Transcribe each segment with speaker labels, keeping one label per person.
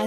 Speaker 1: À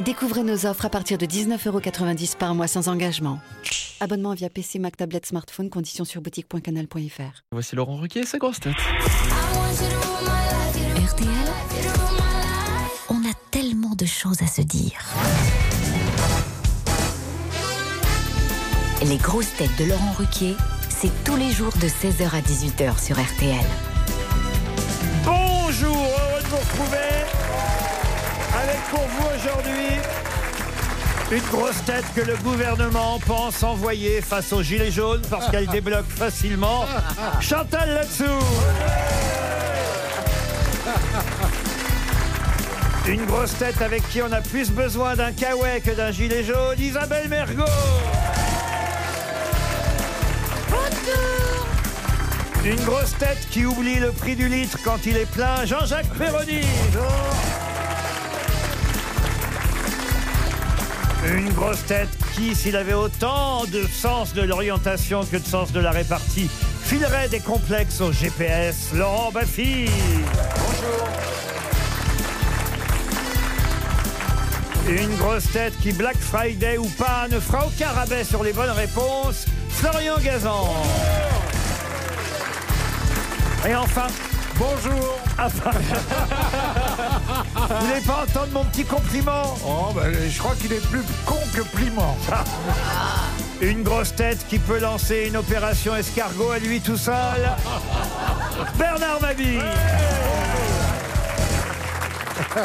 Speaker 1: Découvrez nos offres à partir de 19,90€ par mois sans engagement. Abonnement via PC, Mac, tablette, smartphone, conditions sur boutique.canal.fr.
Speaker 2: Voici Laurent Ruquier et sa grosse tête.
Speaker 3: RTL, on a tellement de choses à se dire. Les grosses têtes de Laurent Ruquier, c'est tous les jours de 16h à 18h sur RTL.
Speaker 4: Bonjour, heureux de vous retrouver avec pour vous aujourd'hui une grosse tête que le gouvernement pense envoyer face aux gilets jaunes parce qu'elle débloque facilement Chantal là-dessous. Une grosse tête avec qui on a plus besoin d'un kawaii que d'un gilet jaune, Isabelle Mergot. Une grosse tête qui oublie le prix du litre quand il est plein, Jean-Jacques Perroni. Une grosse tête qui, s'il avait autant de sens de l'orientation que de sens de la répartie, filerait des complexes au GPS, Laurent Baffy. Une grosse tête qui, Black Friday ou pas, ne fera aucun rabais sur les bonnes réponses, Florian Gazan. Et enfin, bonjour. Ah, bah. Vous voulez pas entendre mon petit compliment
Speaker 5: Oh, ben, je crois qu'il est plus con que pliment.
Speaker 4: Une grosse tête qui peut lancer une opération escargot à lui tout seul. Bernard Mabille.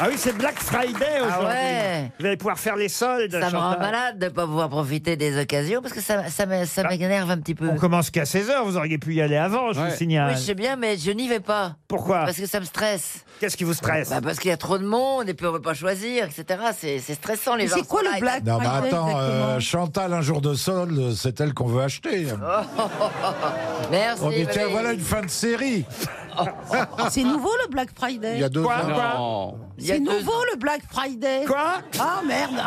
Speaker 4: ah oui, c'est Black Friday aujourd'hui.
Speaker 6: Ah ouais.
Speaker 4: Vous allez pouvoir faire les soldes.
Speaker 6: Ça me
Speaker 4: Chantal.
Speaker 6: rend malade de ne pas pouvoir profiter des occasions parce que ça, ça me- ça m'énerve un petit peu.
Speaker 4: On commence qu'à 16h, vous auriez pu y aller avant, Ah. je
Speaker 5: Ouais.
Speaker 4: vous signale.
Speaker 6: Oui, je sais bien, mais je n'y vais pas.
Speaker 4: Pourquoi
Speaker 6: Parce que ça me stresse.
Speaker 4: Qu'est-ce qui vous stresse
Speaker 6: Bah, parce qu'il y a trop de monde et puis on ne peut pas choisir, etc. C'est c'est stressant les gens.
Speaker 7: c'est quoi
Speaker 6: sont là,
Speaker 7: le
Speaker 6: ils
Speaker 7: black
Speaker 5: Non, mais
Speaker 7: Friday
Speaker 5: attends, euh,
Speaker 7: exactement
Speaker 5: Chantal, un jour de solde, c'est elle qu'on veut acheter.
Speaker 6: attendent- Merci.
Speaker 5: On dit, tiens,
Speaker 6: Valérie.
Speaker 5: voilà une fin de série.
Speaker 7: C'est nouveau le Black
Speaker 5: Il y a
Speaker 7: Friday
Speaker 5: deux
Speaker 4: Quoi
Speaker 5: ans.
Speaker 4: Quoi
Speaker 2: Non.
Speaker 6: Il y a
Speaker 7: C'est
Speaker 6: deux ans.
Speaker 7: nouveau le Black Friday
Speaker 4: Quoi
Speaker 7: Ah merde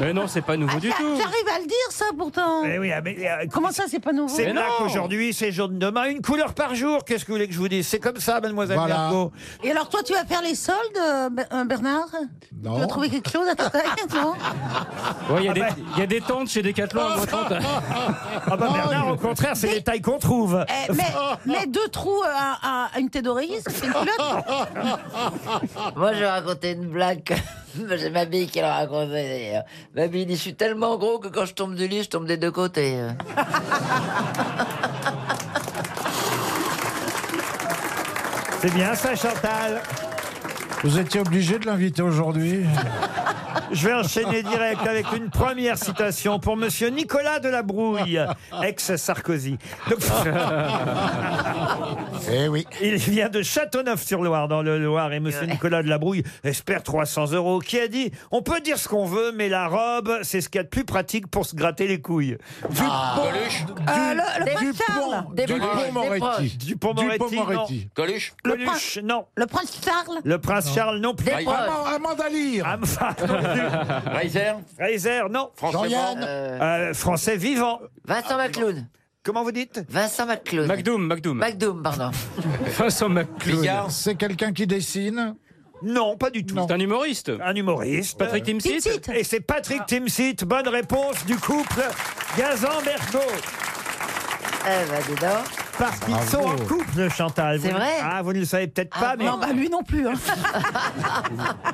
Speaker 2: Mais non, c'est pas nouveau du tout.
Speaker 7: J'arrive à le dire ça pourtant
Speaker 4: Eh oui, ah, mais, euh,
Speaker 7: Comment ça c'est pas nouveau
Speaker 4: C'est
Speaker 2: Mais
Speaker 4: black
Speaker 2: non.
Speaker 4: aujourd'hui, c'est jaune demain, une couleur par jour. Qu'est-ce que vous voulez que je vous dise C'est comme ça, mademoiselle
Speaker 5: Voilà.
Speaker 4: Mergo.
Speaker 7: Et alors toi tu vas faire les soldes euh, Be- euh, Bernard
Speaker 5: Non.
Speaker 7: Tu vas trouver quelque chose à ta tête non
Speaker 2: Ouais, Il y, a
Speaker 4: bah.
Speaker 2: des- il y a des tentes chez Decathlon à Bretagne.
Speaker 4: Ah bah Bernard, au contraire, c'est
Speaker 7: Mais-
Speaker 4: les tailles qu'on trouve.
Speaker 7: Eh, mais, mais deux trous euh, à, à- à une tête d'oreiller, ça fait une culotte.
Speaker 6: Moi, je vais raconter une blague. que- C'est ma bille qui l'a raconté. Ma bille dit Je suis tellement gros que quand je tombe du lit, je tombe des deux côtés.
Speaker 4: C'est bien ça, Chantal.
Speaker 5: Vous étiez obligé de l'inviter aujourd'hui
Speaker 4: Je vais enchaîner direct avec une première citation pour Monsieur Nicolas de la Brouille, ex-Sarkozy. Donc,
Speaker 5: Eh oui.
Speaker 4: Il vient de Châteauneuf-sur-Loire, dans le Loir, et Monsieur
Speaker 6: Ouais.
Speaker 4: Nicolas de la Brouille espère 300 euros, qui a dit « On peut dire ce qu'on veut, mais la robe, c'est ce qu'il y a de plus pratique pour se gratter les couilles.
Speaker 7: Euh, le, le prince Charles
Speaker 6: Des
Speaker 5: Ah, Du
Speaker 6: proches, des
Speaker 5: pont Moretti.
Speaker 6: proches.
Speaker 4: Du Pont-Moretti,
Speaker 5: Dupont-Moretti.
Speaker 8: Coluche
Speaker 4: non. Coluche, non.
Speaker 7: Le prince Charles
Speaker 4: Le prince Charles, non plus.
Speaker 6: Des proches.
Speaker 5: Amand- Amanda Lear.
Speaker 4: Ah, enfin, non plus.
Speaker 8: Reiser
Speaker 4: Fraser, non.
Speaker 8: François
Speaker 5: Jean-Yann.
Speaker 6: Euh,
Speaker 4: Euh, français vivant.
Speaker 6: Vincent McCloud.
Speaker 4: Comment vous dites
Speaker 6: Vincent McCloud.
Speaker 2: McDoom, McDoom.
Speaker 6: McDoom, pardon.
Speaker 2: Vincent McCloud.
Speaker 8: Bigard
Speaker 5: C'est quelqu'un qui dessine.
Speaker 4: Non, pas du tout.
Speaker 2: C'est un humoriste.
Speaker 4: Un humoriste.
Speaker 2: Patrick Timsit.
Speaker 7: Timsit. Ah.
Speaker 4: Et c'est Patrick Timsit. Bonne réponse du couple Gazan-Bergo.
Speaker 6: Eh ben, dis donc.
Speaker 4: Parce qu'ils
Speaker 5: Bravo.
Speaker 4: sont en couple, Chantal.
Speaker 6: C'est
Speaker 4: Vous-
Speaker 6: vrai
Speaker 4: Ah, vous ne le savez peut-être pas, mais.
Speaker 7: Non, bah lui non plus. hein.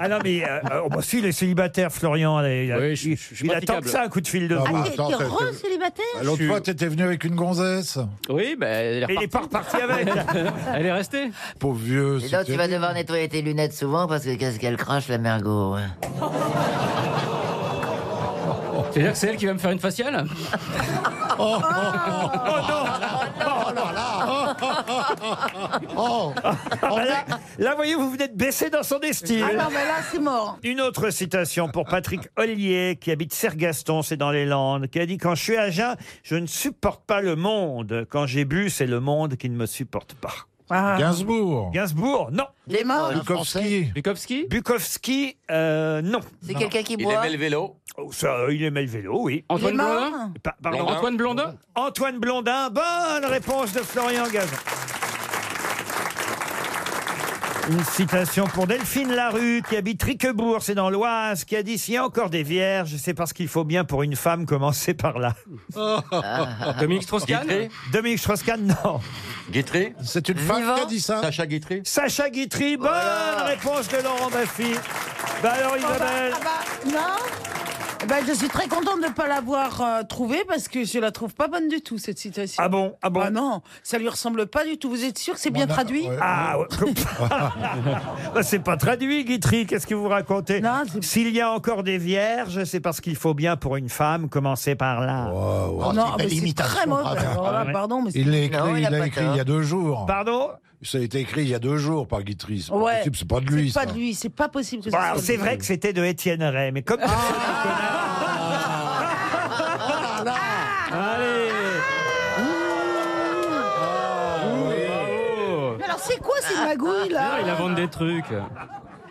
Speaker 4: Ah non, mais. euh, euh, bah, si, il est célibataire, Florian. Il, il-
Speaker 2: Oui, je- je- je suis
Speaker 4: il attend
Speaker 2: praticable.
Speaker 4: que ça, un coup de fil de
Speaker 5: Ah,
Speaker 4: vous.
Speaker 5: bah,
Speaker 7: Ah, t'es
Speaker 5: attends,
Speaker 7: t'es
Speaker 5: t'es-
Speaker 7: heureux
Speaker 5: t'es- bah,
Speaker 7: célibataire
Speaker 5: L'autre fois, t'étais venu avec une gonzesse.
Speaker 2: Oui, bah, elle,
Speaker 4: Et il
Speaker 2: est repartie.
Speaker 4: est pas reparti avec.
Speaker 2: Elle est restée.
Speaker 5: Pauvre vieux.
Speaker 6: Dis
Speaker 5: c'est
Speaker 6: donc, tu vas
Speaker 5: terrible.
Speaker 6: devoir nettoyer tes lunettes souvent parce que qu'est-ce qu'elle crache, la mergot. hein.
Speaker 2: C'est-à-dire que c'est elle qui va me faire
Speaker 4: Ah.
Speaker 2: une
Speaker 7: Oh,
Speaker 2: faciale
Speaker 4: oh non
Speaker 7: Ah,
Speaker 5: Oh
Speaker 4: Ah, là, là, voyez, vous venez de baisser dans son estime.
Speaker 7: Ah non, mais là, c'est mort.
Speaker 4: Une autre citation pour Patrick Ollier, qui habite Sergaston, c'est dans les Landes, qui a dit Quand je suis à jeun, je ne supporte pas le monde. Quand j'ai bu, c'est le monde qui ne me supporte pas.
Speaker 7: Ah.
Speaker 5: Gainsbourg
Speaker 4: Gainsbourg, non.
Speaker 7: Les
Speaker 4: Ah,
Speaker 7: morts
Speaker 5: Bukowski
Speaker 2: Bukowski
Speaker 4: Bukowski, euh, non.
Speaker 6: C'est quelqu'un qui
Speaker 8: Il
Speaker 6: boit.
Speaker 8: aimait le vélo.
Speaker 4: Oh, ça, euh, il aimait le vélo, oui.
Speaker 7: Les
Speaker 2: Antoine Blondin
Speaker 7: morts
Speaker 4: Pa- pardon.
Speaker 8: Blondin.
Speaker 2: Antoine Blondin
Speaker 4: Antoine Blondin, bonne réponse de Florian Gazan. Une citation pour Delphine Larue, qui habite Riquebourg, c'est dans l'Oise, qui a dit S'il y a encore des vierges, c'est parce qu'il faut bien pour une femme commencer par là.
Speaker 2: Dominique Strauss-Kahn
Speaker 8: Guitry.
Speaker 4: Dominique Strauss-Kahn, non.
Speaker 8: Guitry.
Speaker 5: C'est une femme qui a dit ça
Speaker 8: Sacha Guitry.
Speaker 4: Sacha Guitry, bonne réponse de Laurent Baffy. Bah alors,
Speaker 7: Ah bah,
Speaker 4: Isabelle,
Speaker 7: ah bah, non Eh ben, je suis très contente de ne pas l'avoir euh, trouvée parce que je la trouve pas bonne du tout, cette citation.
Speaker 4: Ah bon Ah bon
Speaker 7: Ah non, ça lui ressemble pas du tout. Vous êtes sûr que c'est bien
Speaker 5: On a-
Speaker 7: traduit
Speaker 5: ouais.
Speaker 4: Ah, ouais. Bah, c'est pas traduit, Guitry. Qu'est-ce que vous racontez
Speaker 7: Non, c'est-
Speaker 4: S'il y a encore des vierges, c'est parce qu'il faut bien pour une femme commencer par là.
Speaker 7: Oh Non, mais c'est très mauvais. Alors là,
Speaker 4: Ouais.
Speaker 7: pardon, mais c'est-
Speaker 5: Il l'a écrit,
Speaker 6: Non, il
Speaker 5: il
Speaker 6: a
Speaker 5: l'a
Speaker 6: pas
Speaker 5: écrit
Speaker 6: tort.
Speaker 5: il y a deux jours.
Speaker 4: Pardon
Speaker 5: Ça a été écrit il y a deux jours par Guitry. C'est pas
Speaker 7: Ouais.
Speaker 5: possible, c'est pas de lui.
Speaker 7: c'est pas
Speaker 5: ça.
Speaker 7: de lui, c'est pas possible que
Speaker 4: Bon,
Speaker 7: ça Ah,
Speaker 4: alors,
Speaker 7: soit
Speaker 4: Bah, C'est
Speaker 7: lui.
Speaker 4: vrai que c'était de Étienne Ray, mais comme. Ah, Allez
Speaker 7: Mais alors c'est quoi ces magouilles
Speaker 2: Ah,
Speaker 7: là
Speaker 2: Il invente des trucs.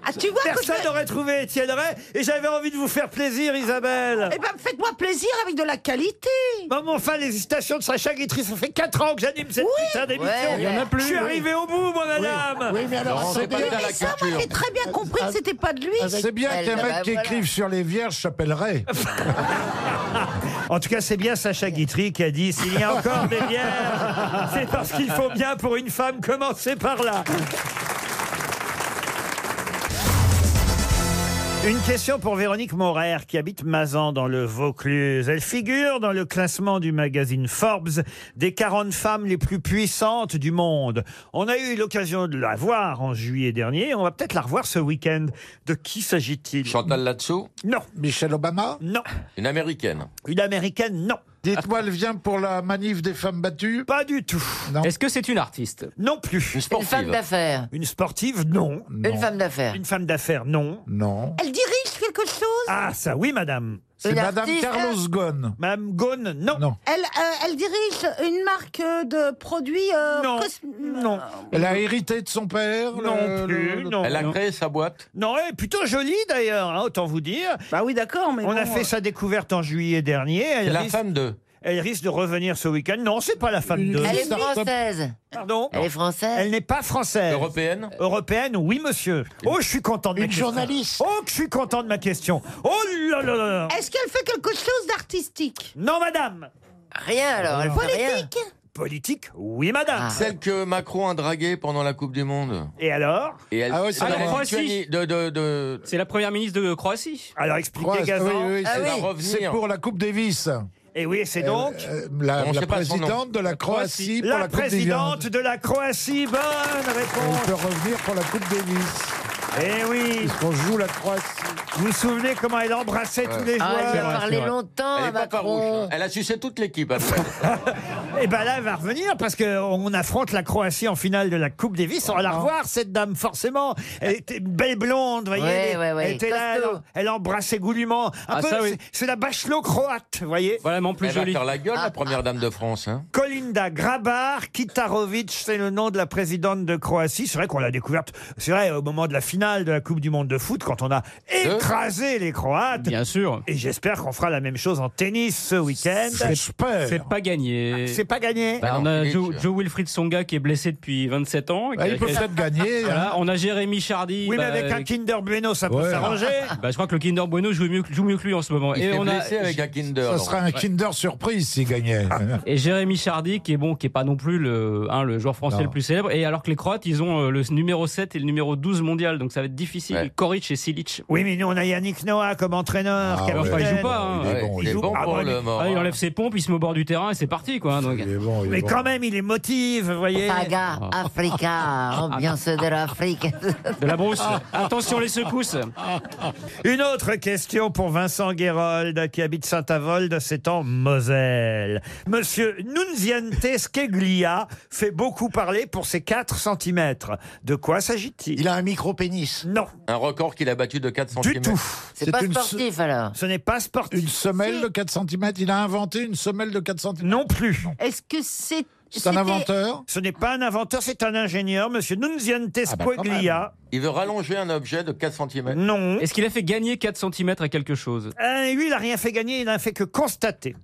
Speaker 7: Ah tu vois que
Speaker 4: Personne
Speaker 7: je-
Speaker 4: n'aurait trouvé Étienne Ray, et j'avais envie de vous faire plaisir, Isabelle.
Speaker 7: Eh ben faites-moi plaisir avec de la qualité.
Speaker 4: Maman, enfin, les citations de Sacha Guitry, ça fait 4 ans que j'anime cette putain d'émission.
Speaker 6: Ouais, Il y en a
Speaker 4: Je suis arrivé au bout, moi, madame.
Speaker 5: Oui, mais alors
Speaker 8: Laurent,
Speaker 5: c'est
Speaker 8: c'est pas
Speaker 5: bien,
Speaker 8: bien la
Speaker 7: Mais ça, moi
Speaker 8: culture.
Speaker 7: j'ai très bien compris que c'était pas de lui.
Speaker 5: c'est bien
Speaker 6: Elle,
Speaker 5: qu'un
Speaker 6: bah,
Speaker 5: mec qui
Speaker 6: voilà.
Speaker 5: écrive sur les vierges s'appellerait.
Speaker 4: En tout cas, c'est bien Sacha Guitry qui a dit s'il y a encore des bières, c'est parce qu'il faut bien pour une femme commencer par là. Une question pour Véronique Morer qui habite Mazan dans le Vaucluse. Elle figure dans le classement du magazine Forbes des 40 femmes les plus puissantes du monde. On a eu l'occasion de la voir en juillet dernier. On va peut-être la revoir ce week-end. De qui s'agit-il
Speaker 8: Chantal là-dessous.
Speaker 4: Non,
Speaker 5: Michelle Obama
Speaker 4: non.
Speaker 8: Une américaine.
Speaker 4: Une américaine, non.
Speaker 5: Dites-moi, elle vient pour la manif des femmes battues
Speaker 4: Pas du tout.
Speaker 5: Non.
Speaker 2: Est-ce que c'est une artiste
Speaker 4: Non plus.
Speaker 8: Une
Speaker 6: Une femme
Speaker 8: sportive.
Speaker 6: d'affaires.
Speaker 4: Une sportive, non.
Speaker 5: Non.
Speaker 6: Une femme d'affaires.
Speaker 4: Une femme d'affaires, non.
Speaker 5: Non.
Speaker 7: Elle dirige quelque chose.
Speaker 4: Ah, ça, oui, madame.
Speaker 5: C'est
Speaker 6: Une
Speaker 5: Madame
Speaker 6: artiste
Speaker 5: Carlos Ghosn.
Speaker 4: Madame Gaune, non.
Speaker 5: Non.
Speaker 7: Elle, euh, elle dirige une marque euh, de produits. euh,
Speaker 4: Non.
Speaker 7: cos-
Speaker 4: Non.
Speaker 5: Elle a hérité de son père le-
Speaker 4: Non plus,
Speaker 5: le- le-
Speaker 4: non.
Speaker 8: Elle a
Speaker 4: non.
Speaker 8: créé sa boîte.
Speaker 4: Non, elle est plutôt jolie d'ailleurs, hein, autant vous dire.
Speaker 7: Bah oui d'accord, mais
Speaker 4: On a
Speaker 7: bon,
Speaker 4: fait
Speaker 7: euh,
Speaker 4: sa découverte en juillet dernier.
Speaker 8: C'est
Speaker 4: Elle,
Speaker 8: la
Speaker 4: risque,
Speaker 8: femme de.
Speaker 4: elle risque de revenir ce week-end. Non, c'est pas la femme
Speaker 5: Une-
Speaker 4: de.
Speaker 6: Elle est
Speaker 5: Start-up.
Speaker 6: française.
Speaker 4: Pardon.
Speaker 6: Elle est française.
Speaker 4: Elle n'est pas française.
Speaker 8: Européenne.
Speaker 4: Européenne, oui, monsieur. Oh, je suis content de ma
Speaker 5: Une
Speaker 4: question.
Speaker 5: journaliste.
Speaker 4: Oh, que je suis content de ma question. Oh là là là.
Speaker 7: Est-ce qu'elle fait quelque chose d'artistique
Speaker 4: Non, madame.
Speaker 6: Rien alors. Elle fait rien.
Speaker 7: Politique
Speaker 4: Politique, oui, madame.
Speaker 6: Ah.
Speaker 8: Celle que Macron a draguée pendant la Coupe du Monde.
Speaker 4: Et alors
Speaker 8: Et elle,
Speaker 5: Ah ouais, c'est
Speaker 8: elle
Speaker 5: la
Speaker 8: est en
Speaker 2: Croatie.
Speaker 8: Lituanie. de, de, de-
Speaker 2: C'est la première ministre de Croatie.
Speaker 4: Alors expliquez,
Speaker 5: Croise-
Speaker 4: Gazan.
Speaker 5: oui, oui,
Speaker 6: Ah
Speaker 5: c'est-
Speaker 8: Elle va
Speaker 6: oui.
Speaker 5: C'est
Speaker 8: revenir.
Speaker 5: pour la Coupe Davis.
Speaker 4: Et oui, c'est donc
Speaker 5: Euh, la
Speaker 8: On
Speaker 5: la
Speaker 8: sait pas son nom.
Speaker 5: présidente de la Croatie pour
Speaker 4: la,
Speaker 5: la, Coupe des
Speaker 4: présidente
Speaker 5: Viandes.
Speaker 4: de la Croatie. Bonne
Speaker 5: Elle peut
Speaker 4: réponse.
Speaker 5: revenir pour la Coupe Davis.
Speaker 4: Eh oui,
Speaker 5: Puisqu'on joue la Croatie.
Speaker 4: vous vous souvenez comment elle embrassait tous les
Speaker 6: Ah, elle lui a
Speaker 4: joueurs
Speaker 6: parlé longtemps
Speaker 8: Elle
Speaker 6: à
Speaker 8: est pas farouche. hein.
Speaker 6: Macron.
Speaker 8: Elle a sucé toute l'équipe après.
Speaker 4: Et ben là, elle va revenir parce qu'on affronte la Croatie en finale de la Coupe Davis. On va
Speaker 6: Oh.
Speaker 4: la revoir, cette dame, forcément. Elle était une belle blonde, vous voyez.
Speaker 6: Ouais,
Speaker 4: elle-
Speaker 6: ouais, ouais.
Speaker 4: Elle était là, elle,
Speaker 6: Costaud.
Speaker 4: elle embrassait goulûment. Un
Speaker 2: Ah,
Speaker 4: peu,
Speaker 2: ça, oui.
Speaker 4: c'est- c'est la bachelot croate, vous voyez. Ah,
Speaker 2: Voilà, mon
Speaker 5: Eh ben,
Speaker 2: plus
Speaker 8: Elle va
Speaker 2: jolie.
Speaker 8: faire la gueule,
Speaker 6: Ah.
Speaker 8: la première dame de France. hein.
Speaker 4: Kolinda Grabar Kitarovic, c'est le nom de la présidente de Croatie. C'est vrai qu'on l'a découverte, c'est vrai, au moment de la finale de la Coupe du Monde de foot, quand on a écrasé les Croates.
Speaker 2: Bien sûr.
Speaker 4: Et j'espère qu'on fera la même chose en tennis ce week-end.
Speaker 5: J'espère.
Speaker 2: C'est pas gagné.
Speaker 4: Ah, C'est pas gagné.
Speaker 8: Bah
Speaker 2: on
Speaker 8: non,
Speaker 2: a
Speaker 8: Filic,
Speaker 2: Joe,
Speaker 8: euh.
Speaker 2: Joe Wilfried Songa qui est blessé depuis 27 ans.
Speaker 4: Bah,
Speaker 5: Ouais, il peut peut-être gagner. hein.
Speaker 2: Voilà, on a Jérémy Chardy.
Speaker 4: Oui, mais
Speaker 2: bah,
Speaker 4: avec un Kinder Bueno, ça peut
Speaker 5: Ouais.
Speaker 4: s'arranger.
Speaker 2: bah, je crois que le Kinder Bueno joue mieux, que- joue mieux que lui en ce moment.
Speaker 8: Il
Speaker 2: et
Speaker 8: s'est
Speaker 2: on
Speaker 8: blessé
Speaker 2: a
Speaker 8: avec un Kinder.
Speaker 5: Ça
Speaker 8: Laurent.
Speaker 5: serait un Kinder surprise s'il gagnait.
Speaker 2: et Jérémy Chardy qui est bon, qui est pas non plus le, hein, le joueur français
Speaker 5: Non.
Speaker 2: le plus célèbre. Et alors que les Croates, ils ont euh, le numéro 7 et le numéro 12 mondial, donc ça va être difficile.
Speaker 8: Ouais.
Speaker 2: Koric et Silic.
Speaker 4: Oui, mais nous, on a Yannick Noah comme entraîneur.
Speaker 5: Ah
Speaker 2: Alors,
Speaker 5: ouais.
Speaker 2: enfin, il
Speaker 4: capitaine.
Speaker 2: joue pas. hein.
Speaker 5: Il est
Speaker 8: Ouais,
Speaker 5: bon,
Speaker 8: il
Speaker 5: il
Speaker 8: est
Speaker 5: joue.
Speaker 8: bon
Speaker 4: Ah,
Speaker 8: pour
Speaker 4: bon,
Speaker 8: le
Speaker 4: il-
Speaker 8: mort.
Speaker 2: Ah, il enlève ses pompes, il se met au bord du terrain et c'est parti, quoi. hein, Donc,
Speaker 5: Il est bon, il est
Speaker 4: Mais
Speaker 5: bon.
Speaker 4: quand même, il les motive, vous voyez.
Speaker 6: Saga,
Speaker 9: Ah.
Speaker 6: Africa, ambiance de l'Afrique.
Speaker 2: de la brousse. Ah, Attention les secousses.
Speaker 8: Ah
Speaker 4: Une autre question pour Vincent Guérold, qui habite Saint-Avold, c'est en Moselle. Monsieur Nunziante Skeglia fait beaucoup parler pour ses 4 cm. De quoi s'agit-il
Speaker 10: Il a un micro-pénis.
Speaker 4: Non,
Speaker 8: Un record qu'il a battu de 4
Speaker 4: du
Speaker 8: cm.
Speaker 4: tout.
Speaker 6: C'est pas
Speaker 5: une se-
Speaker 6: sportif alors.
Speaker 4: Ce n'est pas sportif.
Speaker 5: Une semelle de 4 cm. Il a inventé une semelle de 4 cm.
Speaker 4: Non plus.
Speaker 7: Est-ce que c'est.
Speaker 5: C'est un
Speaker 7: c'était-
Speaker 5: inventeur.
Speaker 4: Ce n'est pas un inventeur, c'est un ingénieur, monsieur Nunziante
Speaker 5: Ah bah quand
Speaker 4: Skeglia.
Speaker 8: Il veut rallonger un objet de 4 cm.
Speaker 4: non.
Speaker 2: Est-ce qu'il a fait gagner 4 cm à quelque chose
Speaker 4: Euh, lui, il n'a rien fait gagner, il n'a fait que constater.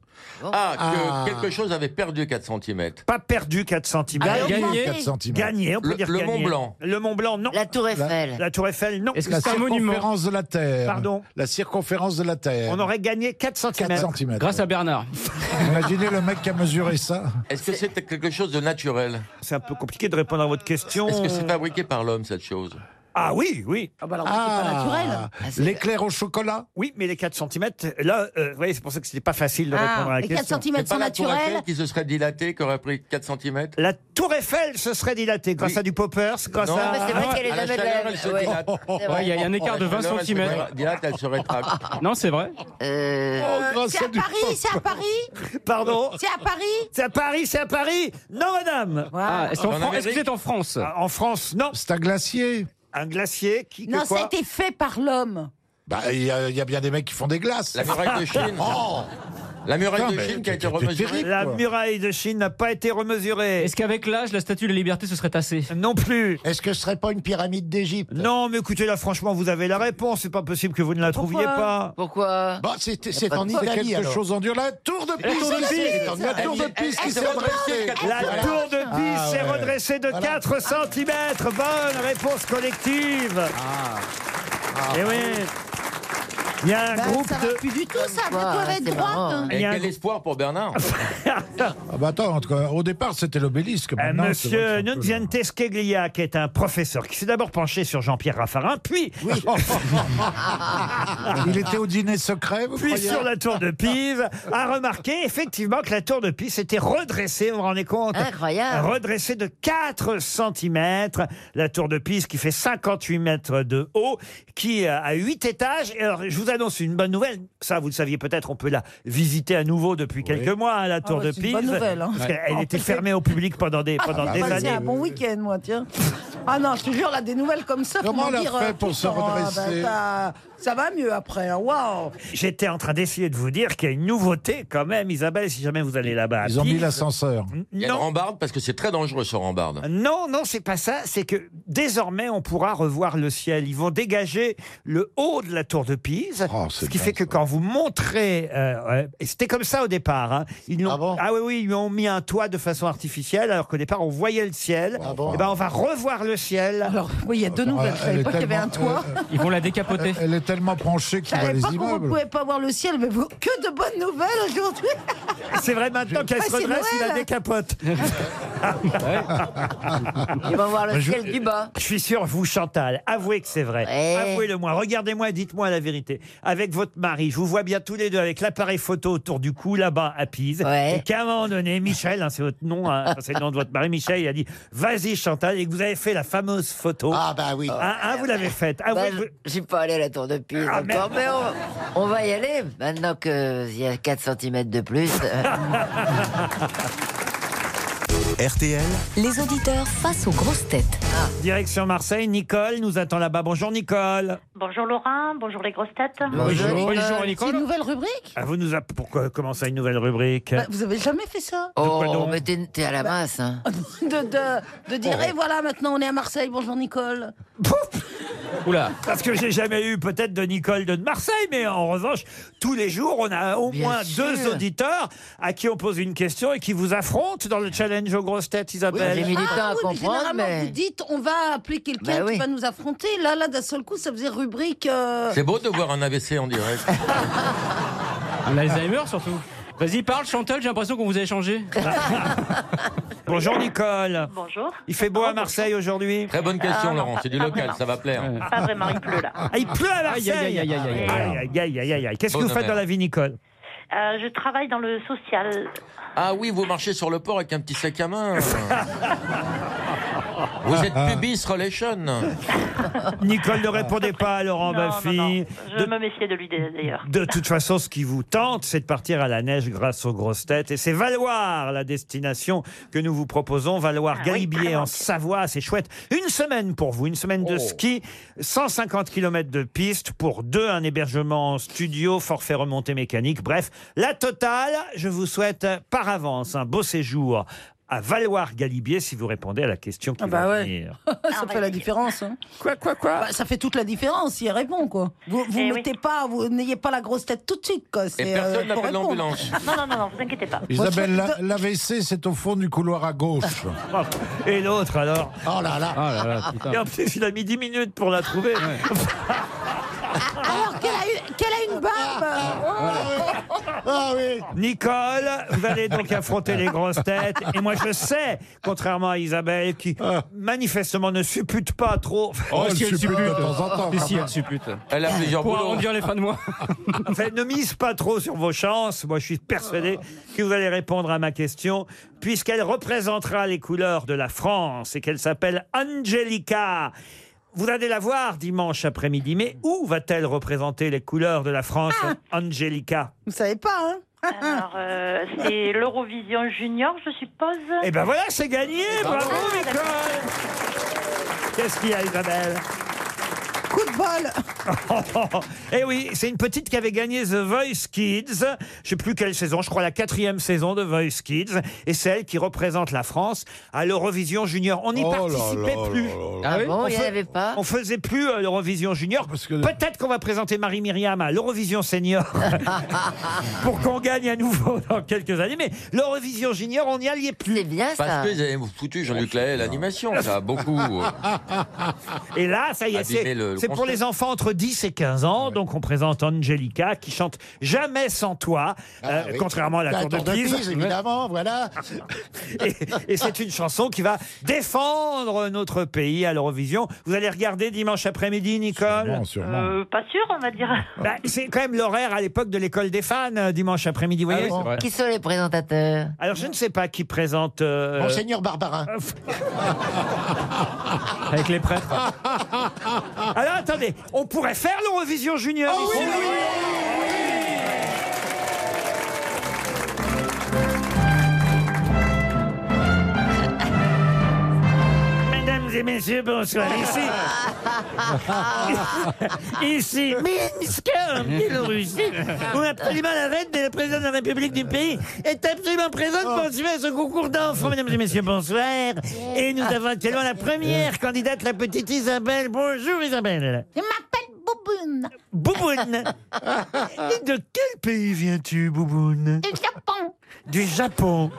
Speaker 8: Ah,
Speaker 5: Ah.
Speaker 8: que quelque chose avait perdu 4 cm.
Speaker 4: Pas perdu 4 cm.
Speaker 7: Ah,
Speaker 2: Gagné.
Speaker 7: augmenté.
Speaker 5: 4 cm.
Speaker 4: Gagné, on peut
Speaker 8: Le-
Speaker 4: dire
Speaker 8: le
Speaker 4: gagné.
Speaker 8: Mont Blanc.
Speaker 4: Le Mont Blanc, non.
Speaker 6: La Tour Eiffel.
Speaker 4: La Tour Eiffel, non.
Speaker 2: Est-ce que
Speaker 5: La
Speaker 2: c'est un monument
Speaker 5: circonférence de la Terre.
Speaker 4: Pardon
Speaker 5: La circonférence de la Terre.
Speaker 4: On aurait gagné 4 cm.
Speaker 5: 4 cm.
Speaker 2: Grâce à Bernard.
Speaker 5: Imaginez le mec qui a mesuré ça.
Speaker 8: Est-ce que c'est quelque chose de naturel
Speaker 4: C'est un peu compliqué de répondre à votre question.
Speaker 8: Est-ce que c'est fabriqué par l'homme, cette chose
Speaker 4: Ah oui, oui.
Speaker 7: Ah, bah alors, c'est pas naturel.
Speaker 5: l'éclair au chocolat.
Speaker 4: Oui, mais les 4 cm, là, euh, vous voyez, c'est pour ça que c'était pas facile
Speaker 6: Ah,
Speaker 4: de répondre à la
Speaker 7: les
Speaker 4: question.
Speaker 7: 4 cm
Speaker 8: C'est
Speaker 7: sont
Speaker 8: pas la tour
Speaker 7: naturels.
Speaker 8: Eiffel qui se serait dilatée, qui aurait pris 4 cm
Speaker 4: La Tour Eiffel se serait dilatée grâce
Speaker 8: Oui.
Speaker 4: à du poppers, grâce
Speaker 8: Non,
Speaker 4: à.
Speaker 8: mais
Speaker 6: C'est vrai qu'elle
Speaker 8: À
Speaker 6: est
Speaker 8: la
Speaker 6: jamais de
Speaker 8: chaleur,
Speaker 6: la-
Speaker 8: elle se
Speaker 6: ouais.
Speaker 8: dilate.
Speaker 6: C'est
Speaker 2: Ouais, Il
Speaker 6: vrai.
Speaker 2: y a il y a un écart de 20
Speaker 8: Alors, elle se
Speaker 2: cm.
Speaker 8: dilate, elle se rétracte.
Speaker 2: Non, c'est vrai. Oh,
Speaker 6: Euh,
Speaker 5: Oh, grâce
Speaker 7: C'est
Speaker 5: à
Speaker 7: à
Speaker 5: du
Speaker 7: Paris, c'est à Paris,
Speaker 4: Pardon
Speaker 7: c'est à Paris.
Speaker 4: C'est à Paris, c'est à Paris Non, madame
Speaker 2: Ah, est-ce qu'en
Speaker 8: En
Speaker 2: Fran- est-ce que
Speaker 8: Amérique
Speaker 2: c'est en France
Speaker 4: Ah, En France, non.
Speaker 5: C'est un glacier.
Speaker 4: Un glacier qui. que
Speaker 7: Non, ça
Speaker 4: quoi
Speaker 7: a été fait par l'homme.
Speaker 5: Bah, il y, a- il y a bien des mecs qui font des glaces. Oh
Speaker 8: La muraille de Chine. La
Speaker 5: Putain,
Speaker 8: muraille de
Speaker 5: mais
Speaker 8: Chine qui a été
Speaker 5: t'es terrible.
Speaker 8: remesurée.
Speaker 4: La
Speaker 5: quoi.
Speaker 4: muraille de Chine n'a pas été remesurée.
Speaker 2: Est-ce qu'avec l'âge, la statue de la liberté se serait tassée
Speaker 4: Non plus.
Speaker 10: Est-ce que ce serait pas une pyramide d'Égypte
Speaker 4: Non, mais écoutez, là, franchement, vous avez la réponse. C'est pas possible que vous ne la trouviez pas.
Speaker 6: pourquoi
Speaker 10: Bah, c'est c'est en
Speaker 5: C'est
Speaker 10: Italie
Speaker 5: quelque
Speaker 10: alors.
Speaker 5: chose en dur. La tour de Pise. La tour de Pise qui s'est redressée.
Speaker 4: La
Speaker 5: Voilà.
Speaker 4: tour de Pise
Speaker 5: Ah
Speaker 4: s'est
Speaker 5: ouais.
Speaker 4: redressée de 4 cm. Bonne réponse collective.
Speaker 5: Ah.
Speaker 4: Eh oui. Il y a un
Speaker 7: Bah,
Speaker 4: groupe
Speaker 7: ça va
Speaker 4: de.
Speaker 7: plus du tout, ça.
Speaker 6: Pourquoi
Speaker 7: La tour est
Speaker 6: C'est marrant, hein.
Speaker 7: droite.
Speaker 8: Et
Speaker 4: Il y a un
Speaker 8: quel
Speaker 4: groupe-
Speaker 8: espoir pour Bernard
Speaker 5: Ah bah attends, en tout cas, au départ, c'était l'obélisque.
Speaker 4: Euh,
Speaker 5: Maintenant, Ah c'est
Speaker 4: Monsieur
Speaker 5: vrai que c'est un peu-
Speaker 4: Nunziante Skeglia, qui est un professeur, qui s'est d'abord penché sur Jean-Pierre Raffarin, puis,
Speaker 5: Il était au dîner secret, vous
Speaker 4: puis
Speaker 5: croyez
Speaker 4: sur la tour de Pise, a remarqué effectivement que la tour de Pise s'était redressée, vous vous rendez compte
Speaker 6: Incroyable.
Speaker 4: redressée de 4 cm. La tour de Pise qui fait 58 mètres de haut, qui euh, a 8 étages. Et alors, je vous annonce une bonne nouvelle. Ça, vous le saviez peut-être, on peut la visiter à nouveau depuis quelques mois, hein, la tour
Speaker 7: bah,
Speaker 4: de
Speaker 7: c'est
Speaker 4: Pise.
Speaker 7: une bonne nouvelle, hein.
Speaker 4: Parce
Speaker 7: Ouais.
Speaker 4: qu'elle
Speaker 7: En
Speaker 4: était
Speaker 7: plus,
Speaker 4: fermée au public pendant des, pendant des
Speaker 7: Bah, c'est
Speaker 4: années.
Speaker 7: un bon week-end, moi, tiens. Ah non, je te jure, là, des nouvelles comme ça. faut
Speaker 5: Comment
Speaker 7: m'en
Speaker 5: elle a
Speaker 7: dire,
Speaker 5: fait
Speaker 7: euh,
Speaker 5: pour
Speaker 7: tout le
Speaker 5: se
Speaker 7: temps. Ah,
Speaker 5: redresser
Speaker 7: bah, ça- Ça va mieux après. hein. Waouh
Speaker 4: J'étais en train d'essayer de vous dire qu'il y a une nouveauté quand même, Isabelle, si jamais vous allez là-bas. à
Speaker 5: Ils ont mis
Speaker 4: Pise.
Speaker 5: l'ascenseur.
Speaker 8: Il y a une
Speaker 4: Non.
Speaker 8: rambarde parce que c'est très dangereux ce rambarde.
Speaker 4: Euh, Non, non, c'est pas ça. C'est que désormais, on pourra revoir le ciel. Ils vont dégager le haut de la tour de Pise.
Speaker 5: Oh, c'est
Speaker 4: ce qui
Speaker 5: bien,
Speaker 4: fait que
Speaker 5: ça.
Speaker 4: quand vous montrez. euh, ouais, et c'était comme ça au départ. hein. Ils l'ont-
Speaker 10: Ah bon
Speaker 4: oui, oui, ils lui ont mis un toit de façon artificielle, alors qu'au départ, on voyait le ciel.
Speaker 5: Ah bon
Speaker 4: Eh ben, on va revoir le ciel.
Speaker 7: Alors, oui, il y a deux nouvelles. Je
Speaker 5: Ah, Elle
Speaker 7: savais
Speaker 5: est
Speaker 7: pas qu'il y avait un
Speaker 5: tellement-
Speaker 7: toit.
Speaker 5: euh,
Speaker 2: Ils vont la décapoter.
Speaker 5: Elle est tellement penchée
Speaker 7: Je
Speaker 5: qu'il voit
Speaker 7: savais
Speaker 5: les
Speaker 7: pas qu'on ne
Speaker 5: immeubles.
Speaker 7: pouvait pas voir le ciel, mais vous- que de bonnes nouvelles aujourd'hui.
Speaker 4: C'est vrai, maintenant qu'elle se
Speaker 7: Ah, c'est
Speaker 4: redresse, il la
Speaker 7: Noël.
Speaker 4: décapote.
Speaker 6: Ils vont voir le ciel du bas.
Speaker 4: Bah, Je suis sûr, vous, Chantal, avouez que c'est vrai.
Speaker 6: Ouais.
Speaker 4: Avouez-le-moi. Regardez-moi et dites-moi la vérité. Avec votre mari, je vous vois bien tous les deux avec l'appareil photo autour du cou, là-bas, à Pise.
Speaker 6: Ouais.
Speaker 4: Et qu'à un moment donné, Michel, hein, c'est votre nom, hein, enfin, c'est le nom de votre mari, Michel, il a dit Vas-y, Chantal, et que vous avez fait la fameuse photo.
Speaker 10: Ah bah oui.
Speaker 4: Hein, hein, vous l'avez faite.
Speaker 6: Bah,
Speaker 4: Avouez que
Speaker 6: je
Speaker 4: vous-
Speaker 6: je suis pas allé à la tour de Pise
Speaker 4: Ah,
Speaker 6: encore, mais on, on va y aller. Maintenant qu'il y a 4 cm de plus. euh,
Speaker 11: RTL,
Speaker 3: Les auditeurs face aux grosses têtes.
Speaker 4: Direction Marseille, Nicole nous attend là-bas. Bonjour, Nicole.
Speaker 9: Bonjour Laurent, bonjour les grosses têtes.
Speaker 2: Bonjour, Bonjour
Speaker 7: C'est une
Speaker 2: Nicole.
Speaker 7: nouvelle rubrique
Speaker 4: Ah, vous nous a... Pourquoi commencer une nouvelle rubrique
Speaker 7: Bah, Vous avez jamais fait ça
Speaker 4: quoi
Speaker 6: Oh,
Speaker 4: donc
Speaker 6: mais Oh. t'es t'es à la masse. hein.
Speaker 7: de, de, de dire, et voilà, maintenant on est à Marseille, bonjour Nicole.
Speaker 6: Ah,
Speaker 2: Oula.
Speaker 4: Parce que j'ai jamais eu peut-être de Nicole de Marseille, mais en revanche, tous les jours, on a au
Speaker 6: Bien
Speaker 4: moins
Speaker 6: sûr.
Speaker 4: deux auditeurs à qui on pose une question et qui vous affrontent dans le challenge aux grosses têtes,
Speaker 6: J'ai
Speaker 4: Isabelle.
Speaker 6: mis du temps à
Speaker 7: Ah, oui, mais
Speaker 6: comprendre,
Speaker 7: généralement,
Speaker 6: mais.
Speaker 7: vous dites, on va appeler quelqu'un
Speaker 6: Bah oui.
Speaker 7: qui va nous affronter. Là, là, d'un seul coup, ça faisait rubrique. euh,
Speaker 8: C'est beau de voir un AVC en direct.
Speaker 2: Un Alzheimer surtout. Vas-y, parle, Chantal, j'ai l'impression qu'on vous a échangé.
Speaker 4: Bonjour Nicole.
Speaker 9: Bonjour.
Speaker 4: Il fait beau
Speaker 2: Ah,
Speaker 4: à Marseille aujourd'hui
Speaker 8: Très bonne question,
Speaker 7: Ah.
Speaker 8: Laurent. C'est du local, ça va plaire.
Speaker 9: Pas vraiment, il pleut là.
Speaker 4: Ah, il pleut à Marseille
Speaker 9: Aïe, aïe, aïe, aïe, aïe, aïe.
Speaker 4: Aïe, aïe, aïe, aïe, aïe. Qu'est-ce que vous
Speaker 8: Bonne
Speaker 4: faites dans
Speaker 8: mère.
Speaker 4: la vie, Nicole
Speaker 9: Euh, je travaille dans le social.
Speaker 8: Ah oui, vous marchez sur le port avec un petit sac à main. vous êtes pubis relation.
Speaker 4: Ah. Nicole, ne répondez pas à Laurent
Speaker 9: Non, non,
Speaker 4: Baffy.
Speaker 9: non. Je
Speaker 4: De-
Speaker 9: me méfiais de lui d'ailleurs.
Speaker 4: De toute façon, ce qui vous tente, c'est de partir à la neige grâce aux grosses têtes. Et c'est Valoir, la destination que nous vous proposons. Valoir, Galibier en Savoie, c'est chouette. Une semaine pour vous, une semaine de ski, 150 km de piste pour deux, un hébergement en studio, forfait remontée mécanique. Bref, la totale, je vous souhaite par avance un beau séjour à Valoir-Galibier si vous répondez à la question qui va venir.
Speaker 7: ça fait la différence. hein.
Speaker 4: Ah bah Quoi, quoi, quoi
Speaker 7: Bah, Ça fait toute la différence, il répond quoi. Vous, vous
Speaker 9: Eh oui.
Speaker 7: mettez pas, vous n'ayez pas la grosse tête tout de suite quoi. C'est, euh, faut répondre.
Speaker 9: Non, non, non, non, vous inquiétez pas.
Speaker 5: Isabelle, la- l'AVC, c'est au fond du couloir à gauche.
Speaker 4: Et l'autre alors
Speaker 5: Oh là là.
Speaker 4: Oh là là, putain. Et en plus, il a mis 10 minutes pour la trouver.
Speaker 7: Alors qu'elle a, eu- qu'elle a une Oh. barbe.
Speaker 5: Ah oui.
Speaker 4: Nicole, vous allez donc affronter les grosses têtes. Et moi, je sais, contrairement à Isabelle, qui manifestement ne suppute pas trop.
Speaker 2: Ah. Oh, si elle suppute. Si, si, elle
Speaker 4: suppute.
Speaker 8: Elle a plusieurs
Speaker 2: Pour
Speaker 8: boulots.
Speaker 2: arrondir les fins de mois.
Speaker 4: Enfin, ne mise pas trop sur vos chances. Moi, je suis persuadé que vous allez répondre à ma question, puisqu'elle représentera les couleurs de la France et qu'elle s'appelle Angelica. Vous allez la voir dimanche après-midi, mais où va-t-elle représenter les couleurs de la France,
Speaker 2: Ah.
Speaker 4: Angelica
Speaker 7: Vous savez pas, hein
Speaker 9: Alors, euh, c'est l'Eurovision Junior, je suppose. Ah.
Speaker 4: Eh ben voilà, c'est gagné Bravo, Nicole Qu'est-ce qu'il y a, Isabelle
Speaker 7: Coup de bol.
Speaker 4: Eh oui, c'est une petite qui avait gagné The Voice Kids. Je sais plus quelle saison, je crois la quatrième saison de Voice Kids. Et c'est elle qui représente la France à l'Eurovision Junior. On n'y
Speaker 5: Oh là
Speaker 4: participait
Speaker 5: là
Speaker 4: plus.
Speaker 5: là là
Speaker 6: Ah
Speaker 4: oui
Speaker 6: bon,
Speaker 4: On
Speaker 6: il n'y en
Speaker 4: fait-
Speaker 6: avait pas
Speaker 4: On faisait plus euh, l'Eurovision
Speaker 5: Ah,
Speaker 4: Junior. Peut-être qu'on va présenter Marie-Myriam à l'Eurovision Senior pour qu'on gagne à nouveau dans quelques années. Mais l'Eurovision Junior, on n'y alliait plus.
Speaker 6: C'est bien
Speaker 9: Ah,
Speaker 6: ça.
Speaker 8: Parce qu'ils avaient foutu Jean-Luc Lahaye l'animation, ça a beaucoup. euh,
Speaker 5: euh.
Speaker 4: Et là, ça Eh, y est,
Speaker 8: Abîmer
Speaker 4: c'est
Speaker 8: le- le
Speaker 4: c'est pour
Speaker 8: concept.
Speaker 4: les enfants entre 10 et 15 ans. Donc, on présente Angelica qui chante Jamais sans toi, euh,
Speaker 10: Ah oui.
Speaker 4: contrairement à la
Speaker 10: Bah,
Speaker 4: tour de Pise.
Speaker 10: évidemment, voilà.
Speaker 4: et et c'est une chanson qui va défendre notre pays à l'Eurovision. Vous allez regarder dimanche après-midi, Nicole
Speaker 5: Non, sûrement.
Speaker 9: Euh, pas sûr, on va dire.
Speaker 4: Bah, C'est quand même l'horaire à l'époque de l'école des fans, euh, dimanche après-midi, vous voyez
Speaker 6: Qui sont les présentateurs
Speaker 4: Alors, je ne sais pas qui présente. euh,
Speaker 10: Monseigneur Barbarin.
Speaker 2: Avec les prêtres.
Speaker 4: Alors, attendez, on pourrait faire l'Eurovision Junior ici. Mesdames et messieurs, bonsoir. Ici, ici Minsk, en Biélorussie, où absolument la reine de la présidente de la République du pays est absolument présente pour participer à ce concours d'enfants. Mesdames et messieurs, bonsoir. Et nous avons actuellement la première candidate, la petite Isabelle. Bonjour Isabelle.
Speaker 7: Je m'appelle Bouboune.
Speaker 4: Bouboune. Et de quel pays viens-tu, Bouboune
Speaker 7: Et Japon.
Speaker 4: Du Japon.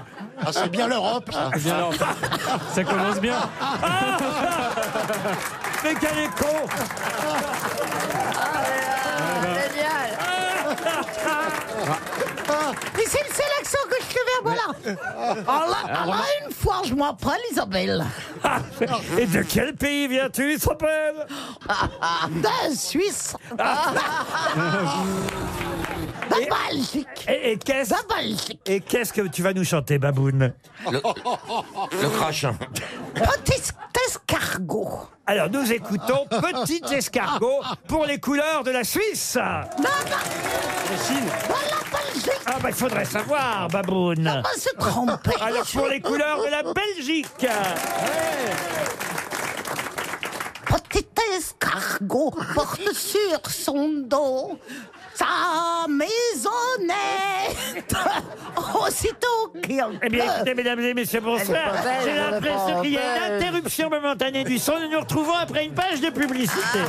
Speaker 10: Ah, c'est bien l'Europe. ça.
Speaker 2: Bien, alors, ça commence bien.
Speaker 4: Mais quel est con
Speaker 6: Génial
Speaker 7: Ah. Mais c'est le seul accent que je fais voilà. Alors
Speaker 4: Ah,
Speaker 7: là, alors là, une fois, je m'appelle Isabelle.
Speaker 4: Et de quel pays viens-tu, Isabelle
Speaker 10: Ah,
Speaker 7: De Suisse. De Belgique.
Speaker 4: Et, et qu'est-ce
Speaker 7: De Belgique.
Speaker 4: et qu'est-ce que tu vas nous chanter, Baboune
Speaker 8: le, le crash.
Speaker 7: Petit escargot.
Speaker 4: Alors nous écoutons Petit Escargot pour les couleurs de la Suisse.
Speaker 7: Non, non, voilà Belgique.
Speaker 4: Ah bah il faudrait savoir, Baboune.
Speaker 7: On se tromper.
Speaker 4: Alors pour les couleurs de la Belgique.
Speaker 7: Petit escargot porte sur son dos sa maisonnette. Aussitôt qu'il
Speaker 4: Eh bien,
Speaker 7: pleut.
Speaker 4: écoutez, mesdames et messieurs, bonsoir.
Speaker 6: Ah. Elle est pas belle, elle
Speaker 4: J'ai
Speaker 6: est
Speaker 4: l'impression
Speaker 6: pas
Speaker 4: qu'il y a une
Speaker 6: belle.
Speaker 4: interruption momentanée du son. Nous nous retrouvons après une page de publicité.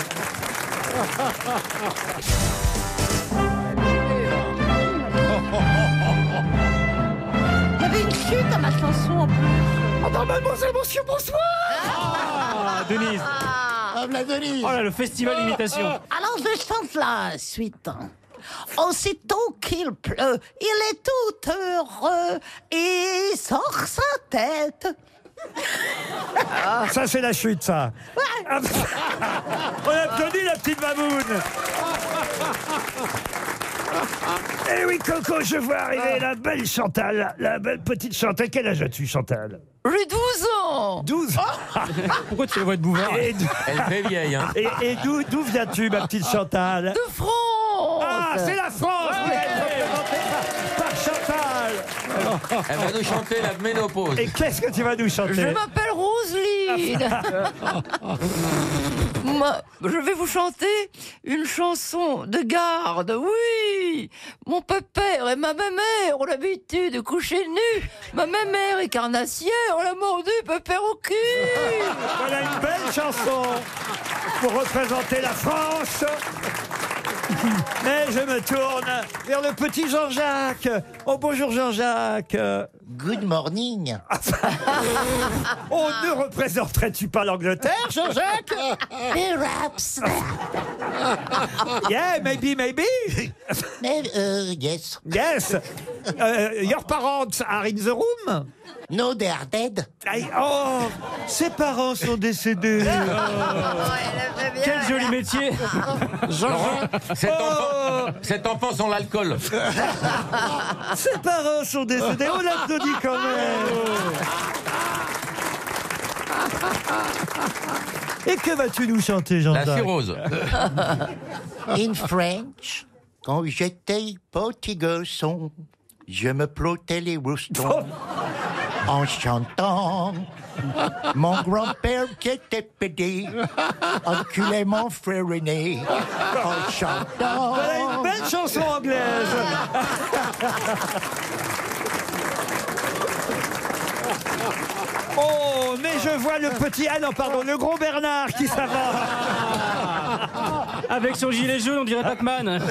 Speaker 7: Il y avait une chute dans ma chanson en plus.
Speaker 2: Ah, Denise.
Speaker 10: Ah, Vladimir.
Speaker 12: Oh
Speaker 7: Euh,
Speaker 2: Oh là, le festival imitation.
Speaker 7: Alors je chante la suite. Aussitôt qu'il pleut, il est tout heureux et il sort sa tête.
Speaker 6: Ah.
Speaker 4: Ça, c'est la chute, ça. On applaudit la petite baboune. Eh oui, Coco, je vois arriver la belle Chantal, la belle petite Chantal. Quel âge as-tu, Chantal
Speaker 6: J'ai 12 ans
Speaker 4: 12 Pourquoi tu la vois de bouvard
Speaker 8: Elle fait vieille, hein.
Speaker 4: Et, et d'où, d'où viens-tu, ma petite Chantal
Speaker 6: De France
Speaker 4: Ah, c'est la France qui est représentée par, par Chantal
Speaker 8: Elle va nous chanter la ménopause.
Speaker 4: Et qu'est-ce que tu vas nous chanter
Speaker 6: Je m'appelle Roselyne Moi, je vais vous chanter une chanson de garde, oui Mon père et ma mère ont l'habitude de coucher nus Ma mère est carnassière, on l'a mordu, père au cul
Speaker 4: Voilà une belle chanson pour représenter la France. Mais je me tourne vers le petit Jean-Jacques. Oh bonjour Jean-Jacques. Ah,
Speaker 10: Good morning.
Speaker 4: Oh ne représenterais-tu pas l'Angleterre, Jean-Jacques
Speaker 7: Perhaps.
Speaker 4: Yeah, maybe, maybe.
Speaker 7: Mais, euh, yes.
Speaker 4: Yes. Euh, your parents are in the room.
Speaker 7: No, they are dead.
Speaker 4: Aïe, oh, ses parents sont décédés.
Speaker 13: Quel joli métier
Speaker 8: Cet
Speaker 4: Oh.
Speaker 8: enfant, cet enfant sans l'alcool.
Speaker 4: Ses parents sont décédés. On l'applaudit quand même. Et que vas-tu nous chanter,
Speaker 8: La
Speaker 4: Jean-Jacques
Speaker 8: cirrhose.
Speaker 10: In French, quand j'étais petit garçon, je me plotais les roustons en chantant. Mon grand-père qui était pédé enculait mon frère aîné en chantant.
Speaker 4: Voilà une belle chanson anglaise. Oh, mais je vois le petit. Ah non, pardon, le gros Bernard qui s'avance.
Speaker 13: Avec son gilet jaune, on dirait Pac-Man.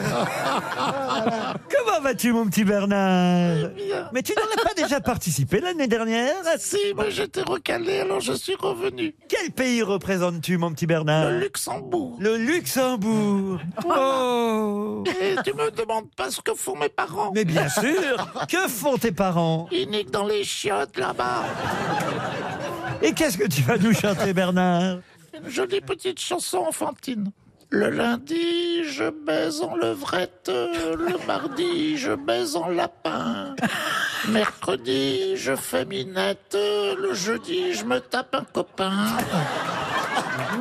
Speaker 4: Comment vas-tu, mon petit Bernard Mais tu n'en as pas déjà participé l'année dernière
Speaker 10: Ah, Si, mais j'étais recalé, alors je suis revenu.
Speaker 4: Quel pays représentes-tu, mon petit Bernard
Speaker 10: Luxembourg.
Speaker 4: Le Luxembourg. Oh
Speaker 10: Et tu me demandes pas ce que font mes parents.
Speaker 4: Mais bien sûr Que font tes parents
Speaker 10: Ils niquent dans les chiottes là-bas.
Speaker 4: Et qu'est-ce que tu vas nous chanter, Bernard
Speaker 10: Une jolie petite chanson enfantine. Le lundi, je baise en levrette. Le mardi, je baise en lapin. Mercredi, je fais minette. Le jeudi, je me tape un copain.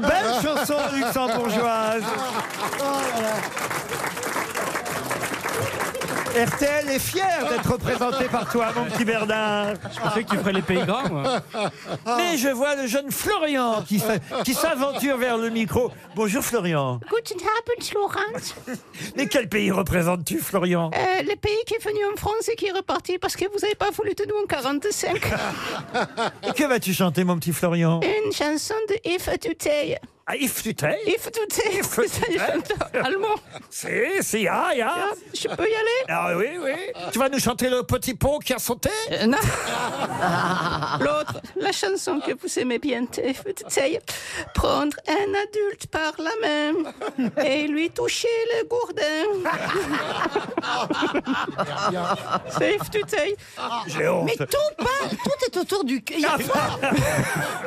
Speaker 4: Belle chanson luxembourgeoise RTL est fier d'être représenté par toi, mon petit Bernard. Ah.
Speaker 13: Je pensais que tu ferais les pays gras, moi.
Speaker 4: Mais je vois le jeune Florian qui s'a- qui s'aventure vers le micro. Bonjour Florian.
Speaker 14: Guten Abend, Laurent.
Speaker 4: Mais quel pays représentes-tu, Florian
Speaker 14: Euh, le pays qui est venu en France et qui est reparti parce que vous n'avez pas voulu de nous en 45.
Speaker 4: Et Que vas-tu chanter, mon petit Florian
Speaker 14: Une chanson de If Today.
Speaker 4: Ah, If tu t'es
Speaker 14: If Today, c'est un chanteur allemand.
Speaker 4: Si, si, ah, ya.
Speaker 14: Je peux y aller
Speaker 4: Ah oui, oui. Tu vas nous chanter le petit pont qui a sauté
Speaker 14: Euh, Non. L'autre, la chanson que vous aimez bien, de If Today. Prendre un adulte par la main et lui toucher le gourdin. C'est If Today.
Speaker 4: J'ai honte.
Speaker 7: Mais tout, pas, tout est autour du cul. Il n'y a, pas-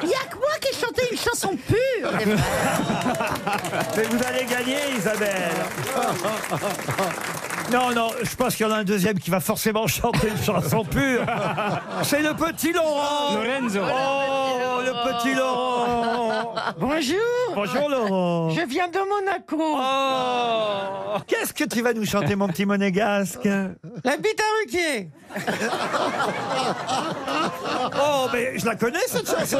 Speaker 7: il y a que moi qui ai chanté une chanson pure.
Speaker 4: Mais vous allez gagner, Isabelle. Non, non, je pense qu'il y en a un deuxième qui va forcément chanter une chanson pure. C'est le petit Laurent.
Speaker 13: Lorenzo.
Speaker 4: Oh, le petit Laurent.
Speaker 12: Bonjour
Speaker 4: Bonjour Laurent.
Speaker 12: Je viens de Monaco.
Speaker 4: Oh. Qu'est-ce que tu vas nous chanter, mon petit monégasque
Speaker 12: La bite à Ruquier.
Speaker 4: Oh, mais je la connais, cette chanson.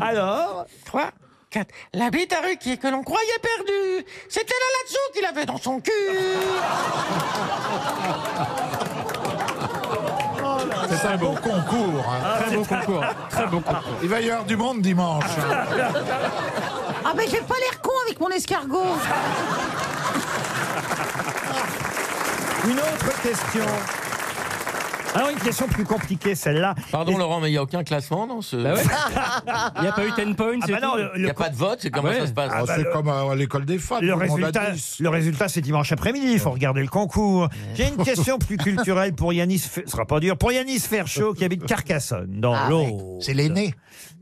Speaker 4: Alors
Speaker 12: 3, 4. La bite à Ruquier que l'on croyait perdue, c'était la Lazio qu'il avait dans son cul.
Speaker 15: C'est un beau concours.
Speaker 4: Ah,
Speaker 15: hein.
Speaker 13: Très beau concours. Très beau concours.
Speaker 15: Il va y avoir du monde dimanche. hein.
Speaker 7: Ah, mais j'ai pas l'air con avec mon escargot.
Speaker 4: Une autre question. Alors, une question plus compliquée, celle-là.
Speaker 8: Pardon Laurent, mais il n'y a aucun classement dans ce.
Speaker 2: Bah ouais. Il n'y a pas eu 10 points,
Speaker 8: Ah
Speaker 2: c'est
Speaker 8: bah non,
Speaker 2: tout
Speaker 8: le- le Il y a co- pas de vote, c'est comment ça se passe
Speaker 4: Ah
Speaker 8: Oh,
Speaker 4: bah
Speaker 8: c'est
Speaker 4: le-
Speaker 8: comme
Speaker 5: à l'école des femmes.
Speaker 4: Le
Speaker 5: tout le monde a
Speaker 4: résultat,
Speaker 5: dix.
Speaker 4: le résultat, c'est dimanche après-midi. Il faut regarder le concours. J'ai une question plus culturelle pour Yanis. Fe- Ce sera pas dur. Pour Yanis Ferchaud, qui habite Carcassonne, dans
Speaker 5: Ah,
Speaker 4: l'eau. C'est l'aîné.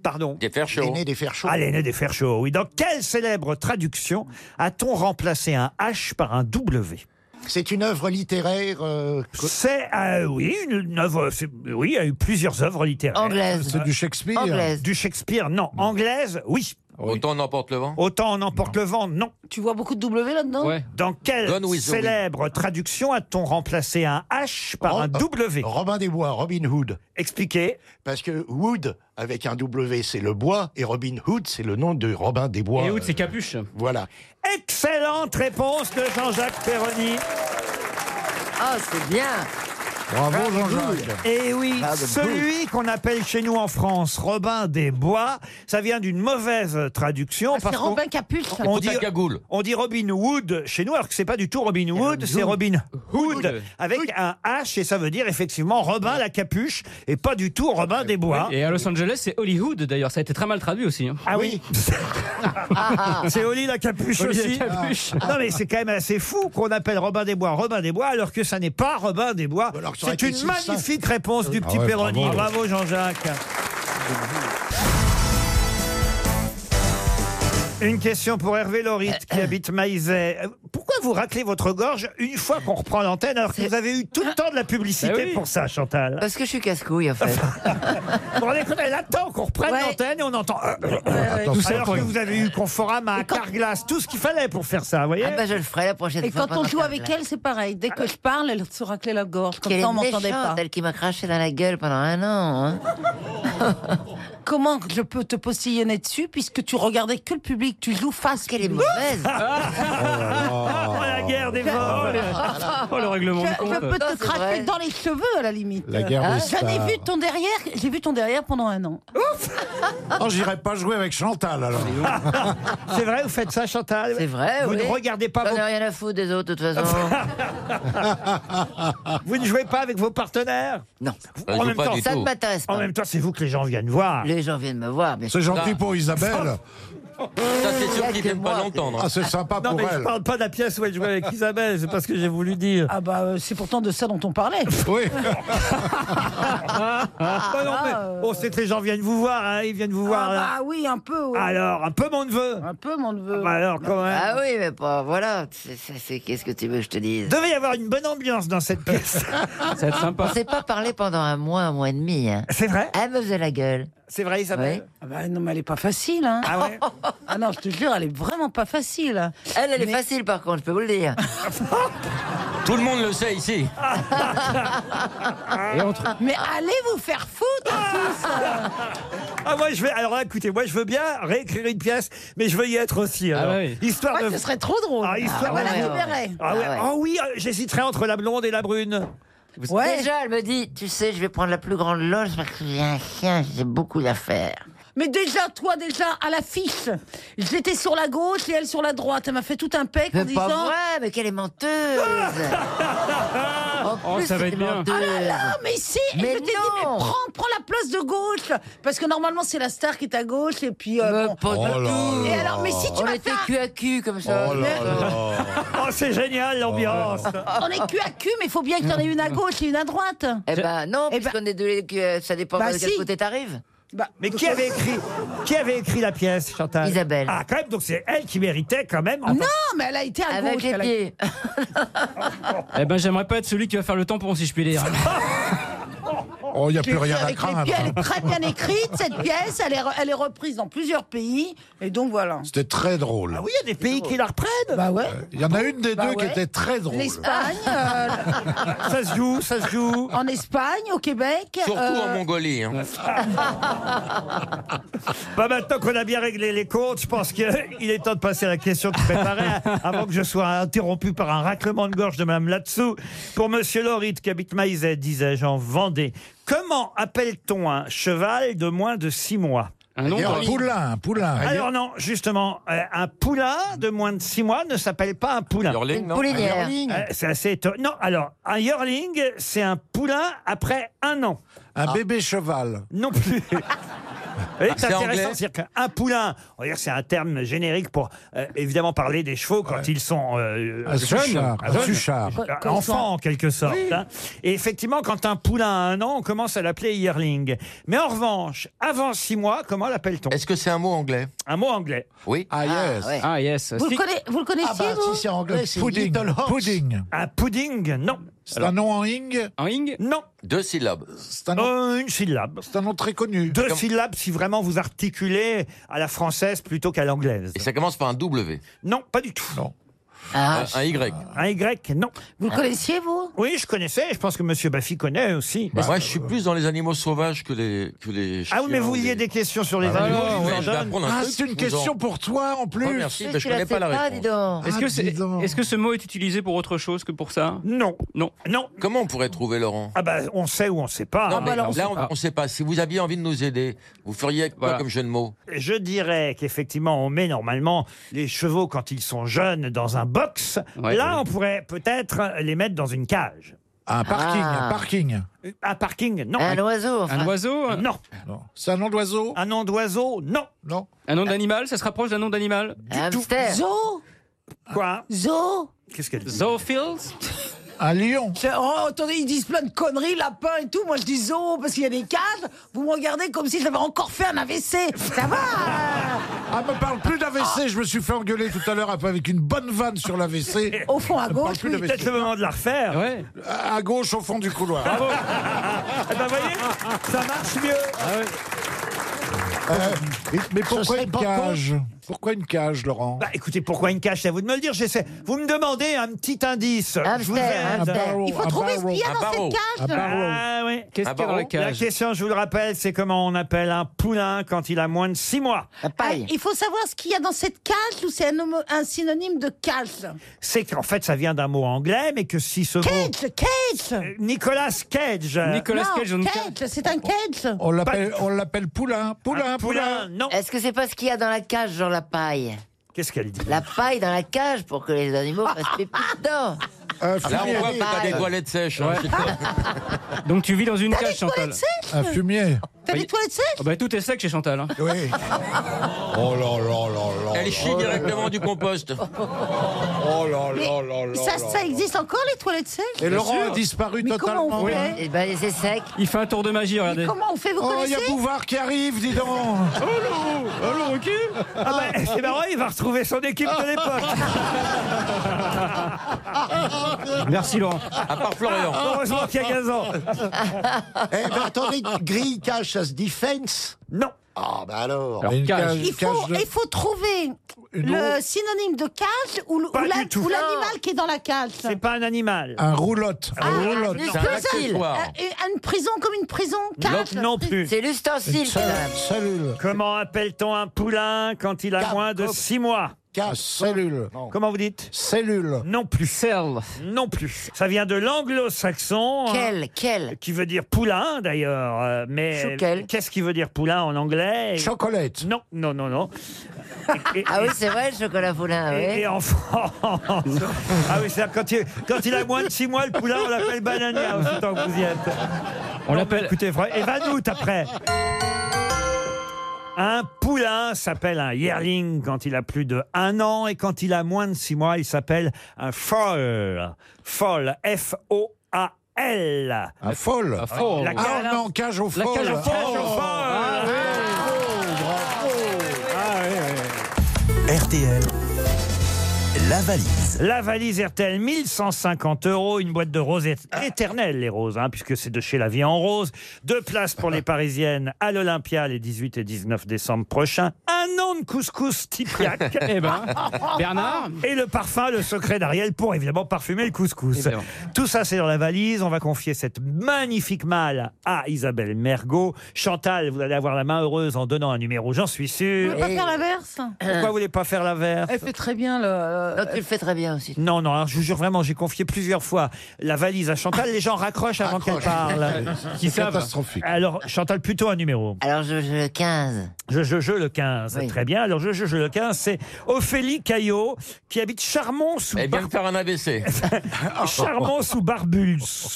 Speaker 4: Pardon.
Speaker 8: Des fers chauds.
Speaker 5: L'aîné des fers chauds.
Speaker 4: Ah, l'aîné des fers chauds, oui. Dans quelle célèbre traduction a-t-on remplacé un H par un W
Speaker 5: C'est une œuvre littéraire. euh, co-
Speaker 4: C'est, euh, oui, une, une œuvre. c'est- Oui, il y a eu plusieurs œuvres littéraires.
Speaker 5: Anglaise. C'est du Shakespeare. Anglaise.
Speaker 4: Du Shakespeare, non. Anglaise, oui.
Speaker 8: Autant on emporte le vent.
Speaker 4: Autant on emporte le vent, non.
Speaker 7: Tu vois beaucoup de W là-dedans
Speaker 4: Dans quelle
Speaker 8: Gone with the
Speaker 4: célèbre traduction a-t-on remplacé un H par un W
Speaker 5: Oh, Robin des Bois, Robin Hood.
Speaker 4: Expliquez.
Speaker 5: Parce que Wood, avec un W, c'est le bois, et Robin Hood, c'est le nom de Robin des Bois.
Speaker 2: Et Hood, c'est Capuche.
Speaker 5: Voilà.
Speaker 4: Excellente réponse de Jean-Jacques Perroni.
Speaker 6: Ah, c'est bien.
Speaker 5: Bravo, Jean-Jacques.
Speaker 4: Et oui,
Speaker 5: Ah, de
Speaker 4: celui qu'on appelle chez nous en France Robin des Bois, ça vient d'une mauvaise traduction.
Speaker 7: Ah, C'est
Speaker 4: parce qu'on-
Speaker 7: Robin Capuche. ça.
Speaker 4: on dit, on dit Robin Wood chez nous, alors que c'est pas du tout Robin Hood, c'est Robin Hood avec un H et ça veut dire effectivement Robin la capuche et pas du tout Robin des Bois.
Speaker 2: Et à Los Angeles, c'est Hollywood d'ailleurs. Ça a été très mal traduit aussi. hein.
Speaker 4: Ah oui, C'est Oli la capuche
Speaker 2: Oli la
Speaker 4: aussi. Ah.
Speaker 2: capuche.
Speaker 4: Non mais c'est quand même assez fou qu'on appelle Robin des Bois Robin des Bois alors que ça n'est pas Robin des Bois.
Speaker 5: Alors que ça aurait
Speaker 4: C'est
Speaker 5: été
Speaker 4: une
Speaker 5: si
Speaker 4: magnifique
Speaker 5: simple.
Speaker 4: réponse du
Speaker 5: Ah
Speaker 4: petit
Speaker 5: ouais,
Speaker 4: Péroni.
Speaker 5: bravo.
Speaker 4: Bravo Jean-Jacques. Une question pour Hervé Laurite qui habite Maizet. Euh, Pourquoi vous raclez votre gorge une fois qu'on reprend l'antenne alors que vous avez eu tout le temps de la publicité
Speaker 6: Bah oui.
Speaker 4: pour ça, Chantal
Speaker 6: Parce que je suis casse-couille, en fait.
Speaker 4: Vous vous rendez compte, elle attend qu'on reprenne l'antenne et on entend. euh, euh, euh,
Speaker 6: ouais.
Speaker 4: tout ça alors que vous avez eu Conforama, Carglass, tout ce qu'il fallait pour faire ça, vous voyez
Speaker 6: Ah bah, je le ferai la prochaine
Speaker 7: Et
Speaker 6: fois.
Speaker 7: quand on joue avec elle, c'est pareil. Dès que je parle, elle se raclait la gorge. Comme
Speaker 6: Quelle
Speaker 7: ça,
Speaker 6: est
Speaker 7: on m'entendait pas.
Speaker 6: méchante, elle qui m'a craché dans la gueule pendant un an. hein.
Speaker 7: Comment je peux te postillonner dessus puisque tu regardais que le public, tu joues
Speaker 6: Ah,
Speaker 7: face Ah, qu'elle est mauvaise.
Speaker 4: Oh, la guerre des vols
Speaker 2: Oh, le règlement
Speaker 7: Je,
Speaker 2: de compte.
Speaker 7: je peux te cracher dans les cheveux à la limite. Ah,
Speaker 5: La guerre des
Speaker 7: J'en ai
Speaker 5: stars.
Speaker 7: vu ton derrière, j'ai vu ton derrière pendant un an.
Speaker 5: Oh, j'irai pas jouer avec Chantal, alors.
Speaker 4: C'est vrai, vous faites ça, Chantal
Speaker 6: C'est vrai,
Speaker 4: Vous
Speaker 6: oui.
Speaker 4: ne regardez pas
Speaker 6: J'en
Speaker 4: vos-
Speaker 6: ai rien à foutre des autres, de toute façon.
Speaker 4: Vous ne jouez pas avec vos partenaires
Speaker 6: Non.
Speaker 8: Bah, ils jouent pas du
Speaker 6: ça ne
Speaker 8: tout.
Speaker 6: m'intéresse pas.
Speaker 4: En même temps, c'est vous que les gens viennent voir.
Speaker 6: Les gens ah, viennent me voir. mais-
Speaker 5: C'est gentil pour Isabelle.
Speaker 8: Ça, c'est
Speaker 6: Il y
Speaker 8: sûr
Speaker 6: a
Speaker 8: qu'ils
Speaker 6: que
Speaker 8: viennent
Speaker 6: moi.
Speaker 8: pas l'entendre.
Speaker 5: Ah, c'est sympa
Speaker 4: Non,
Speaker 5: pour
Speaker 4: mais je
Speaker 5: elle.
Speaker 4: parle pas de la pièce où elle jouait avec Isabelle, c'est pas ce que j'ai voulu dire.
Speaker 7: Ah bah euh, c'est pourtant de ça dont on parlait.
Speaker 5: Oui.
Speaker 4: Ah, non, mais-
Speaker 6: euh.
Speaker 4: Bon, c'est que les gens viennent vous voir, hein, ils viennent vous
Speaker 7: Ah
Speaker 4: voir.
Speaker 7: bah oui, un peu. ouais.
Speaker 4: Alors, un peu mon neveu
Speaker 7: Un peu mon neveu.
Speaker 4: Bah alors, quand même.
Speaker 6: Ah oui, mais pas. Voilà. C'est- c'est- c'est- Qu'est-ce que tu veux que je te dise
Speaker 4: devait y avoir une bonne ambiance dans cette pièce.
Speaker 2: Ça va être
Speaker 6: On
Speaker 2: sympa.
Speaker 6: s'est pas parlé pendant un mois, un mois et demi. hein.
Speaker 4: C'est vrai
Speaker 6: Elle me faisait la gueule.
Speaker 4: C'est vrai, Isabelle
Speaker 7: Ah bah non mais elle est pas facile hein.
Speaker 4: Ah ouais
Speaker 7: Ah non, je te jure, elle est vraiment pas facile.
Speaker 6: Elle, elle est
Speaker 7: Mais-
Speaker 6: facile par contre, je peux vous le dire.
Speaker 8: Tout le monde le sait ici.
Speaker 2: Et entre-
Speaker 7: Mais allez vous faire foutre tous
Speaker 4: Ah, moi, je vais. Alors, là, écoutez, moi, je veux bien réécrire une pièce, mais je veux y être aussi. alors.
Speaker 2: Ah ouais.
Speaker 4: Histoire
Speaker 7: Ouais,
Speaker 4: de.
Speaker 7: ce serait trop drôle.
Speaker 4: Ah, histoire
Speaker 7: on va
Speaker 4: de-
Speaker 7: la
Speaker 6: ouais, ouais.
Speaker 7: libérer.
Speaker 4: Ah, ouais.
Speaker 6: Ah ouais.
Speaker 4: Ah oui, euh, j'hésiterais entre la blonde et la brune.
Speaker 7: Ouais.
Speaker 6: Déjà, elle me dit, tu sais, je vais prendre la plus grande loge parce que j'ai un chien, j'ai beaucoup d'affaires.
Speaker 7: Mais déjà, toi, déjà, à l'affiche, j'étais sur la gauche et elle sur la droite. Elle m'a fait tout un pec en
Speaker 6: Mais pas
Speaker 7: disant
Speaker 6: vrai, mais qu'elle est menteuse En plus,
Speaker 2: Oh, ça va
Speaker 6: elle
Speaker 2: être
Speaker 6: est
Speaker 2: bien.
Speaker 6: menteuse.
Speaker 7: Ah là là, mais si Et
Speaker 6: Mais
Speaker 7: je t'ai dit, mais
Speaker 6: non.
Speaker 7: prends, prends la place de gauche Parce que normalement, c'est la star qui est à gauche, et puis... euh,
Speaker 6: Mais
Speaker 7: bon.
Speaker 6: pas
Speaker 5: Oh
Speaker 6: du
Speaker 5: là
Speaker 6: tout.
Speaker 7: Et alors, mais si tu
Speaker 6: On
Speaker 7: m'as
Speaker 6: était
Speaker 7: fait un-
Speaker 6: cul à cul comme ça.
Speaker 5: Oh là là.
Speaker 4: Oh, c'est génial l'ambiance.
Speaker 7: On est cul à cul, mais il faut bien qu'il y en ait une à gauche et une à droite
Speaker 6: Eh ben non,
Speaker 7: Eh
Speaker 6: puisqu'on est deux, que euh, ça dépend
Speaker 7: Bah
Speaker 6: de quel
Speaker 7: si.
Speaker 6: côté t'arrives.
Speaker 7: Bah,
Speaker 4: Mais qui avait écrit qui avait écrit la pièce, Chantal
Speaker 6: Isabelle.
Speaker 4: Ah, quand même, donc c'est elle qui méritait quand même. en
Speaker 7: Non, mais elle a été à
Speaker 6: Avec
Speaker 7: gauche
Speaker 6: les
Speaker 7: elle a-
Speaker 6: pieds.
Speaker 2: Eh ben, j'aimerais pas être celui qui va faire le tampon, si je puis dire.
Speaker 5: Oh, il n'y a plus rien à
Speaker 7: Avec les
Speaker 5: craindre.
Speaker 7: pieds, elle est très bien écrite, cette pièce. Elle est, re- elle est reprise dans plusieurs pays. Et donc, voilà.
Speaker 5: C'était très drôle. Euh,
Speaker 4: Ah oui, il Oh, y a des pays qui la reprennent.
Speaker 7: Bah ouais.
Speaker 5: Il y en a une des
Speaker 7: Bah
Speaker 5: deux qui
Speaker 7: ouais.
Speaker 5: était très drôle.
Speaker 7: L'Espagne, euh,
Speaker 4: Ça se joue, ça se joue.
Speaker 7: en Espagne, au Québec.
Speaker 8: Surtout
Speaker 7: euh,
Speaker 8: en Mongolie. hein.
Speaker 4: Bah maintenant qu'on a bien réglé les comptes, je pense qu'il est temps de passer à la question qui préparait avant que je sois interrompu par un raclement de gorge de Mme Latsou. Pour Monsieur Laurite, qui habite Maizet, disais-je en Vendée, comment appelle-t-on un cheval de moins de six mois Un nom
Speaker 10: Un poulain, un poulain.
Speaker 4: Alors non, justement, euh, un poulain de moins de 6 mois ne s'appelle pas un poulain.
Speaker 10: Une non poulinière. Un yearling.
Speaker 4: Euh, C'est assez étonnant. Non, alors, un yearling, c'est un poulain après un an.
Speaker 10: Un bébé cheval.
Speaker 4: Non plus. Et
Speaker 10: C'est
Speaker 4: C'est
Speaker 10: anglais
Speaker 4: intéressant, c'est-à-dire qu'un poulain, on va dire que c'est un terme générique pour euh, évidemment parler des chevaux quand ils sont euh,
Speaker 10: Un suchard, un suchard.
Speaker 4: Un enfant en quelque sorte.
Speaker 10: Oui.
Speaker 4: hein. Et effectivement, quand un poulain a un an, on commence à l'appeler yearling. Mais en revanche, avant six mois, comment l'appelle-t-on Est-ce que c'est un mot anglais Un mot anglais.
Speaker 8: Oui.
Speaker 10: Ah yes. Ah bah,
Speaker 4: Ah, yes.
Speaker 16: Vous le, conna- vous le connaissiez, vous
Speaker 4: pudding.
Speaker 10: Pudding.
Speaker 4: Un pudding, non.
Speaker 10: C'est un nom en ing
Speaker 4: En ing Non.
Speaker 8: Deux syllabes.
Speaker 4: Euh, une syllabe.
Speaker 10: C'est un nom très connu.
Speaker 4: Deux
Speaker 8: Comme-
Speaker 4: syllabes si vraiment vous articulez à la française plutôt qu'à l'anglaise.
Speaker 8: Et ça commence par un W.
Speaker 4: Non, pas du tout. Non.
Speaker 8: Ah. Un- un Y.
Speaker 4: Un Y, non.
Speaker 16: Vous le connaissiez, vous
Speaker 4: Oui, je connaissais. Je pense que Monsieur Baffy connaît aussi.
Speaker 8: Bah, Moi, je suis plus dans les animaux sauvages que les, que les
Speaker 4: Ah oui, mais vous vouliez des questions sur les
Speaker 8: Ah,
Speaker 4: animaux.
Speaker 8: non,
Speaker 4: je vous
Speaker 8: ouais,
Speaker 4: en
Speaker 8: je vais
Speaker 4: donne.
Speaker 8: apprendre un Ah, truc, c'est une je vous question en-
Speaker 10: pour toi en plus.
Speaker 8: Ouais, Oh, merci, mais je connais pas la
Speaker 4: Ah,
Speaker 8: réponse.
Speaker 2: Est-ce que, c'est- est-ce que ce mot est utilisé pour autre chose que pour ça
Speaker 4: Non.
Speaker 2: Non.
Speaker 4: Non.
Speaker 8: Comment on pourrait trouver Laurent
Speaker 4: Ah bah, on sait ou on sait
Speaker 16: Ah
Speaker 4: pas.
Speaker 8: Non,
Speaker 16: bah
Speaker 4: hein.
Speaker 8: mais là, on ne sait pas. Si vous aviez envie de nous aider, vous feriez quoi
Speaker 4: Voilà.
Speaker 8: comme jeu de mots
Speaker 4: Je dirais qu'effectivement, on met normalement les chevaux quand ils sont jeunes dans un box.
Speaker 8: Ouais,
Speaker 4: Là, on pourrait peut-être les mettre dans une cage.
Speaker 10: Un parking,
Speaker 4: Ah.
Speaker 10: un parking.
Speaker 4: Un parking, non. hein.
Speaker 10: Un oiseau, enfin. Un
Speaker 2: oiseau
Speaker 4: Non.
Speaker 10: C'est un nom d'oiseau
Speaker 4: Un nom d'oiseau, non.
Speaker 10: Non.
Speaker 2: Un nom d'animal Ça se rapproche d'un nom d'animal
Speaker 6: hamster.
Speaker 7: Zo
Speaker 4: Quoi
Speaker 7: Zo
Speaker 4: Qu'est-ce qu'elle dit
Speaker 2: Zoophils
Speaker 10: Un lion.
Speaker 7: Oh, attendez, ils disent plein de conneries, lapin et tout. Moi, je dis zo parce qu'il y a des cages. Vous me regardez comme si j'avais encore fait un AVC. Ça va euh.
Speaker 10: Ah, me parle plus d'AVC. Je me suis fait engueuler tout à l'heure avec une bonne vanne sur l'AVC.
Speaker 7: Au fond, à
Speaker 10: Me parle
Speaker 7: gauche,
Speaker 10: plus
Speaker 7: oui.
Speaker 10: d'AVC.
Speaker 4: Peut-être le moment de la refaire.
Speaker 10: À à gauche, au fond du couloir.
Speaker 4: Eh ben, voyez, ça marche mieux.
Speaker 10: Euh, mais pourquoi
Speaker 4: serait
Speaker 10: une
Speaker 4: pas con.
Speaker 10: cage Pourquoi une cage, Laurent
Speaker 4: Bah, écoutez, pourquoi une cache C'est à vous de me le dire. J'essaie. Vous me demandez un petit indice. je vous aide.
Speaker 16: Il faut trouver ce qu'il y a dans cette cage.
Speaker 4: Ah oui.
Speaker 2: Qu'est-ce qu'il y a dans la
Speaker 4: La
Speaker 2: cage
Speaker 4: question, je vous le rappelle, c'est comment on appelle un poulain quand il a moins de 6 mois.
Speaker 16: Ah, Il faut savoir ce qu'il y a dans cette cage ou c'est un, homo- un synonyme de cage.
Speaker 10: Oh
Speaker 4: C'est qu'en fait, ça vient d'un mot anglais, mais que si ce mot...
Speaker 16: Cage, cage.
Speaker 4: Nicolas Euh, Cage.
Speaker 16: Non, cage, c'est un cage.
Speaker 10: On l'appelle, on l'appelle poulain, poulain,
Speaker 4: Ah, poulain. Non.
Speaker 6: Est-ce que c'est pas ce qu'il y a dans la cage, genre la paille
Speaker 4: Qu'est-ce qu'elle dit
Speaker 6: La paille dans la cage pour que les animaux fassent pipi dedans.
Speaker 10: Euh,
Speaker 6: Ah,
Speaker 8: Là, on voit que t'as des
Speaker 6: Paille.
Speaker 8: toilettes sèches. hein.
Speaker 2: Donc tu vis dans une
Speaker 16: T'as
Speaker 2: cage,
Speaker 16: des
Speaker 2: Chantal
Speaker 16: toilettes sèches
Speaker 10: Un fumier.
Speaker 16: T'as des toilettes sèches
Speaker 2: Ah bah, tout est sec chez Chantal. hein.
Speaker 10: Oui. Oh là là là là.
Speaker 8: Elle chie directement du compost.
Speaker 10: Oh là
Speaker 16: Mais
Speaker 10: là là là.
Speaker 16: ça, ça existe encore les toilettes sèches
Speaker 10: Et Laurent a disparu
Speaker 16: Mais comment
Speaker 10: totalement.
Speaker 16: on fait
Speaker 6: Eh ben, c'est sec.
Speaker 2: Il fait un tour de magie, regardez.
Speaker 16: Comment on fait Vous
Speaker 10: Oh, il y a
Speaker 16: connaissez
Speaker 10: Bouvard qui arrive, dis
Speaker 2: Oh.
Speaker 10: donc.
Speaker 2: Allô, ok
Speaker 4: Ah bah, c'est marrant, il va retrouver son équipe de l'époque.
Speaker 2: Merci Laurent.
Speaker 8: À part Florian.
Speaker 4: Heureusement qu'il y a Gazan.
Speaker 15: Eh ben attendez, grille cage, ça se dit fence
Speaker 4: Non.
Speaker 15: Ah
Speaker 10: bah
Speaker 15: ben alors.
Speaker 10: Une cage,
Speaker 16: il
Speaker 10: une
Speaker 16: faut,
Speaker 10: cage de-
Speaker 16: il faut trouver le synonyme de cage ou, le- ou
Speaker 4: Pas
Speaker 16: la-
Speaker 4: du tout.
Speaker 16: ou l'animal qui est dans la cage.
Speaker 4: C'est pas un animal.
Speaker 10: Un Oh roulotte.
Speaker 16: Ah,
Speaker 10: roulotte.
Speaker 16: une
Speaker 8: C'est un
Speaker 16: pesante.
Speaker 8: accessoire.
Speaker 7: Ah.
Speaker 16: Euh, une- une prison comme une prison, cage.
Speaker 4: Non plus.
Speaker 6: C'est l'ustensile. qui est dans la-
Speaker 10: Cellule.
Speaker 4: Comment appelle-t-on un poulain quand il a
Speaker 15: Cap-
Speaker 4: moins de
Speaker 15: cop-
Speaker 4: 6 mois
Speaker 15: Cage.
Speaker 10: Cellule.
Speaker 15: Non.
Speaker 4: Comment vous dites
Speaker 10: Cellule.
Speaker 4: Non plus. Non plus. Ça vient de l'anglo-saxon. hein,
Speaker 6: Quel, quel
Speaker 4: Qui veut dire poulain d'ailleurs, euh, mais
Speaker 6: Chouquel.
Speaker 4: qu'est-ce qui veut dire poulain en anglais
Speaker 10: Chocolate.
Speaker 4: Non, non, non, non. Et- et-
Speaker 6: Ah oui, c'est vrai, le chocolat poulain,
Speaker 4: Et,
Speaker 6: oui.
Speaker 4: et en France. ah oui, c'est quand il, quand il a moins de 6 mois, le poulain, on l'appelle banania, aussi tant que vous y êtes.
Speaker 2: On l'appelle.
Speaker 4: Écoutez, vrai. Et Vanout après. Un poulain s'appelle un yearling quand il a plus de un an et quand il a moins de six mois, il s'appelle un foal. Foal, F-O-A-L.
Speaker 10: Un folle.
Speaker 2: Un folle.
Speaker 4: La
Speaker 10: Ah
Speaker 4: cage-
Speaker 10: non, cage au Ah,
Speaker 2: La
Speaker 10: folle.
Speaker 2: cage au folle.
Speaker 4: Cage au foal.
Speaker 10: Ah,
Speaker 11: RTL, la valise.
Speaker 4: La valise RTL, 1150 euros, une boîte de roses est-
Speaker 11: Ah.
Speaker 4: éternelle, les roses, hein, puisque c'est de chez La Vie en Rose. Deux places pour les Parisiennes à l'Olympia les 18 et 19 décembre prochains. Un an de couscous tipiac.
Speaker 2: Eh ben, Bernard
Speaker 4: Et le parfum, le secret d'Ariel pour évidemment parfumer le couscous.
Speaker 2: Évidemment.
Speaker 4: Tout ça, c'est dans la valise. On va confier cette magnifique malle à Isabelle Mergot. Chantal, vous allez avoir la main heureuse en donnant un numéro, j'en suis
Speaker 16: On
Speaker 4: sûr.
Speaker 16: peut pas faire l'inverse.
Speaker 4: Pourquoi vous voulez pas faire l'inverse
Speaker 7: Elle fait très bien le.
Speaker 6: Non, tu le fais très bien aussi.
Speaker 4: Non, non, alors je vous jure vraiment, j'ai confié plusieurs fois la valise à Chantal. Les gens raccrochent avant qu'elle parle.
Speaker 2: Qui
Speaker 10: C'est
Speaker 2: savent
Speaker 10: catastrophique.
Speaker 4: Alors, Chantal, plutôt un numéro.
Speaker 6: Alors, je, je- 15.
Speaker 4: Je, je, je le 15. Très bien. Alors, je, je, je le 15, c'est Ophélie Caillot, qui habite Charmont sous
Speaker 8: Elle vient de Eh faire un AVC.
Speaker 4: Charmont sous Barbus.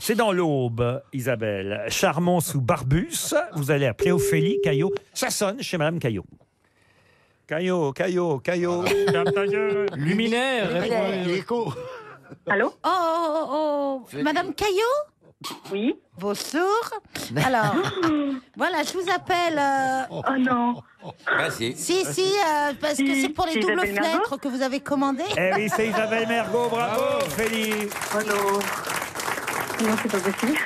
Speaker 4: C'est dans l'Aube, Isabelle. Charmont sous Barbus. Vous allez appeler Ophélie Caillot. Ça sonne chez Madame Caillot. Caillot, Caillot, Caillot.
Speaker 2: Luminaire.
Speaker 15: Écho.
Speaker 7: Allô Oh, oh, oh, oh. Madame Caillot Oui. Bonjour. Alors, voilà, je vous appelle. Oh non.
Speaker 8: Vas-y.
Speaker 7: Si, si, euh, parce que c'est pour les
Speaker 4: Isabelle
Speaker 7: doubles
Speaker 4: Mergo
Speaker 7: fenêtres que vous avez commandées.
Speaker 4: Eh oui, c'est Isabelle Mergot. Bravo, Ophélie.
Speaker 12: Allô. Non, c'est pas possible.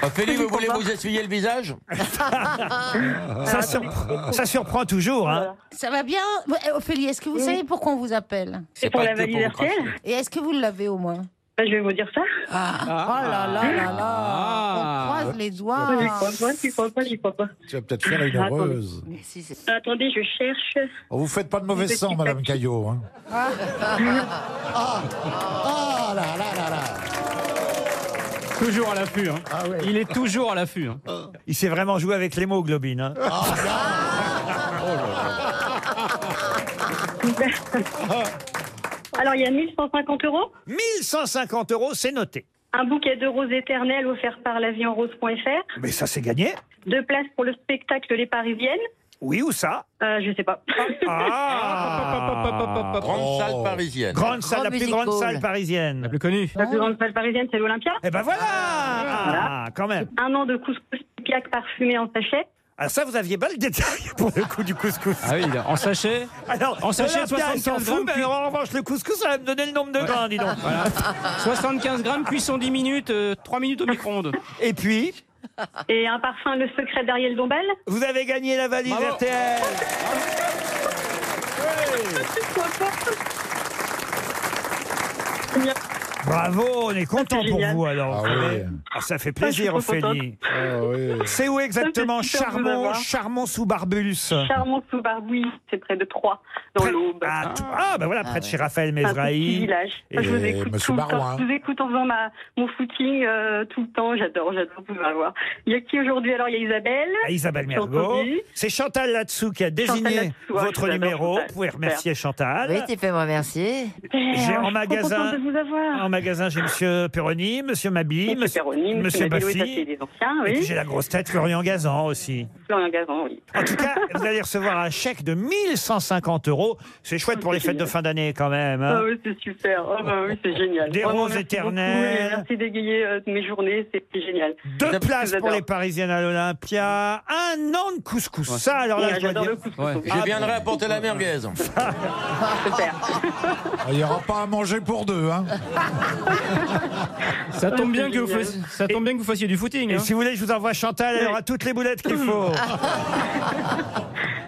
Speaker 8: Ophélie, vous voulez vous essuyer le visage
Speaker 4: Ça, surp- ça surprend toujours. Hein.
Speaker 7: Ça va bien Ouais, Ophélie, est-ce que vous
Speaker 12: Oui.
Speaker 7: savez pourquoi on vous appelle
Speaker 12: C'est pour la valise RTL
Speaker 7: Et est-ce que vous l'avez au moins
Speaker 12: Bah, Je vais vous dire ça.
Speaker 4: Ah.
Speaker 7: Oh là là là là On croise les doigts
Speaker 12: J'y crois pas, j'y crois pas, j'y crois pas.
Speaker 15: Tu vas peut-être faire une
Speaker 12: Attendez.
Speaker 15: heureuse.
Speaker 12: Euh, Attendez, je cherche.
Speaker 15: Oh, vous faites pas de mauvais
Speaker 12: Petit
Speaker 15: sang, Madame Caillot. hein.
Speaker 7: Ah,
Speaker 15: Ah là là là là
Speaker 2: Toujours à l'affût. hein. Il est toujours à l'affût. hein.
Speaker 4: Ah Il s'est vraiment joué avec l'hémoglobine. hein.
Speaker 12: Ah. Alors, il y a 1150 euros
Speaker 4: 1150 euros, c'est noté.
Speaker 12: Un bouquet de roses éternelles offert par lavieenrose.fr.
Speaker 4: Mais ça, c'est gagné.
Speaker 12: Deux places pour le spectacle Les Parisiennes.
Speaker 4: Oui, ou ça
Speaker 12: Euh, je sais pas.
Speaker 4: Ah
Speaker 8: Grande salle parisienne.
Speaker 4: Grande salle, la plus grande salle
Speaker 2: Ah,
Speaker 4: parisienne. La plus connue.
Speaker 12: La plus grande salle parisienne, c'est l'Olympia.
Speaker 4: Eh ben voilà Ah, quand même.
Speaker 12: Un an de couscous piac parfumé en sachet.
Speaker 4: Ah ça, vous aviez pas le détail pour le coup du couscous.
Speaker 2: Ah oui, en sachet.
Speaker 4: Alors,
Speaker 2: En sachet,
Speaker 4: l'Olympia, elle
Speaker 2: 75
Speaker 4: s'en fout,
Speaker 2: grammes,
Speaker 4: mais
Speaker 2: puis-
Speaker 4: alors, ben, en revanche, le couscous, ça va me donner le nombre de grains, dis donc.
Speaker 2: Voilà. 75 grammes, cuisson 10 minutes, 3 minutes au micro-ondes.
Speaker 4: Et puis,
Speaker 12: Et un parfum Le Secret d'Ariel Dombal.
Speaker 4: vous avez gagné la valise
Speaker 12: Bravo.
Speaker 4: RTL. Bravo, on est content pour
Speaker 12: génial.
Speaker 4: vous alors.
Speaker 15: Ah oui.
Speaker 4: Ah, ça fait
Speaker 12: Ah, je suis
Speaker 4: plaisir,
Speaker 12: trop
Speaker 4: Ophélie.
Speaker 15: Ah oui.
Speaker 4: C'est où exactement
Speaker 12: Ça, c'est super de vous
Speaker 4: Charmont,
Speaker 12: avoir.
Speaker 4: Charmont sous Barbulus.
Speaker 12: Charmont sous Barboui, c'est près de Troyes, dans l'Aube.
Speaker 4: Ah, tout- ah, ben voilà, près de chez Raphaël
Speaker 12: Un Ah, petit
Speaker 4: Mesrahi.
Speaker 12: village.
Speaker 4: Et
Speaker 12: je vous écoute
Speaker 4: Monsieur
Speaker 12: tout le
Speaker 4: Barouin.
Speaker 12: temps. Je vous écoute en faisant ma, mon footing euh, tout le temps. J'adore, j'adore vous avoir. Il y a qui aujourd'hui Alors, il y a Isabelle.
Speaker 4: à Ah, Isabelle
Speaker 12: J'ai
Speaker 4: Mergo.
Speaker 12: entendu.
Speaker 4: C'est Chantal Latsou qui a désigné
Speaker 12: Latsou, ah, je vous
Speaker 4: votre
Speaker 12: adore,
Speaker 4: numéro.
Speaker 12: Chantal.
Speaker 4: Vous pouvez
Speaker 12: Super.
Speaker 4: remercier Chantal.
Speaker 6: Oui, tu fais moi remercier.
Speaker 12: Eh,
Speaker 4: J'ai en
Speaker 12: je suis trop
Speaker 4: magasin,
Speaker 12: contente de vous avoir.
Speaker 4: en magasin, j'ai Monsieur Perroni, Monsieur Mabi,
Speaker 12: Monsieur Perroni,
Speaker 4: Monsieur
Speaker 12: Monsieur Mabille, oui, ça,
Speaker 4: Baffi,
Speaker 12: c'est des anciens,
Speaker 4: et
Speaker 12: oui.
Speaker 4: puis j'ai la grosse tête Florian Gazan aussi.
Speaker 12: Florian Gazan, oui.
Speaker 4: En tout cas, vous allez recevoir un chèque de 1150 euros. C'est chouette pour les fêtes de fin d'année quand même. hein.
Speaker 12: Ah oui, c'est super. Ah bah oui, c'est génial.
Speaker 4: Des
Speaker 12: Vraiment,
Speaker 4: roses
Speaker 12: merci
Speaker 4: éternelles.
Speaker 12: beaucoup et Merci d'égayer euh, mes journées, c'est c'est génial.
Speaker 4: Deux places
Speaker 12: Je vous
Speaker 4: pour
Speaker 12: adore.
Speaker 4: les Parisiennes à l'Olympia, un an de couscous. Ça, alors là,
Speaker 12: Ouais,
Speaker 2: Ah,
Speaker 4: je dois
Speaker 12: j'adore
Speaker 4: dire- Ah
Speaker 12: le couscous.
Speaker 8: Je viendrai apporter la merguez.
Speaker 12: Super.
Speaker 15: Ah, Il n'y aura pas à manger pour deux. Hein.
Speaker 2: Ça tombe
Speaker 12: Ah,
Speaker 2: bien
Speaker 12: c'est
Speaker 2: que vous
Speaker 12: génial.
Speaker 2: fassiez, ça tombe bien que vous fassiez du footing.
Speaker 4: Et
Speaker 2: hein.
Speaker 4: si vous voulez, je vous envoie Chantal, elle aura toutes les boulettes qu'il faut.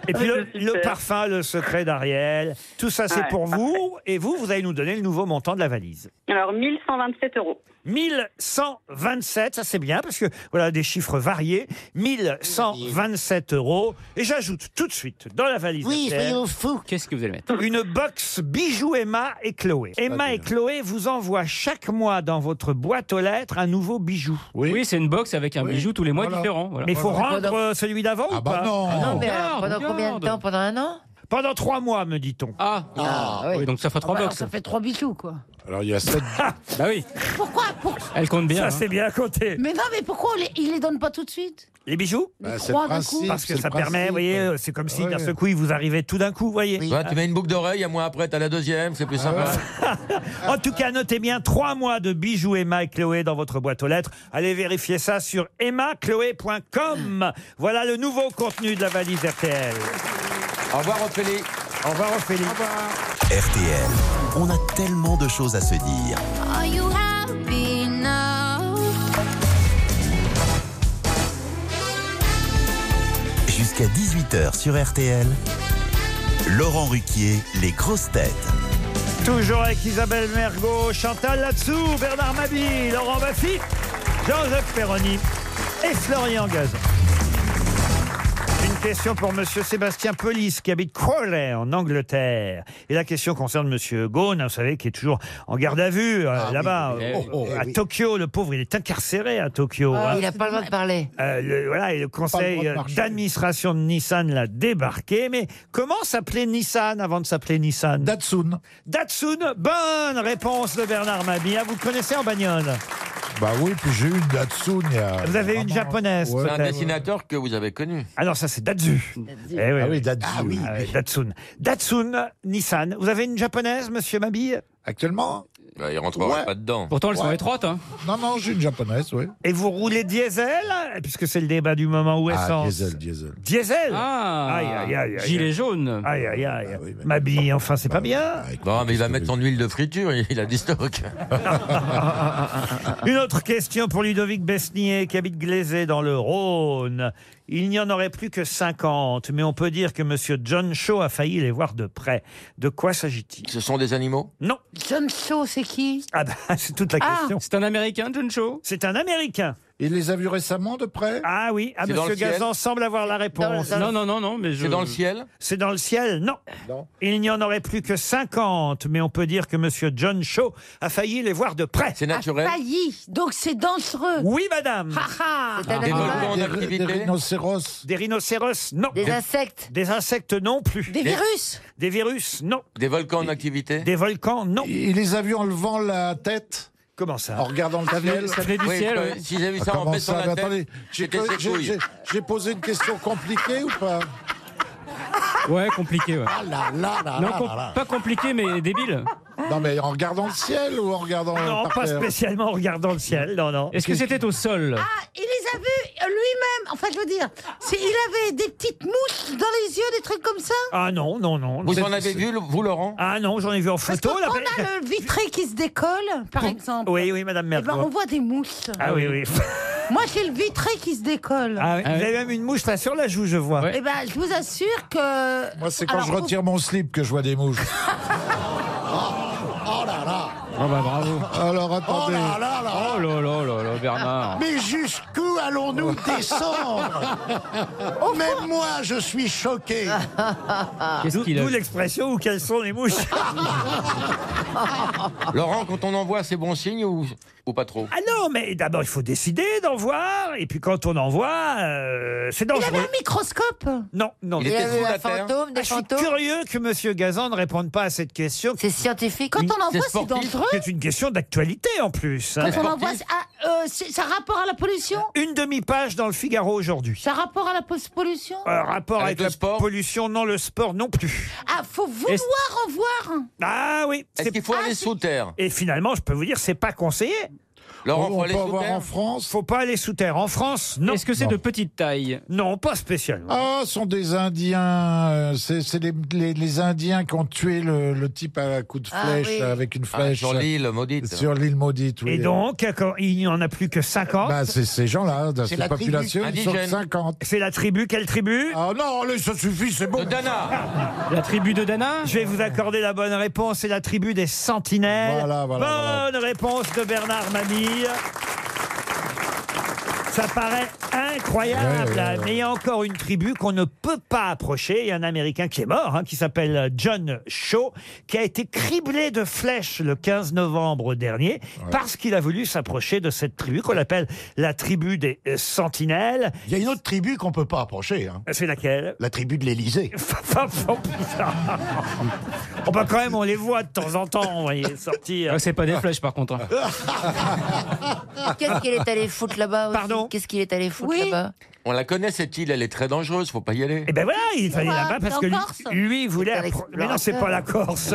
Speaker 4: Et puis le, le parfum, le secret d'Ariel, tout ça c'est
Speaker 12: Ah, Ouais,
Speaker 4: pour vous. Et vous, vous allez nous donner le nouveau montant de la valise.
Speaker 12: Alors, 1127 euros.
Speaker 4: 1127, ça c'est bien parce que voilà des chiffres variés. 1127 euros. Et j'ajoute tout de suite dans la valise.
Speaker 7: Oui,
Speaker 4: RTL,
Speaker 7: soyons fous
Speaker 2: Qu'est-ce que vous allez mettre
Speaker 4: une box bijoux Emma et Chloé. Emma et Chloé vous envoient chaque mois dans votre boîte aux lettres un nouveau bijou.
Speaker 2: Oui, c'est une box avec un bijou tous les mois
Speaker 15: Voilà.
Speaker 2: différent. voilà.
Speaker 4: Mais il faut
Speaker 15: Voilà.
Speaker 4: rendre euh, celui d'avant
Speaker 15: Ah
Speaker 4: ou
Speaker 15: bah
Speaker 4: pas
Speaker 15: non.
Speaker 6: Non, mais alors, pendant
Speaker 2: Regarde, regarde.
Speaker 6: combien de temps Pendant un an
Speaker 4: Pendant trois mois, me dit-on.
Speaker 2: Ah, oui. donc ça fera trois
Speaker 17: Alors,
Speaker 2: box.
Speaker 17: ça fait trois bijoux, quoi.
Speaker 15: Alors il y a sept.
Speaker 2: Bah oui,
Speaker 17: Pourquoi pour-
Speaker 2: elle compte bien.
Speaker 4: Ah. Ça,
Speaker 2: hein.
Speaker 4: c'est bien compté.
Speaker 17: Mais non, mais pourquoi on les- il les donne pas tout de suite
Speaker 4: Les bijoux
Speaker 15: Bah, c'est
Speaker 17: trois
Speaker 15: le
Speaker 17: d'un coup.
Speaker 15: principe.
Speaker 4: Parce que
Speaker 15: c'est
Speaker 4: ça
Speaker 15: le principe.
Speaker 4: permet, vous voyez, euh, c'est comme si
Speaker 15: Ouais.
Speaker 4: d'un seul coup, il vous arrivait tout d'un coup, vous voyez.
Speaker 8: Toi, tu mets une boucle d'oreille, à moi après, t'as la deuxième,
Speaker 15: Ah,
Speaker 8: c'est plus sympa.
Speaker 4: En tout cas, notez bien trois mois de bijoux Emma et Chloé dans votre boîte aux lettres. Allez vérifier ça sur emmachloé.com. Voilà le nouveau contenu de la valise RTL.
Speaker 8: Au revoir, Ophélie.
Speaker 4: Au revoir, Ophélie.
Speaker 10: RTL, on a tellement de choses à se dire.
Speaker 18: Are you happy now?
Speaker 10: Jusqu'à 18h sur RTL, Laurent Ruquier, les grosses têtes.
Speaker 4: Toujours avec Isabelle Mergot, Chantal Latsou, Bernard Mabille, Laurent Baffy, Jean-Jacques Perroni et Florian Gazan. Une question pour Monsieur Sébastien Polis qui habite Crawley en Angleterre. Et la question concerne Monsieur Gaune, vous savez, qui est toujours en garde à vue euh, là-bas,
Speaker 6: Ah oui,
Speaker 4: euh,
Speaker 6: oui, oui.
Speaker 4: à
Speaker 6: Eh oui.
Speaker 4: Tokyo. Le pauvre, il est incarcéré à Tokyo. hein.
Speaker 6: Ah Il n'a pas le droit de parler.
Speaker 4: Euh, le- voilà, et le
Speaker 6: le droit
Speaker 4: conseil euh,
Speaker 6: de marcher.
Speaker 4: d'administration de Nissan l'a débarqué. Mais comment s'appelait Nissan avant de s'appeler Nissan Datsun. Datsun, bonne réponse de Bernard Mabilla. Vous le connaissez en bagnole
Speaker 15: Bah oui, puis j'ai eu une Datsun il y a...
Speaker 4: Vous avez une japonaise.
Speaker 8: C'est un
Speaker 4: peut-être.
Speaker 8: dessinateur que vous avez connu.
Speaker 4: Alors Ah ça c'est Datsu. Eh oui,
Speaker 8: Ah oui,
Speaker 4: oui.
Speaker 8: Datsu.
Speaker 4: Ah oui, oui, Datsun. Datsun, Nissan. Vous avez une japonaise, monsieur Mabille Actuellement
Speaker 8: Bah, il rentrera
Speaker 15: Ouais.
Speaker 8: pas dedans.
Speaker 4: étroites.
Speaker 15: Non, non, j'ai une japonaise, oui.
Speaker 4: Et vous roulez diesel Puisque c'est le débat du moment où est
Speaker 15: Ah,
Speaker 4: essence.
Speaker 15: diesel, diesel.
Speaker 4: Diesel
Speaker 2: Ah,
Speaker 4: Aïe, aïe, aïe, aïe.
Speaker 2: gilet jaune.
Speaker 4: Aïe, aïe, aïe.
Speaker 15: Ah
Speaker 4: Mabille, enfin, c'est pas bien.
Speaker 8: Non, mais il va mettre son huile de friture, il il a du stock.
Speaker 4: Une autre question pour Ludovic Besnier qui habite Glaisé dans le Rhône. Il n'y en aurait plus que 50, mais on peut dire que Monsieur John Shaw a failli les voir de près. De quoi s'agit-il
Speaker 8: Ce sont des animaux
Speaker 4: Non.
Speaker 16: John Shaw, c'est qui
Speaker 4: Ah bah, c'est toute la
Speaker 16: Ah.
Speaker 4: question. C'est un Américain, John Shaw C'est un Américain.
Speaker 15: Il les a vus récemment de près
Speaker 4: Ah oui, ah,
Speaker 15: C'est dans
Speaker 4: Monsieur
Speaker 15: le ciel
Speaker 4: Gazan semble avoir la réponse.
Speaker 2: Dans le- dans le- Non, non, non, non, mais je- C'est dans le ciel
Speaker 4: C'est dans le ciel, non. Il n'y en aurait plus que 50, mais on peut dire que Monsieur John Shaw a failli les voir de près. C'est naturel
Speaker 16: Failli. Donc c'est dangereux.
Speaker 4: Oui, madame.
Speaker 8: Ah,
Speaker 16: Haha.
Speaker 4: Des rhinocéros. Des rhinocéros, non.
Speaker 16: Des insectes.
Speaker 4: Des insectes, non plus.
Speaker 16: Des virus.
Speaker 4: Des virus, non.
Speaker 8: Des volcans en activité
Speaker 4: Des volcans, non.
Speaker 15: Il les a vus en levant la tête
Speaker 4: Comment ça
Speaker 15: En regardant le
Speaker 8: Ah,
Speaker 15: ciel Ah,
Speaker 8: ça venait du Oui, ciel, oui. si j'ai vu ça en
Speaker 15: comment
Speaker 8: baissant la
Speaker 15: mais
Speaker 8: tête,
Speaker 15: attendez, j'ai
Speaker 8: c'était
Speaker 15: que-
Speaker 8: ses
Speaker 15: j'ai-
Speaker 8: couilles.
Speaker 15: j'ai- J'ai posé une question compliquée ou pas
Speaker 2: Ouais, compliqué. Ouais.
Speaker 15: Ah là là là
Speaker 2: Non,
Speaker 15: là
Speaker 2: com-
Speaker 15: là là.
Speaker 2: pas compliqué, mais débile.
Speaker 15: Non mais en regardant le ciel ou en regardant
Speaker 2: Non,
Speaker 15: par
Speaker 2: pas
Speaker 15: terre
Speaker 4: spécialement en regardant le ciel, non, non.
Speaker 2: Est-ce que c'était au
Speaker 4: Ah,
Speaker 2: sol
Speaker 16: Ah, Il les a vus euh, lui-même. Enfin, je veux dire, c'est- il avait des petites mouches dans les yeux, des trucs comme ça.
Speaker 4: Ah non, non, non.
Speaker 8: Vous
Speaker 4: C'est-
Speaker 8: en avez
Speaker 4: c'est-
Speaker 8: vu, le- vous, Laurent
Speaker 4: Ah non, j'en ai vu en photo.
Speaker 16: Quand
Speaker 4: là,
Speaker 16: on
Speaker 4: mais-
Speaker 16: a le vitré qui se décolle, par exemple,
Speaker 4: Oui, oui, madame
Speaker 16: eh ben,
Speaker 4: Mergo.
Speaker 16: on voit des mouches.
Speaker 4: Ah oui, oui.
Speaker 16: Moi, j'ai le vitré qui se décolle.
Speaker 4: Ah oui, Vous avez même une mouche là sur la joue, je
Speaker 15: Ah
Speaker 4: vois.
Speaker 16: Eh ben, je vous assure que.
Speaker 15: Moi c'est quand
Speaker 16: Alors,
Speaker 15: je retire mon slip que je vois des mouches.
Speaker 10: Oh là là
Speaker 2: Oh bah bravo.
Speaker 15: Alors attendez.
Speaker 10: là là là.
Speaker 2: Oh là là là là, Bernard.
Speaker 15: Mais
Speaker 10: jusqu'où allons-nous descendre
Speaker 15: Même moi, je suis choqué.
Speaker 2: Qu'est-ce
Speaker 4: D'où
Speaker 2: qu'il a-
Speaker 4: d'où l'expression où quelles sont les mouches
Speaker 8: Laurent, quand on en voit, c'est bon signe ou, ou pas trop
Speaker 4: Ah non, mais d'abord il faut décider d'en voir, et puis quand on en voit, euh, c'est dangereux.
Speaker 16: Il avait un microscope.
Speaker 4: Non, non.
Speaker 8: Il Il était avait sous un la terre.
Speaker 16: fantôme, des
Speaker 4: Ah, je suis
Speaker 16: fantômes.
Speaker 4: curieux que Monsieur Gazan ne réponde pas à cette question.
Speaker 16: C'est scientifique. Quand on en voit, c'est dangereux.
Speaker 4: C'est une question d'actualité en plus. hein.
Speaker 16: Quand on en voit, c'est- ah, euh, c'est- ça a rapport à la pollution
Speaker 4: Une demi-page dans le Figaro aujourd'hui.
Speaker 16: Ça a rapport à la pollution
Speaker 4: Euh, rapport avec, la pollution, non, le sport non plus.
Speaker 16: Ah, faut vouloir en voir.
Speaker 4: Ah oui.
Speaker 8: Est-ce qu'il faut aller sous terre
Speaker 4: Et finalement, je peux vous dire, c'est pas conseillé.
Speaker 8: Laurent, faut aller sous terre
Speaker 15: France
Speaker 4: Faut pas aller sous terre. En France, non. Est-ce que c'est de petite taille Non, pas spécialement.
Speaker 15: Ah, ce sont des Indiens. euh, C'est c'est les, les- les Indiens qui ont tué le, le type à coup de
Speaker 8: Ah,
Speaker 15: flèche,
Speaker 8: oui.
Speaker 15: euh, avec une
Speaker 8: Ah,
Speaker 15: flèche.
Speaker 8: sur l'île maudite.
Speaker 15: Sur l'île maudite, oui.
Speaker 4: Et donc, quand il n'y en a plus que 50.
Speaker 15: Bah, c'est ces gens-là, dans cette population, ils sont 50.
Speaker 4: C'est la tribu, quelle tribu
Speaker 15: Ah non, allez, ça suffit, c'est bon.
Speaker 8: Dana
Speaker 4: La tribu de Dana Je vais vous accorder la bonne réponse, c'est la tribu des Sentinelles.
Speaker 15: Voilà, voilà,
Speaker 4: bonne réponse de Bernard Mamille. Ça paraît incroyable,
Speaker 15: Ouais, ouais, ouais.
Speaker 4: mais il y a encore une tribu qu'on ne peut pas approcher. Il y a un Américain qui est mort, hein, qui s'appelle John Shaw, qui a été criblé de flèches le 15 novembre dernier parce qu'il a voulu s'approcher de cette tribu qu'on appelle la tribu des euh, Sentinelles. Euh,
Speaker 5: Il y a une autre tribu qu'on peut pas approcher. hein.
Speaker 4: C'est laquelle
Speaker 5: La tribu de l'Élysée.
Speaker 4: Oh bah quand même, on les voit de temps en temps, vous voyez, sortir.
Speaker 2: Ah, c'est pas des flèches par contre. hein.
Speaker 6: Qu'est-ce qu'il est allé foutre là-bas Pardon Qu'est-ce qu'il est allé foutre là-bas
Speaker 8: On la connaît cette île, elle est très dangereuse, faut pas y aller.
Speaker 4: Eh ben voilà, il fallait
Speaker 6: quoi
Speaker 4: là-bas parce
Speaker 6: En
Speaker 4: que lui,
Speaker 6: Corse
Speaker 4: lui, il voulait.
Speaker 6: C'est un
Speaker 4: appro- Mais non, c'est
Speaker 6: explorateur.
Speaker 4: pas la Corse.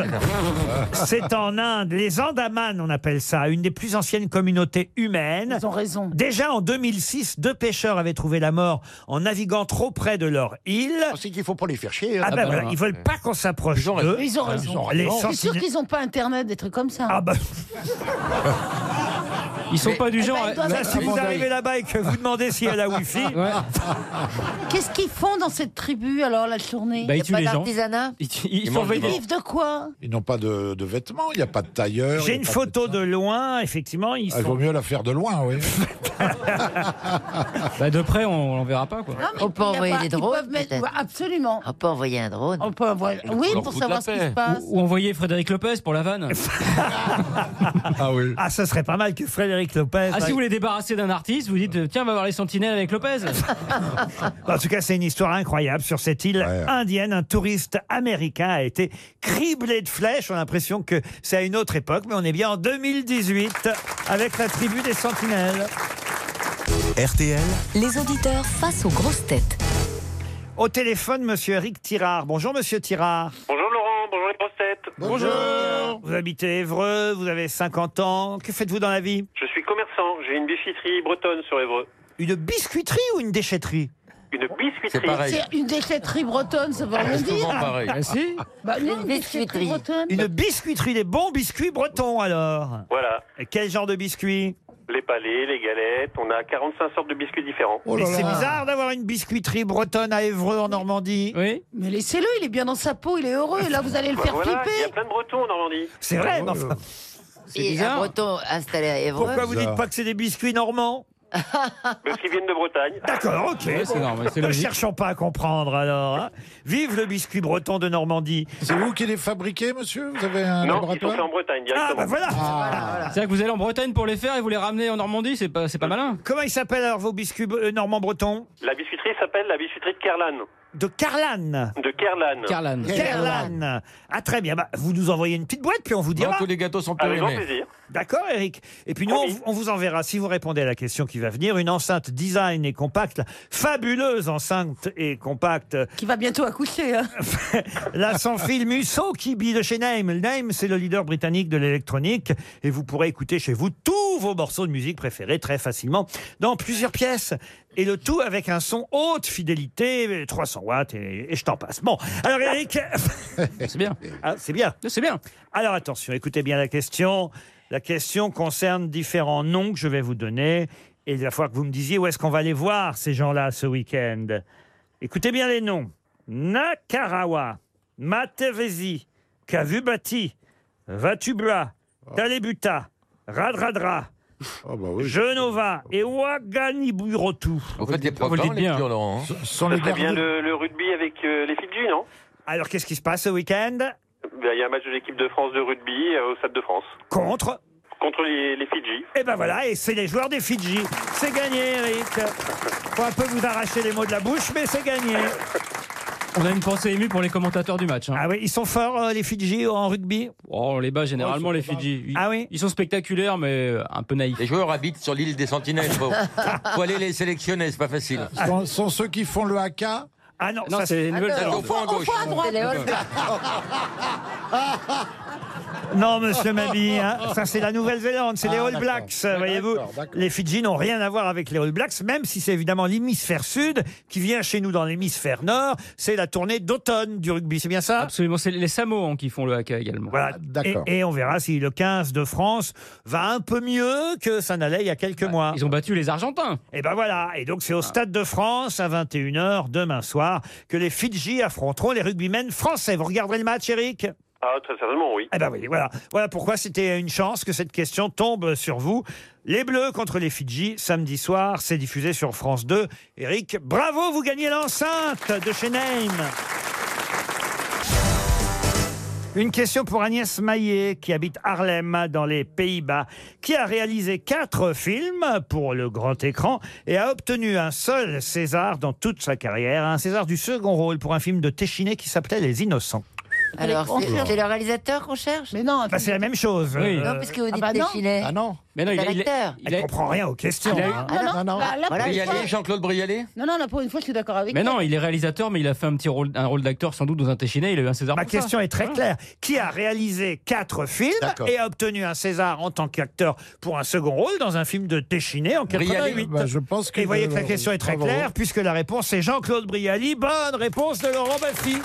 Speaker 4: c'est en Inde. Les Andamans, on appelle ça, une des plus anciennes communautés humaines. Ils ont raison. Déjà en 2006, deux pêcheurs avaient trouvé la mort en naviguant trop près de leur île.
Speaker 5: Ah, C'est qu'il faut pas les faire chier. hein.
Speaker 4: Ah, ben voilà, ils veulent pas qu'on s'approche
Speaker 5: Ils ont
Speaker 4: d'eux.
Speaker 5: raison. Ils ont raison.
Speaker 4: euh, Les Ah, bah,
Speaker 16: C'est sûr
Speaker 4: sentinelles-
Speaker 16: qu'ils n'ont pas Internet, des trucs comme ça.
Speaker 4: Ah bah.
Speaker 2: Ils sont pas
Speaker 5: eh
Speaker 2: du genre.
Speaker 5: ben,
Speaker 2: à-
Speaker 4: Là, Bah, si vous arrivez là-bas et que vous demandez s'il y a la Wi-Fi.
Speaker 16: Qu'est-ce qu'ils font dans cette tribu alors la journée
Speaker 15: Bah, ils
Speaker 16: Y a
Speaker 15: tuent
Speaker 16: pas
Speaker 15: les gens.
Speaker 16: d'artisanat
Speaker 2: Ils,
Speaker 16: Ils vivent de quoi
Speaker 15: Ils n'ont pas de, de vêtements, il n'y a pas de tailleur.
Speaker 4: J'ai une photo de loin, effectivement. Ils
Speaker 15: Il vaut mieux la faire de loin, oui.
Speaker 2: Bah, de près, on l'en verra pas, quoi.
Speaker 6: On peut
Speaker 16: Il y a
Speaker 6: envoyer
Speaker 16: pas-
Speaker 6: des
Speaker 16: ils
Speaker 6: drones,
Speaker 16: peuvent mettre-
Speaker 6: peut-être.
Speaker 16: Ouais, Absolument.
Speaker 6: On peut envoyer un drone.
Speaker 16: On peut envoyer. Oui,
Speaker 2: leur
Speaker 16: pour
Speaker 2: fout de
Speaker 16: savoir ce
Speaker 2: la
Speaker 16: qui
Speaker 2: paix.
Speaker 16: se passe.
Speaker 2: Ou envoyer Frédéric Lopez pour la vanne.
Speaker 15: ah oui.
Speaker 4: Ah, ça serait pas mal que Frédéric Lopez.
Speaker 2: Ah, si vous voulez débarrasser d'un artiste, vous dites euh, tiens, on va voir les sentinelles avec Lopez.
Speaker 4: En tout cas, c'est une histoire incroyable sur cette île indienne. Un touriste américain a été criblé de flèches. On a l'impression que c'est à une autre époque, mais on est bien en 2018 avec la tribu des Sentinelles.
Speaker 11: RTL.
Speaker 3: Les auditeurs face aux grosses têtes.
Speaker 4: Au téléphone, Monsieur Eric Tirard. Bonjour, Monsieur Tirard.
Speaker 19: Bonjour Laurent, bonjour les grossettes.
Speaker 4: Vous habitez Évreux, vous avez 50 ans. Que faites-vous dans la vie
Speaker 19: Je suis commerçant, j'ai une biscuiterie bretonne sur Évreux.
Speaker 4: Une biscuiterie ou une déchetterie
Speaker 19: Une biscuiterie.
Speaker 16: C'est une déchetterie bretonne, ça veut rien
Speaker 4: C'est
Speaker 16: dire.
Speaker 4: souvent pareil. Ah, si
Speaker 16: Bah non, une déchetterie bretonne.
Speaker 4: Une biscuiterie, des bons biscuits bretons alors.
Speaker 19: Voilà,
Speaker 4: Et Quel genre de biscuits
Speaker 19: les palais, les galettes, on a 45 sortes de biscuits différents.
Speaker 15: Oh
Speaker 4: Mais c'est bizarre d'avoir une biscuiterie bretonne à Évreux en Normandie.
Speaker 2: Oui.
Speaker 16: Mais laissez-le, il est bien dans sa peau, il est heureux. Là, vous allez le
Speaker 19: Bah
Speaker 16: faire
Speaker 19: voilà, Il y a
Speaker 16: flipper.
Speaker 19: plein de Bretons en Normandie.
Speaker 4: C'est
Speaker 15: Oh
Speaker 4: vrai, mais enfin.
Speaker 6: Et un breton installé à Évreux.
Speaker 4: Pourquoi vous dites pas que c'est des biscuits normands
Speaker 19: Parce qu'ils viennent de Bretagne.
Speaker 4: D'accord, ok.
Speaker 19: Ouais, c'est
Speaker 4: bon.
Speaker 19: normal, c'est
Speaker 4: ne
Speaker 19: logique.
Speaker 4: cherchons pas à comprendre alors. hein. Vive le biscuit breton de Normandie.
Speaker 15: C'est vous qui les fabriquez, monsieur Vous avez un
Speaker 19: Non, ils sont
Speaker 15: laboratoire
Speaker 19: faits en Bretagne
Speaker 4: Ah,
Speaker 19: directement.
Speaker 4: bah voilà.
Speaker 2: C'est-à-dire que vous allez en Bretagne pour les faire et vous les ramenez en Normandie, c'est pas, c'est pas malin.
Speaker 4: Comment ils s'appellent alors vos biscuits euh, normands bretons
Speaker 19: La biscuiterie s'appelle la biscuiterie de Kerlan.
Speaker 4: De Carlan.
Speaker 19: De Kerlan.
Speaker 2: Kerlan.
Speaker 4: Kerlan. Ah très bien, Bah, vous nous envoyez une petite boîte puis on vous dira.
Speaker 8: Non, tous les gâteaux sont périmés.
Speaker 4: Avec grand plaisir. D'accord Eric. Et puis nous on, vous- on vous enverra si vous répondez à la question qui va venir une enceinte design et compacte, la fabuleuse enceinte et compacte.
Speaker 16: Qui va bientôt accoucher. hein.
Speaker 4: Là, son film Uso Kibi de chez Naim. Naim, c'est le leader britannique de l'électronique. Et vous pourrez écouter chez vous tous vos morceaux de musique préférés très facilement dans plusieurs pièces. Et le tout avec un son haute fidélité, 300 watts, et, et je t'en passe. Bon, alors Eric. Ah,
Speaker 2: c'est bien.
Speaker 4: c'est bien.
Speaker 2: C'est bien.
Speaker 4: Alors attention, écoutez bien la question. La question concerne différents noms que je vais vous donner. Et il va falloir que vous me disiez où est-ce qu'on va les voir, ces gens-là, ce week-end. Écoutez bien les noms. Nakarawa, Matevesi, Kavubati, Vatubla, Talebuta, Radradra, Genova et Waganiburotu.
Speaker 8: En fait, les
Speaker 4: Vous le dites
Speaker 8: programmes, les
Speaker 4: bien.
Speaker 8: petits Laurent. hein.
Speaker 19: Ça serait bien le, le rugby avec euh, les Fidji, non
Speaker 4: Alors qu'est-ce qui se passe ce week-end
Speaker 19: Ben, Il y a un match de l'équipe de France de rugby euh, au Stade de France.
Speaker 4: Contre
Speaker 19: Contre les, les Fidji.
Speaker 4: Et ben voilà, et c'est les joueurs des Fidji. C'est gagné, Eric. Faut un peu vous arracher les mots de la bouche, mais c'est gagné.
Speaker 2: On a une pensée émue pour les commentateurs du match. hein.
Speaker 4: Ah oui, ils sont forts, euh, les Fidji, en rugby
Speaker 2: Oh, on les bat généralement, les Fidji. Ils, ah oui Ils sont spectaculaires, mais euh, un peu naïfs.
Speaker 8: Les joueurs habitent sur l'île des Sentinelles. Faut, faut aller les sélectionner, c'est pas facile.
Speaker 15: Ce sont, ce sont ceux qui font le haka
Speaker 4: Ah non,
Speaker 8: ça, c'est Nouvelle-Zélande. Au fond, à gauche.
Speaker 4: Non, monsieur Mabi, hein, ça c'est la Nouvelle-Zélande, c'est les
Speaker 15: Ah,
Speaker 4: All
Speaker 15: d'accord.
Speaker 4: Blacks, euh,
Speaker 15: Ah,
Speaker 4: voyez-vous.
Speaker 15: d'accord, d'accord.
Speaker 4: Les Fidji n'ont rien à voir avec les All Blacks, même si c'est évidemment l'hémisphère sud qui vient chez nous dans l'hémisphère nord. C'est la tournée d'automne du rugby, c'est bien ça
Speaker 2: Absolument, c'est les Samoans qui font le haka également.
Speaker 15: Ah,
Speaker 4: Voilà. Et, et on verra si le 15 de France va un peu mieux que ça n'allait il y a quelques mois.
Speaker 2: Ils ont battu les Argentins.
Speaker 4: Et ben voilà, et donc c'est
Speaker 15: Ah.
Speaker 4: au Stade de France à 21h demain soir que les Fidji affronteront les rugbymen français. Vous regarderez le match, Eric
Speaker 19: Ah, très certainement, oui.
Speaker 4: Eh ben oui, voilà. Voilà pourquoi c'était une chance que cette question tombe sur vous. Les Bleus contre les Fidji, samedi soir, c'est diffusé sur France 2. Eric, bravo, vous gagnez l'enceinte de chez Name. Une question pour Agnès Maillet, qui habite Harlem, dans les Pays-Bas, qui a réalisé quatre films pour le grand écran et a obtenu un seul César dans toute sa carrière, un César du second rôle pour un film de Téchiné qui s'appelait Les Innocents.
Speaker 6: Alors,
Speaker 4: Allez, on
Speaker 6: c'est-
Speaker 4: cherche.
Speaker 6: c'est le réalisateur qu'on cherche
Speaker 16: Mais non,
Speaker 4: Bah, c'est la même chose. Euh,
Speaker 6: Non, puisque vous dites
Speaker 16: bah non.
Speaker 6: Téchinet.
Speaker 4: Ah non.
Speaker 2: Mais
Speaker 6: non, il a- il a-
Speaker 4: Elle comprend rien aux questions.
Speaker 2: Il a eu-
Speaker 4: hein.
Speaker 16: Ah non, non, Là, là, pour une fois-
Speaker 8: Brialet, Jean-Claude Brialet
Speaker 16: non, non, là, pour une fois, je suis d'accord avec
Speaker 2: Mais
Speaker 16: toi.
Speaker 2: non, il est réalisateur, mais il a fait un petit rôle, un rôle d'acteur sans doute dans un Téchiné. Il a eu un César. Hein
Speaker 4: Ma
Speaker 2: pour ça.
Speaker 4: question est très
Speaker 2: Voilà.
Speaker 4: claire. Qui a réalisé quatre films
Speaker 2: D'accord.
Speaker 4: et a obtenu un César en tant qu'acteur pour un second rôle dans un film de Téchiné en
Speaker 15: Brialy.
Speaker 4: 88
Speaker 15: Bah, je pense que-
Speaker 4: Et voyez que la question est très
Speaker 15: Bravo.
Speaker 4: claire puisque la réponse est Jean-Claude Brialy. Bonne réponse de Laurent Baffy.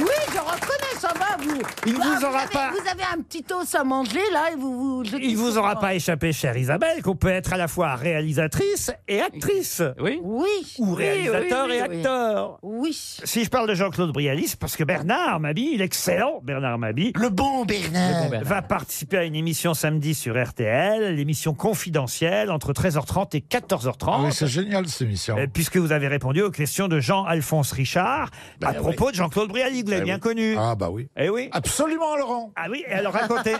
Speaker 7: Oui, je reconnais, ça va, vous.
Speaker 4: Il ne
Speaker 7: Ah,
Speaker 4: vous aura
Speaker 7: avez-
Speaker 4: pas-
Speaker 7: Vous avez un petit os à manger, là, et vous. vous jetez
Speaker 4: Il vous
Speaker 7: sur
Speaker 4: aura
Speaker 7: moi.
Speaker 4: pas échappé, chère Isabelle, qu'on peut être à la fois réalisatrice et actrice.
Speaker 2: Oui.
Speaker 7: Oui.
Speaker 4: Ou réalisateur
Speaker 7: Oui, oui,
Speaker 4: et
Speaker 7: oui.
Speaker 4: acteur.
Speaker 7: Oui.
Speaker 4: Si je parle de Jean-Claude Brialy, c'est parce que Bernard Mabi, l'excellent Bernard Mabi, le bon
Speaker 2: Le bon
Speaker 4: Bernard,
Speaker 2: Bernard.
Speaker 4: va participer à une émission samedi sur RTL, l'émission confidentielle entre 13h30 et 14h30.
Speaker 15: Ah oui, c'est génial, cette émission.
Speaker 4: Euh, Puisque vous avez répondu aux questions de Jean-Alphonse Richard à propos de Jean-Claude Brialy, que vous l'avez bien connu.
Speaker 15: Ah, bah Ben oui.
Speaker 4: Eh oui.
Speaker 15: Absolument, Laurent.
Speaker 4: Ah oui, et alors racontez.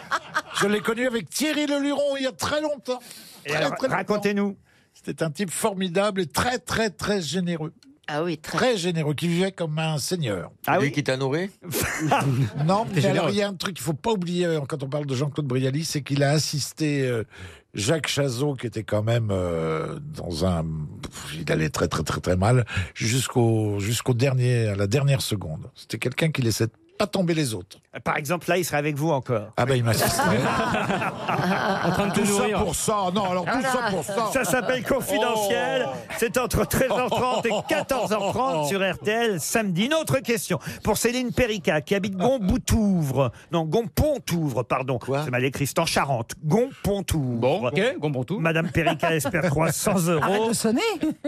Speaker 15: Je l'ai connu avec Thierry Leluron il y a très longtemps.
Speaker 4: Et alors, racontez-nous.
Speaker 15: C'était un type formidable et très, très, très généreux.
Speaker 20: Ah oui, très.
Speaker 15: généreux, qui vivait comme un seigneur.
Speaker 8: Ah oui. qui t'a nourri
Speaker 15: non,
Speaker 8: T'es
Speaker 15: mais
Speaker 8: généreux.
Speaker 15: alors il y a un truc qu'il faut pas oublier euh, quand on parle de Jean-Claude Brialy, c'est qu'il a assisté euh, Jacques Chazot, qui était quand même euh, dans un, pff, il allait très très très très mal jusqu'au jusqu'au dernier à la dernière seconde. C'était quelqu'un qui laissait pas tomber les autres.
Speaker 4: Par exemple, là, il serait avec vous encore.
Speaker 15: Ah ben il m'assistait.
Speaker 4: en train de
Speaker 15: tout ça pour ça, non alors tout ça pour ça. Oh.
Speaker 4: Ça s'appelle Confidentiel. C'est entre 13h30 et 14h30 sur RTL samedi. Une autre question pour Céline Perrica qui habite Gombotouvre. Non, Gompontouvre, pardon. C'est mal écrit, c'est en Charente. Gompontouvre. Bon, ok, Gompontouvre. Madame Perrica espère 300 euros.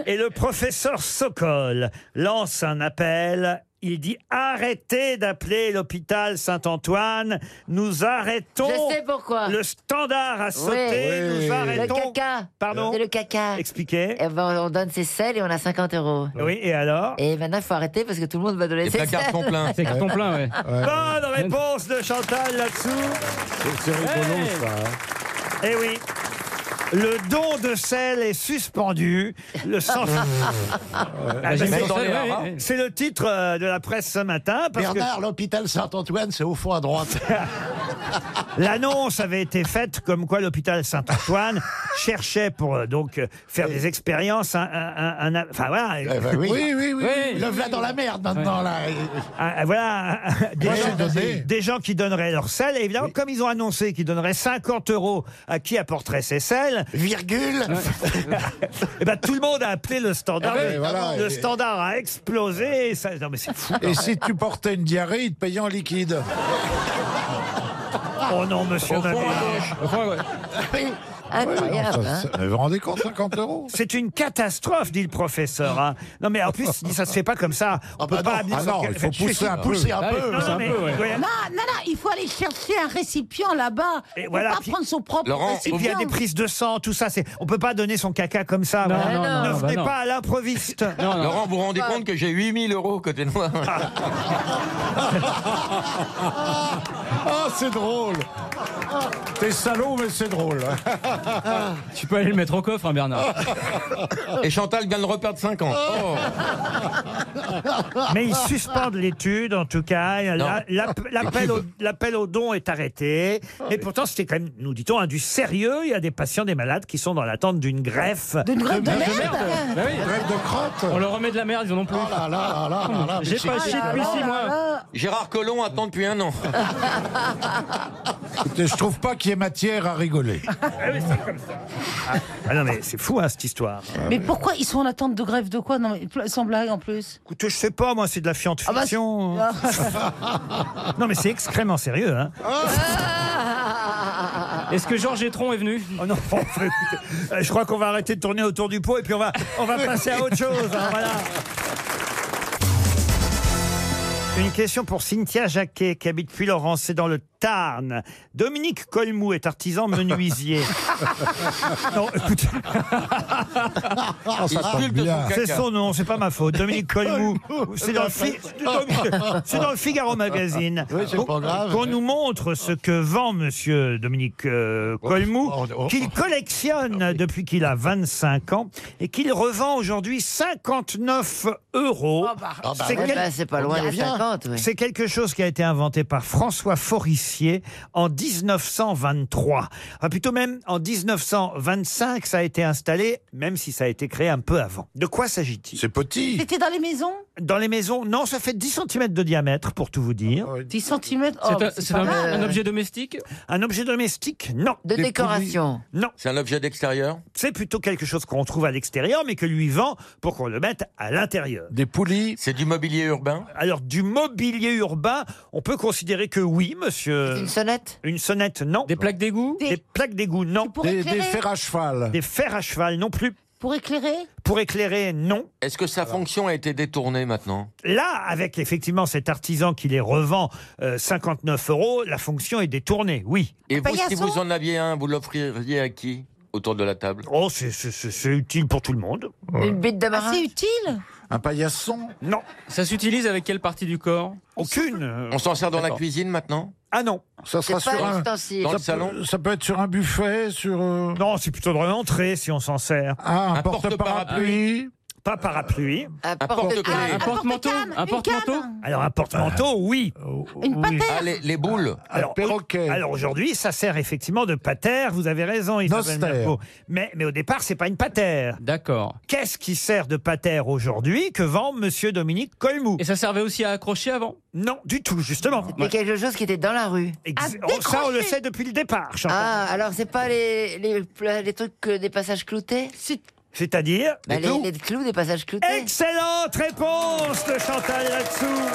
Speaker 4: Et le professeur Sokol lance un appel. Il dit arrêtez d'appeler l'hôpital Saint-Antoine. Nous arrêtons.
Speaker 6: Je sais pourquoi.
Speaker 4: Le standard a sauté. Nous arrêtons.
Speaker 6: Le caca.
Speaker 4: Pardon
Speaker 6: C'est le caca.
Speaker 4: Expliquez.
Speaker 6: Eh ben, on donne ses selles et on a 50 euros.
Speaker 4: Oui, et alors
Speaker 6: Et maintenant, il faut arrêter parce que tout le monde va donner ses selles.
Speaker 4: Bonne réponse de Chantal là-dessous.
Speaker 15: C'est rigolo
Speaker 4: Hey.
Speaker 15: ça. hein.
Speaker 4: Eh oui. Le don de sel est suspendu. Le sang. Ah, bah,
Speaker 5: J'imagine
Speaker 4: c'est-
Speaker 5: dans les
Speaker 4: c'est-
Speaker 5: rares, hein.
Speaker 4: C'est le titre euh, de la presse ce matin. Parce que-
Speaker 5: Bernard, l'hôpital Saint-Antoine, c'est au fond à droite.
Speaker 4: L'annonce avait été faite comme quoi l'hôpital Saint-Antoine cherchait pour euh, donc euh, faire des expériences un, un- un- un- enfin voilà.
Speaker 5: Eh ben oui. Oui, oui, oui, oui. Le voilà dans la merde, maintenant, là.
Speaker 4: Ah, voilà des,
Speaker 5: Moi,
Speaker 4: gens,
Speaker 5: j'ai donné.
Speaker 4: des gens qui donneraient leur sel et évidemment comme ils ont annoncé qu'ils donneraient 50 euros à qui apporterait ses selles.
Speaker 5: Virgule.
Speaker 4: et ben tout le monde a appelé le standard.
Speaker 15: Ah oui, voilà.
Speaker 4: le standard a explosé. et ça- non mais c'est fou.
Speaker 15: Et si tu portais une diarrhée, ils te payaient en liquide.
Speaker 4: Oh non, monsieur
Speaker 15: Au fond à gauche.
Speaker 4: Mabille.
Speaker 6: Incroyable. hein.
Speaker 15: Vous vous rendez compte, 50 euros
Speaker 4: C'est une catastrophe, dit le professeur. hein. Non, mais en plus, il dit, ça se fait pas comme ça. On peut pas
Speaker 15: non.
Speaker 4: amener
Speaker 15: Ah
Speaker 4: sur-
Speaker 15: non, il faut
Speaker 4: Je suis-
Speaker 15: pousser un peu. Pousser un
Speaker 4: Ah oui,
Speaker 15: peu,
Speaker 4: non,
Speaker 15: pousser
Speaker 4: non,
Speaker 15: un
Speaker 4: mais-
Speaker 15: peu, ouais.
Speaker 4: ouais.
Speaker 7: Non, non, non, il faut aller chercher un récipient là-bas.
Speaker 4: Et
Speaker 7: Faut
Speaker 4: voilà,
Speaker 7: pas
Speaker 4: puis-
Speaker 7: prendre son propre
Speaker 4: et
Speaker 7: récipient.
Speaker 4: puis il y a des prises de sang, tout ça. C'est, on peut pas donner son caca comme ça.
Speaker 2: Non,
Speaker 4: voilà.
Speaker 2: non, non,
Speaker 4: ne
Speaker 2: non, bah
Speaker 4: venez
Speaker 2: non.
Speaker 4: pas à l'improviste.
Speaker 8: Laurent, vous vous rendez compte que j'ai 8000 euros côté de moi
Speaker 15: Ah, c'est drôle T'es salaud, mais c'est drôle.
Speaker 2: Tu peux aller le mettre au coffre, hein, Bernard.
Speaker 8: Et Chantal gagne le repère de 5 ans. Oh.
Speaker 4: Oh. Mais ils suspendent l'étude, en tout cas. La-
Speaker 8: Non.
Speaker 4: la- L'appel au, l'appel au don est arrêté. Et pourtant, c'était quand même, nous dit-on, hein, du sérieux. Il y a des patients, des malades qui sont dans l'attente d'une greffe.
Speaker 7: D'une grappe de
Speaker 2: De
Speaker 7: merde. Ah.
Speaker 2: merde Bah oui.
Speaker 15: Rêve de crotte
Speaker 2: On leur remet de la merde, ils en ont plus.
Speaker 15: Oh là là là là là là, mais
Speaker 2: J'ai
Speaker 15: c'est-
Speaker 2: pas chié depuis 6 mois.
Speaker 8: Gérard Collomb attend depuis un an.
Speaker 15: Écoutez, Je trouve pas qu'il y ait matière à rigoler.
Speaker 4: Ah non, mais c'est fou, hein, cette histoire.
Speaker 7: Ah, Mais pourquoi ils sont en attente de grève de quoi Non, mais pl- sans blague en plus.
Speaker 4: Écoutez, je sais pas, moi, c'est de la
Speaker 7: bah,
Speaker 4: fiente-fiction. non, mais c'est extrêmement sérieux. Hein.
Speaker 2: Ah. Est-ce que Georges Etron est venu
Speaker 4: Oh non, bon, écoutez, euh, je crois qu'on va arrêter de tourner autour du pot et puis on va, on va passer à autre chose. hein, voilà. Une question pour Cynthia Jacquet, qui habite Puy-Laurence, c'est dans le Tarn. Dominique Colmou est artisan menuisier. non, écoutez,
Speaker 15: Ah, ça
Speaker 8: Il
Speaker 15: tombe
Speaker 8: pulpe
Speaker 15: bien.
Speaker 8: son caca.
Speaker 4: c'est son nom, c'est pas ma faute. Dominique Colmou, c'est dans, le Fi- c'est dans le Figaro Magazine.
Speaker 5: Oui, c'est
Speaker 4: Qu'on-
Speaker 5: pas grave.
Speaker 4: Qu'on nous montre ce que vend monsieur Dominique euh, Colmou,
Speaker 5: Oh, oh,
Speaker 4: qu'il
Speaker 5: oh.
Speaker 4: collectionne depuis qu'il a 25 ans et qu'il revend aujourd'hui 59 euros.
Speaker 6: Ah bah
Speaker 4: C'est
Speaker 6: ouais,
Speaker 4: quel-
Speaker 6: bah, c'est pas loin
Speaker 5: On y
Speaker 6: des
Speaker 5: revient.
Speaker 6: 50, oui.
Speaker 4: c'est quelque chose qui a été inventé par François Forissier en 1923. Ah, plutôt même en 1925, ça a été installé, même si ça a été créé un peu avant. De quoi s'agit-il
Speaker 15: C'est petit.
Speaker 7: C'était dans les maisons
Speaker 4: dans les maisons, non, ça fait 10 cm de diamètre, pour tout vous dire.
Speaker 7: 10 cm
Speaker 2: C'est un- Oh, c'est un, un objet domestique
Speaker 4: Un objet domestique, non.
Speaker 2: De Des décoration.
Speaker 4: Non.
Speaker 8: C'est un objet d'extérieur
Speaker 4: C'est plutôt quelque chose qu'on trouve à l'extérieur, mais que lui vend pour qu'on le mette à l'intérieur. Des poulies
Speaker 8: C'est du mobilier urbain
Speaker 4: Alors, du mobilier urbain, on peut considérer que oui, monsieur. Une
Speaker 6: sonnette
Speaker 4: Une sonnette, non. Des plaques d'égout Des plaques d'égout, non.
Speaker 15: Des- éclairer des fers à
Speaker 4: cheval Des fers à cheval, non plus.
Speaker 16: Pour éclairer
Speaker 4: Pour éclairer, non.
Speaker 8: Est-ce que sa fonction a été détournée maintenant
Speaker 4: Là, avec effectivement cet artisan qui les revend euh, 59 euros, la fonction est détournée, oui.
Speaker 8: Et vous, si vous en aviez un, vous l'offririez à qui autour de la table
Speaker 4: Oh, c'est- c'est c'est- c'est utile pour tout le monde.
Speaker 6: Une bite de marin
Speaker 16: Ah, C'est utile
Speaker 4: Un paillasson Non.
Speaker 2: Ça s'utilise avec quelle partie du corps
Speaker 4: Aucune.
Speaker 8: On s'en sert dans la
Speaker 2: D'accord.
Speaker 8: cuisine maintenant
Speaker 4: Ah non.
Speaker 15: Ça sera sur un...
Speaker 8: Dans
Speaker 15: ça
Speaker 8: le
Speaker 15: peut-
Speaker 8: salon
Speaker 15: Ça peut être sur un buffet, sur... euh,
Speaker 4: Non, c'est plutôt dans l'entrée si on s'en sert. Ah
Speaker 15: Ah, un Un porte-parapluie.
Speaker 4: Pas parapluie.
Speaker 6: Un
Speaker 8: porte-clés.
Speaker 4: Un porte-manteau Un porte-manteau Alors, un porte-manteau, oui.
Speaker 15: Euh,
Speaker 8: Une patère. Ah, les, les boules
Speaker 4: Alors, au- alors aujourd'hui, ça sert effectivement de patère. Vous avez raison, Isabelle
Speaker 15: Nostère.
Speaker 4: Mergo. Mais, mais au départ, c'est pas une patère.
Speaker 2: D'accord.
Speaker 4: Qu'est-ce qui sert de patère aujourd'hui que vend Monsieur Dominique Colmou
Speaker 2: Et ça servait aussi à accrocher avant
Speaker 4: Non, du tout, justement.
Speaker 6: Mais quelque chose qui était dans la rue.
Speaker 4: Ex-
Speaker 16: Ah,
Speaker 4: oh, ça, on le sait depuis le départ, Chantal.
Speaker 6: Ah, alors c'est pas les, les, pla- les trucs, euh, des passages cloutés
Speaker 4: C'est-à-dire
Speaker 6: Bah, les, les clous, des passages cloutés.
Speaker 4: Excellente réponse de Chantal là-dessous.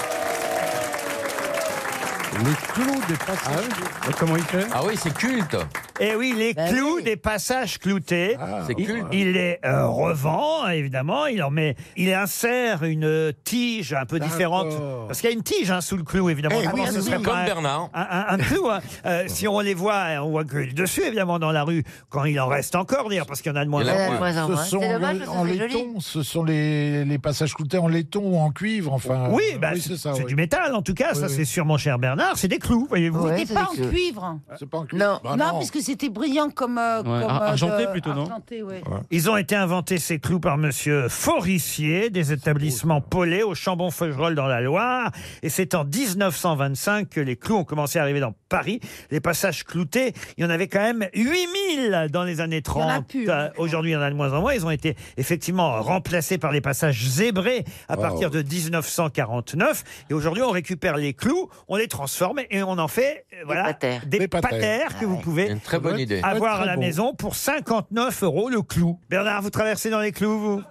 Speaker 15: Les clous des passages.
Speaker 2: Comment il fait
Speaker 8: Ah oui, c'est culte.
Speaker 4: Eh oui, les clous des passages cloutés.
Speaker 8: C'est
Speaker 4: il,
Speaker 8: culte.
Speaker 4: il les euh, revend, évidemment. Il en met, il insère une tige un peu différente. Parce qu'il y a une tige hein, sous le clou, évidemment.
Speaker 8: Eh oui,
Speaker 4: Autrement,
Speaker 8: bien sûr. Comme
Speaker 4: un-
Speaker 8: Bernard.
Speaker 4: Un, un- un clou. hein. Euh, si on les voit, on voit que le dessus, évidemment, dans la rue, quand il en reste encore, d'ailleurs, parce qu'il y en a de moins
Speaker 6: Il y en a
Speaker 4: en
Speaker 6: de
Speaker 4: moins.
Speaker 6: moins en moins.
Speaker 15: Ce sont
Speaker 6: C'est dommage,
Speaker 15: le-
Speaker 6: parce que
Speaker 15: en
Speaker 6: c'est
Speaker 15: laiton, ce sont les, les passages cloutés en laiton ou en cuivre, enfin.
Speaker 4: Oui, bah, c'est
Speaker 15: ça,
Speaker 4: c'est
Speaker 15: oui.
Speaker 4: du métal, en tout cas.
Speaker 15: Oui,
Speaker 4: ça,
Speaker 15: oui.
Speaker 4: c'est sûr, mon cher Bernard. C'est des clous, voyez-vous.
Speaker 16: C'était pas en cuivre.
Speaker 15: Ah, C'est pas en Bah,
Speaker 16: Non, non, puisque c'était brillant comme. euh,
Speaker 4: Ouais,
Speaker 16: comme,
Speaker 4: ar-
Speaker 16: euh,
Speaker 4: argenté
Speaker 16: de-
Speaker 4: plutôt, non
Speaker 16: argenté, ouais.
Speaker 4: Ils ont été inventés ces clous par Monsieur Forissier des établissements Paulet au Chambon-Feugerolles dans la Loire. Et c'est en 1925 que les clous ont commencé à arriver dans Paris. Les passages cloutés, il y en avait quand même 8000 dans les années 30.
Speaker 16: en a plus,
Speaker 4: Euh, Aujourd'hui, il y en a de moins en moins. Ils ont été effectivement remplacés par les passages zébrés à
Speaker 15: Wow.
Speaker 4: partir de 1949. Et aujourd'hui, on récupère les clous, on les transforme et on en fait euh, voilà,
Speaker 6: patères.
Speaker 4: des,
Speaker 15: Des patères.
Speaker 4: patères que vous pouvez
Speaker 8: Une très bonne idée.
Speaker 4: avoir à
Speaker 15: Très
Speaker 4: la
Speaker 15: bon.
Speaker 4: maison pour 59 euros le clou. Bernard, vous traversez dans les clous, vous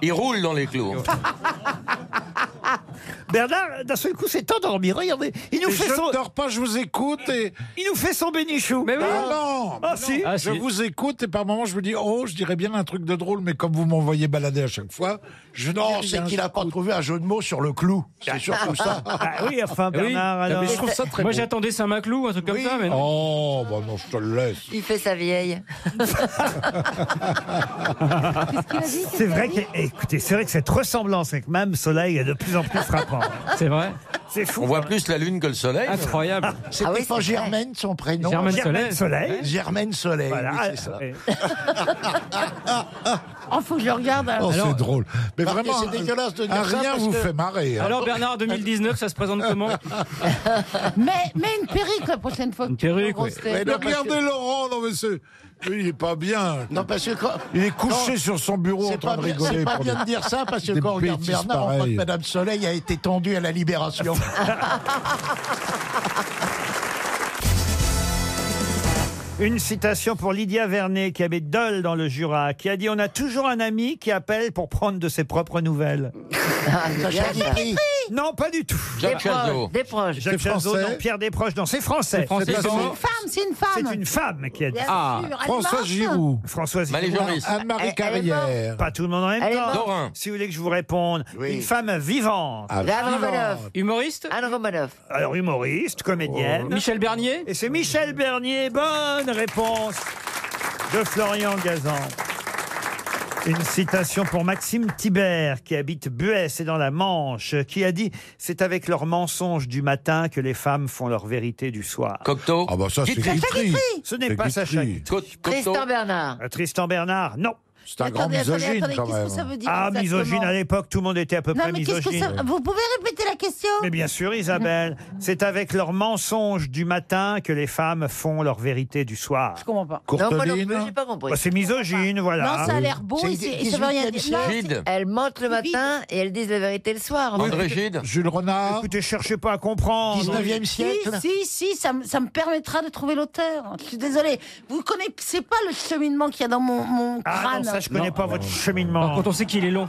Speaker 8: Il roule dans les clous.
Speaker 4: Bernard, d'un seul coup, s'est endormi. Regardez, il nous
Speaker 15: Mais
Speaker 4: fait
Speaker 15: je
Speaker 4: son.
Speaker 15: ne dors pas, je vous écoute et.
Speaker 4: Il nous fait son bénichou. Mais
Speaker 15: Ah non
Speaker 4: Ah si.
Speaker 2: Ah,
Speaker 15: Je
Speaker 2: si.
Speaker 15: vous écoute et par moments je me dis oh je dirais bien un truc de drôle mais comme vous m'envoyez balader à chaque fois je
Speaker 5: Non, c'est qu'il n'a pas trouvé un jeu de mots sur le clou. C'est surtout ça.
Speaker 4: Ah oui, enfin,
Speaker 15: Eh
Speaker 4: Bernard,
Speaker 2: Oui.
Speaker 4: alors.
Speaker 2: Mais je trouve ça très Moi, j'attendais Saint-Maclou, un truc comme ça, mais non.
Speaker 15: Oh bah non je te le laisse.
Speaker 6: Il fait sa vieille.
Speaker 4: C'est vrai que, écoutez, c'est vrai que cette ressemblance avec Mme Soleil est de plus en plus frappante.
Speaker 2: C'est vrai
Speaker 4: C'est fou.
Speaker 8: On voit plus la lune que le soleil.
Speaker 2: Incroyable.
Speaker 5: C'était
Speaker 6: oui,
Speaker 5: pas
Speaker 6: c'est
Speaker 5: Oh, Germaine son prénom.
Speaker 2: Germaine
Speaker 4: Germaine Soleil.
Speaker 2: Soleil.
Speaker 5: Germaine Soleil,
Speaker 4: Voilà.
Speaker 5: oui, c'est ça.
Speaker 16: Oh, faut que je le regarde. hein.
Speaker 15: Oh c'est
Speaker 2: Alors-
Speaker 15: drôle mais
Speaker 5: Marquez,
Speaker 15: vraiment
Speaker 5: c'est dégueulasse de dire
Speaker 15: un
Speaker 5: ça
Speaker 15: rien
Speaker 5: parce
Speaker 15: vous
Speaker 5: que-
Speaker 15: fait marrer. hein.
Speaker 2: Alors, Bernard, 2019, ça se présente comment
Speaker 16: Mais, mais une perruque la prochaine fois.
Speaker 2: Une
Speaker 16: que tu vas
Speaker 2: perruque,
Speaker 16: au
Speaker 2: oui.
Speaker 16: Grosse
Speaker 15: Mais
Speaker 16: Tête.
Speaker 15: regardez Laurent non mais c'est lui, il est pas bien.
Speaker 5: Non, parce que quand-
Speaker 15: Il est Ah, couché
Speaker 5: Non,
Speaker 15: sur son bureau en
Speaker 5: C'est
Speaker 15: train
Speaker 5: pas,
Speaker 15: de
Speaker 5: bien,
Speaker 15: rigoler.
Speaker 5: c'est pas
Speaker 15: pour
Speaker 5: bien
Speaker 15: des-
Speaker 5: de dire ça parce que
Speaker 15: des
Speaker 5: quand on regarde
Speaker 15: bêtises
Speaker 5: Bernard, on voit que
Speaker 15: pareilles.
Speaker 5: Madame Soleil a été tendue à la libération.
Speaker 4: Une citation pour Lydia Vernet, qui habite Dole dans le Jura, qui a dit On a toujours un ami qui appelle pour prendre de ses propres nouvelles.
Speaker 6: Ah, c'est
Speaker 5: Sacha
Speaker 6: bien, ça.
Speaker 5: Guitry.
Speaker 4: Non, pas du tout.
Speaker 6: Des
Speaker 8: Jacques Chazot.
Speaker 6: proches, des proches.
Speaker 4: Jacques
Speaker 15: C'est
Speaker 4: Chazot,
Speaker 15: français
Speaker 4: non, Pierre Desproges, non, c'est français.
Speaker 2: C'est français,
Speaker 4: C'est
Speaker 2: c'est
Speaker 4: une-
Speaker 2: bon.
Speaker 16: Femme, c'est une femme.
Speaker 4: C'est une femme qui a dit.
Speaker 2: Ah,
Speaker 15: François Giroud,
Speaker 4: Françoise
Speaker 6: Elle-
Speaker 8: Maléjoris.
Speaker 6: elle
Speaker 15: Anne-Marie
Speaker 6: est
Speaker 15: Carrière,
Speaker 4: Pas tout le monde en même
Speaker 6: Elle est
Speaker 4: temps.
Speaker 6: morte.
Speaker 8: Dorin.
Speaker 4: Si vous voulez que je vous réponde,
Speaker 5: Oui.
Speaker 4: une femme vivante.
Speaker 15: Ah,
Speaker 6: Anne Romanoff.
Speaker 2: Humoriste Oh.
Speaker 6: Anne Romanoff.
Speaker 4: Alors humoriste, comédienne.
Speaker 2: Michel Bernier
Speaker 4: Et c'est Michel Bernier. Bonne réponse de Florian Gazan. Une citation pour Maxime Thibert, qui habite Buès et dans la Manche, qui a dit C'est avec leurs mensonges du matin que les femmes font leur vérité du soir.
Speaker 8: Cocteau.
Speaker 15: Ah bah ça c'est
Speaker 8: Guitry.
Speaker 15: Guitry.
Speaker 4: Ce n'est
Speaker 15: C'est
Speaker 4: pas Sacha
Speaker 15: Guitry.
Speaker 8: Co- Cocteau.
Speaker 6: Tristan Bernard.
Speaker 4: Euh, Tristan Bernard, non.
Speaker 15: C'est un grand
Speaker 16: Attendez, attendez,
Speaker 15: misogyne,
Speaker 16: attendez,
Speaker 15: quand
Speaker 16: qu'est-ce que
Speaker 15: même.
Speaker 16: ça veut dire
Speaker 4: Ah,
Speaker 16: exactement
Speaker 4: misogyne à l'époque, tout le monde était à peu
Speaker 16: Non,
Speaker 4: près
Speaker 16: mais qu'est-ce que
Speaker 4: misogyne.
Speaker 16: ça. Vous pouvez répéter la question
Speaker 4: Mais bien sûr, Isabelle, c'est avec leurs mensonges du matin que les femmes font leur vérité du soir. Je
Speaker 7: comprends pas.
Speaker 16: Courteline. Non, moi non plus, j'ai pas compris.
Speaker 4: Bah, c'est misogyne, voilà.
Speaker 6: Non, ça a l'air beau C'est et c'est- et ça veut rien dire. 18e Non, siècle.
Speaker 16: Eh,
Speaker 6: c'est- elles mentent le matin et elles disent la vérité le soir.
Speaker 4: André Gide. Jules Renard. Écoutez, cherchez pas à comprendre.
Speaker 16: Si, si, si, ça, me- ça me permettra de trouver l'auteur. Je suis désolée. Vous connaissez pas le cheminement qu'il y a dans mon, mon
Speaker 4: Ah
Speaker 16: crâne.
Speaker 4: non, ça, je connais pas votre cheminement. Quand on sait qu'il est long.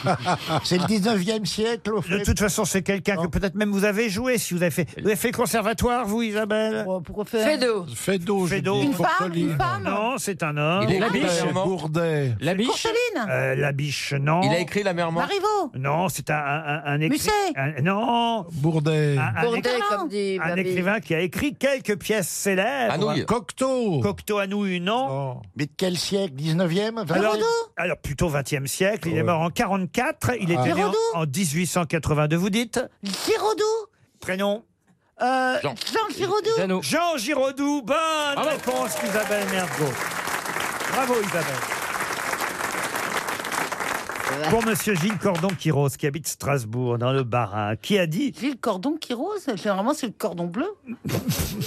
Speaker 5: C'est le 19e siècle, au
Speaker 4: De toute façon, c'est quelqu'un que peut-être même vous avez joué, si vous avez fait... Vous avez fait le conservatoire, vous, Isabelle
Speaker 7: Pourquoi
Speaker 16: Fédo.
Speaker 15: Fédo, je dis.
Speaker 7: Une femme, Courteline. une femme
Speaker 4: Non, c'est un homme.
Speaker 15: Il est La biche. complètement- Bourdet.
Speaker 4: La biche
Speaker 16: Courteline.
Speaker 4: La biche, non.
Speaker 8: Il a écrit La Mère Morte
Speaker 16: Marivaux.
Speaker 4: Non, c'est un, un, un écri-
Speaker 16: Musset.
Speaker 4: un- non.
Speaker 15: Bourdet.
Speaker 4: Un, un
Speaker 16: Bourdet,
Speaker 4: écri-
Speaker 16: comme dit
Speaker 4: un
Speaker 7: Ah,
Speaker 16: Babi.
Speaker 4: écrivain qui a écrit quelques pièces célèbres.
Speaker 5: Anouilh.
Speaker 4: Cocteau. Cocteau Anouilh, non.
Speaker 5: Oh. Mais de quel siècle 19e 20e
Speaker 4: Alors, alors plutôt 20e siècle. Il est mort en 44. Il
Speaker 5: Ah.
Speaker 4: était né en-
Speaker 5: Giraudoux.
Speaker 4: en, 1882. Vous dites
Speaker 16: Giraudoux.
Speaker 4: Prénom
Speaker 16: Euh,
Speaker 4: Jean.
Speaker 16: Giraudoux.
Speaker 4: Jean Giraudoux. Bonne réponse Isabelle Mergo. Bravo Isabelle.
Speaker 7: Euh,
Speaker 4: Pour Monsieur Gilles Cordon Quiros, qui habite Strasbourg, dans le Bas-Rhin, qui a dit
Speaker 7: J'ai le cordon qui rose. Généralement, c'est le cordon bleu.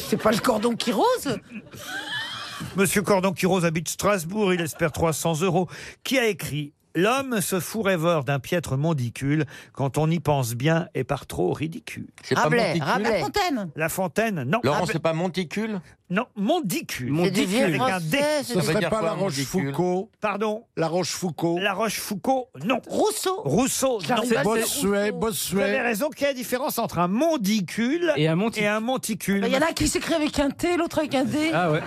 Speaker 7: c'est pas le cordon qui rose.
Speaker 4: Monsieur Cordon qui rose habite Strasbourg, il espère 300 euros, qui a écrit L'homme se fout rêveur d'un piètre mondicule quand on y pense bien et par trop ridicule.
Speaker 8: C'est pas Rabelais, monticule Rabelais.
Speaker 16: La Ah, Fontaine
Speaker 4: La Fontaine, non. Ah,
Speaker 8: Laurent, c'est pas Monticule
Speaker 4: Non, mondicule.
Speaker 8: C'est du vieux
Speaker 4: avec un D.
Speaker 8: français, c'est Ça du- veut dire quoi,
Speaker 15: Rochefoucauld
Speaker 4: Pardon
Speaker 15: La Rochefoucauld
Speaker 4: La Rochefoucauld, non.
Speaker 7: Rousseau
Speaker 4: Rousseau, non.
Speaker 15: C'est Bossuet, Bossuet.
Speaker 4: Vous avez raison, quelle est la différence entre un mondicule et un, monticule
Speaker 16: Bah,
Speaker 7: Ah, bah, Il y en a qui s'écrit avec un T, l'autre avec un D.
Speaker 4: Ah ouais.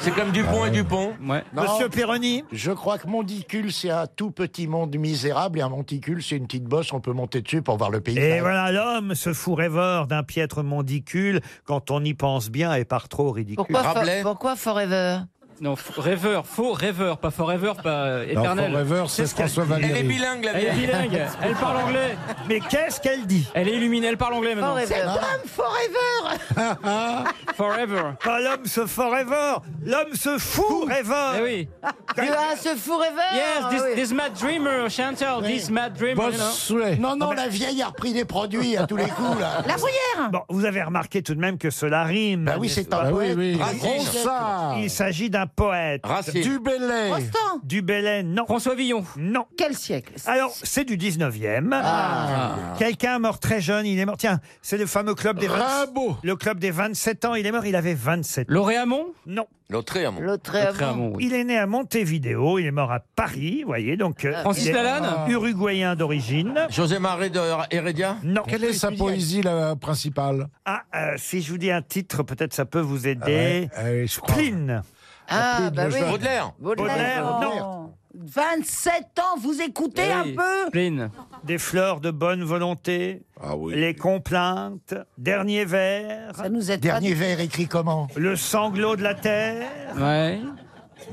Speaker 8: C'est comme Dupont et Dupont.
Speaker 4: Monsieur Pironi
Speaker 5: Je crois que Mondicule, c'est un tout petit monde misérable et un monticule, c'est une petite bosse, on peut monter dessus pour voir le pays.
Speaker 4: Et voilà, l'homme, se fout rêveur d'un piètre mondicule, quand on y pense bien et par trop ridicule.
Speaker 6: Pourquoi, fo- pourquoi Forever
Speaker 4: Ah,
Speaker 2: Non, f- rêveur, faux rêveur, pas forever, pas euh,
Speaker 15: Non,
Speaker 2: éternel.
Speaker 15: Forever, c'est
Speaker 2: ce qu'elle
Speaker 15: François
Speaker 2: dit.
Speaker 15: Valéry. Elle est bilingue, la
Speaker 2: Elle est
Speaker 15: vieille.
Speaker 2: bilingue, elle parle anglais.
Speaker 4: Mais qu'est-ce qu'elle dit
Speaker 2: Elle est illuminée, elle parle anglais maintenant.
Speaker 16: C'est Tom Forever.
Speaker 2: Forever.
Speaker 4: Pas Ah, l'homme se forever, l'homme se fout rêveur.
Speaker 2: Eh oui.
Speaker 6: Tu as Ah, ce forever
Speaker 2: Yes, this,
Speaker 6: Ah oui.
Speaker 2: this mad dreamer, chanteur, this mad dreamer. you know.
Speaker 5: Non,
Speaker 15: Ah,
Speaker 5: non, la vieille a repris des produits à tous les coups, là.
Speaker 16: bruyère
Speaker 4: Bon, vous avez remarqué tout de même que cela rime.
Speaker 5: Bah oui,
Speaker 4: n'est-ce
Speaker 5: c'est un
Speaker 4: pas
Speaker 5: poète. Oui, oui. Racine.
Speaker 15: Ronsard.
Speaker 4: Il s'agit d'un poète.
Speaker 15: Racine. Dubellay.
Speaker 16: Rostand.
Speaker 4: Dubellay, non.
Speaker 2: François Villon.
Speaker 4: Non.
Speaker 7: Quel siècle
Speaker 4: Alors, c'est du 19e.
Speaker 5: Ah.
Speaker 4: Quelqu'un mort très jeune, il est mort. Tiens, c'est le fameux club des...
Speaker 15: Rimbaud.
Speaker 4: Le club des 27 ans, il est mort, il avait 27 ans.
Speaker 2: L'Oréamont
Speaker 4: Non.
Speaker 8: Lautréamont.
Speaker 6: Lautréamont.
Speaker 4: Il est né à Montevideo, il est mort à Paris, vous voyez, donc... euh,
Speaker 8: Francis
Speaker 4: il est
Speaker 8: Lalanne
Speaker 4: Uruguayen d'origine.
Speaker 8: José Marais de Heredia
Speaker 4: Non.
Speaker 15: Quelle est sa poésie la principale
Speaker 4: Ah, euh, si je vous dis un titre, peut-être ça peut vous aider.
Speaker 15: Ah ouais, ah ouais, je crois.
Speaker 4: Pline.
Speaker 6: Ah, bah oui.
Speaker 8: Baudelaire.
Speaker 4: Baudelaire, non.
Speaker 7: 27 ans, vous écoutez
Speaker 4: Eh
Speaker 7: un
Speaker 4: oui.
Speaker 7: peu
Speaker 4: Des fleurs de bonne volonté. Les complaintes. Dernier verre.
Speaker 7: Ça nous aide pas
Speaker 5: Dernier
Speaker 7: du-
Speaker 5: vers écrit comment
Speaker 4: Le sanglot de la terre.
Speaker 2: Ouais.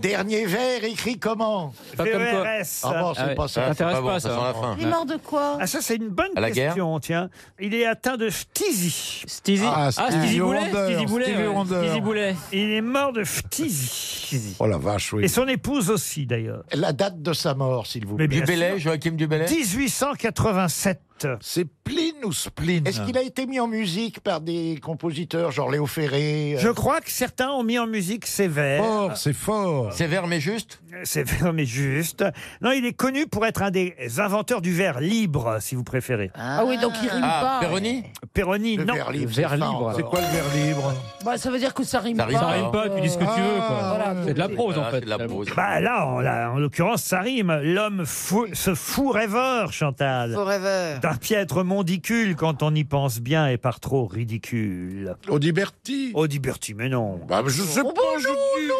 Speaker 5: Dernier vers écrit comment
Speaker 2: Pas comme toi.
Speaker 4: VRS.
Speaker 5: Ah bon, c'est
Speaker 2: Ah ouais.
Speaker 5: pas ça.
Speaker 2: Ça t'intéresse
Speaker 5: C'est
Speaker 2: pas,
Speaker 5: bon,
Speaker 2: ça.
Speaker 12: hein.
Speaker 5: sent
Speaker 16: Il est mort de quoi
Speaker 4: Ah, ça, c'est une bonne
Speaker 8: À la guerre.
Speaker 4: question, tiens. Il est atteint de phtisie.
Speaker 2: Steezy.
Speaker 15: Ah, Stevie
Speaker 2: Boulet.
Speaker 15: Wonder,
Speaker 2: Steezy Boulet.
Speaker 15: Stevie
Speaker 2: ouais.
Speaker 15: Wonder.
Speaker 2: Steezy Boulet.
Speaker 4: Il est mort de phtisie.
Speaker 15: Oh la vache,
Speaker 4: Et
Speaker 15: oui.
Speaker 4: son épouse aussi, d'ailleurs.
Speaker 5: La date de sa mort, s'il vous
Speaker 4: Mais
Speaker 5: plaît.
Speaker 4: bien
Speaker 8: Dubélé,
Speaker 4: sûr.
Speaker 8: Joachim Dubélé
Speaker 4: 1887.
Speaker 15: C'est Pline ou Spline
Speaker 4: Ah.
Speaker 5: Est-ce qu'il a été mis en musique par des compositeurs, genre Léo Ferré euh,
Speaker 4: Je crois que certains ont mis en musique ses vers.
Speaker 15: Fort, c'est fort.
Speaker 8: C'est vert mais juste
Speaker 4: C'est vrai, mais juste. Non, il est connu pour être un des inventeurs du vers libre, si vous préférez.
Speaker 7: Ah oui, donc il rime pas.
Speaker 8: Ah, Perroni
Speaker 4: Perroni,
Speaker 5: Le
Speaker 4: non.
Speaker 5: vers libre.
Speaker 2: Vers
Speaker 5: c'est ça
Speaker 2: libre.
Speaker 5: encore.
Speaker 15: C'est quoi le vers libre
Speaker 7: Bah, ça veut dire que ça rime
Speaker 8: Ça
Speaker 7: pas.
Speaker 8: rime
Speaker 2: Ça rime pas, tu dis ce que tu veux, quoi. C'est de la prose, en
Speaker 8: Ah,
Speaker 2: fait.
Speaker 8: c'est de la prose.
Speaker 4: Bah là, en, là, en l'occurrence, ça rime. L'homme fou, se fout rêveur, Chantal.
Speaker 6: Forever.
Speaker 4: D'un piètre mondicule quand on y pense bien et par trop ridicule.
Speaker 15: Audiberti
Speaker 4: Audiberti, mais non.
Speaker 15: Bah, je sais
Speaker 6: Oh,
Speaker 15: pas,
Speaker 6: bon,
Speaker 15: je
Speaker 6: non,
Speaker 15: dis.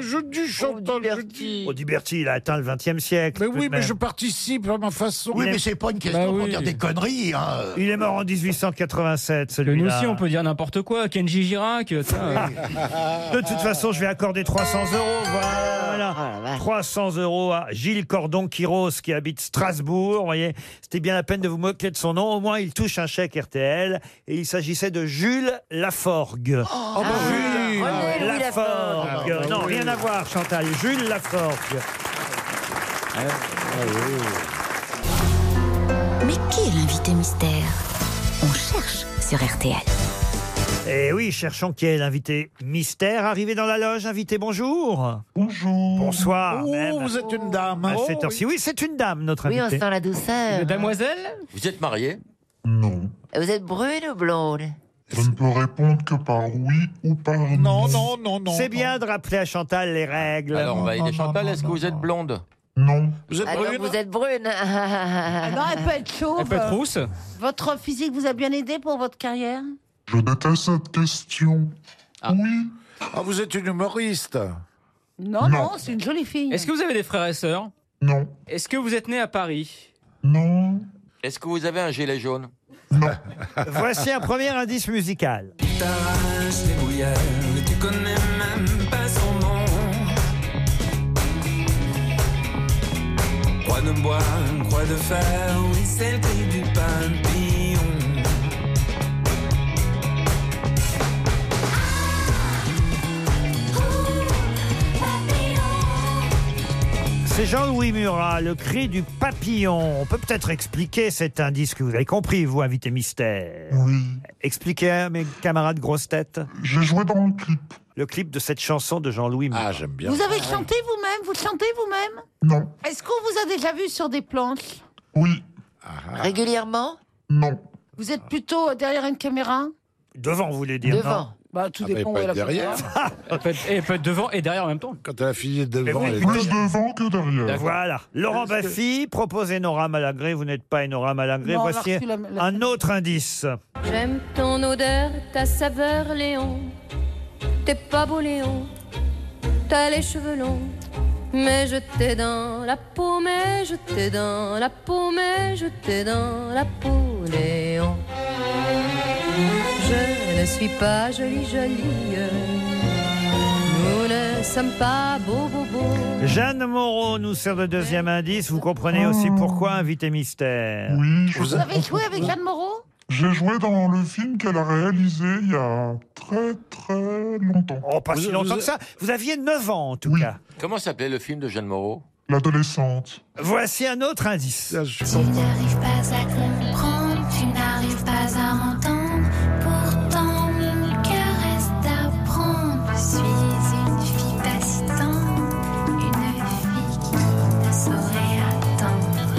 Speaker 15: Je dis, Chantal, je dis.
Speaker 4: Audiberti, il a atteint le XXe siècle.
Speaker 15: Mais
Speaker 4: tout
Speaker 15: oui,
Speaker 4: de
Speaker 15: mais
Speaker 4: même.
Speaker 15: je participe à ma façon.
Speaker 5: Oui, mais c'est pas une question
Speaker 2: Bah
Speaker 5: pour
Speaker 2: oui.
Speaker 5: dire des conneries. Hein.
Speaker 4: Il est mort en 1887,
Speaker 2: Que nous
Speaker 4: celui-là.
Speaker 2: aussi, on peut dire n'importe quoi. Kenji Girac. tiens, euh,
Speaker 4: De toute façon, je vais accorder 300 euros.
Speaker 6: Oh
Speaker 4: Voilà.
Speaker 6: la vache.
Speaker 4: 300 euros à Gilles Cordon Quiros qui habite Strasbourg. Vous voyez, c'était bien la peine de vous moquer de son nom. Au moins, il touche un chèque RTL. Et il s'agissait de Jules Laforgue. Ah
Speaker 15: Oh, bah oui.
Speaker 6: René Louis Laforgue.
Speaker 4: Laforgue.
Speaker 15: Ah, bah
Speaker 4: non,
Speaker 15: oui.
Speaker 4: rien à voir, Chantal. Jules Laforgue.
Speaker 5: Ah,
Speaker 3: Mais qui est l'invité mystère On cherche sur RTL.
Speaker 4: Et Eh oui, cherchons qui est l'invité mystère. Arrivé dans la loge, invité, bonjour. Bonjour. Bonsoir. vous êtes une dame. À
Speaker 8: Oh,
Speaker 4: cette heure-ci. Oui, c'est une dame, notre
Speaker 6: Oui,
Speaker 4: invitée.
Speaker 6: on sent la douceur.
Speaker 2: Mademoiselle
Speaker 8: Vous êtes mariée
Speaker 6: Vous êtes brune ou blonde
Speaker 10: Je ne peux répondre que par oui ou par non.
Speaker 4: non, non, non. C'est bien de rappeler à Chantal les règles.
Speaker 8: Alors, on va aider Chantal. Est-ce que vous êtes blonde
Speaker 10: Non.
Speaker 8: Vous êtes
Speaker 6: Alors,
Speaker 8: brune
Speaker 6: vous êtes brune.
Speaker 16: Ah, Non, elle peut être chauve.
Speaker 2: rousse
Speaker 16: Votre physique vous a bien aidé pour votre carrière
Speaker 10: Je déteste cette question. Oui.
Speaker 15: Ah, vous êtes une humoriste.
Speaker 16: Non, non, c'est une jolie fille.
Speaker 2: Est-ce que vous avez des frères et sœurs
Speaker 10: Non.
Speaker 2: Est-ce que vous êtes né à Paris
Speaker 10: Non.
Speaker 8: Est-ce que vous avez un gilet jaune
Speaker 4: Voici un premier indice musical.
Speaker 12: T'arraches les brouillards, tu connais même pas son nom. Croix de bois, croix de fer, oui, c'est le prix du papillon.
Speaker 4: C'est Jean-Louis Murat, le cri du papillon. On peut peut-être expliquer cet indice que vous avez compris, vous, invité mystère.
Speaker 10: Oui.
Speaker 4: Expliquez à mes camarades grosses têtes.
Speaker 10: J'ai joué dans le clip.
Speaker 4: Le clip de cette chanson de Jean-Louis Murat. Ah, j'aime bien.
Speaker 16: Vous avez chanté vous-même Vous chantez vous-même
Speaker 10: Non.
Speaker 16: Est-ce qu'on vous a déjà vu sur des planches
Speaker 10: Oui.
Speaker 4: Ah.
Speaker 16: Régulièrement
Speaker 10: Non.
Speaker 16: Vous êtes plutôt derrière une caméra
Speaker 4: Devant, vous voulez dire non
Speaker 16: Bah, tout
Speaker 15: Ah, mais
Speaker 16: dépend
Speaker 15: pas
Speaker 16: où est la
Speaker 15: derrière.
Speaker 16: caméra.
Speaker 2: Elle peut, être, elle peut être devant et derrière en même temps.
Speaker 15: Quand la fille est
Speaker 4: Mais
Speaker 15: devant,
Speaker 4: oui,
Speaker 15: elle est-
Speaker 4: plutôt-
Speaker 10: Devant que derrière.
Speaker 4: Voilà. Laurent
Speaker 10: Parce que-
Speaker 4: Baffy propose Enora Malagré. Vous n'êtes pas Enora Malagré.
Speaker 21: Non, on a
Speaker 4: Voici
Speaker 21: reçu la- la-
Speaker 4: un autre indice.
Speaker 21: J'aime ton odeur, ta saveur, Léon. T'es pas beau, Léon. T'as les cheveux longs. Mais je t'ai dans la peau, mais je t'ai dans la peau, mais je t'ai dans la peau, Léon. Je ne suis pas jolie, jolie. Nous ne sommes pas beaux, beaux, beaux.
Speaker 4: Jeanne Moreau nous sert de deuxième indice. Vous comprenez
Speaker 10: Ah.
Speaker 4: aussi pourquoi invité mystère. Oui,
Speaker 16: Vous avez joué avec Jeanne Moreau
Speaker 10: J'ai joué dans le film qu'elle a réalisé il y a très très longtemps.
Speaker 4: Oh, pas si longtemps que ça. Vous aviez 9 ans en tout cas.
Speaker 8: Comment s'appelait le film de Jeanne Moreau
Speaker 10: L'adolescente.
Speaker 4: Voici un autre indice.
Speaker 22: n'arrives pas à comprendre, tu n'arrives pas à entendre. Pourtant, mon cœur reste à prendre. Je suis une fille pas si tendre, une fille qui ne saurait attendre.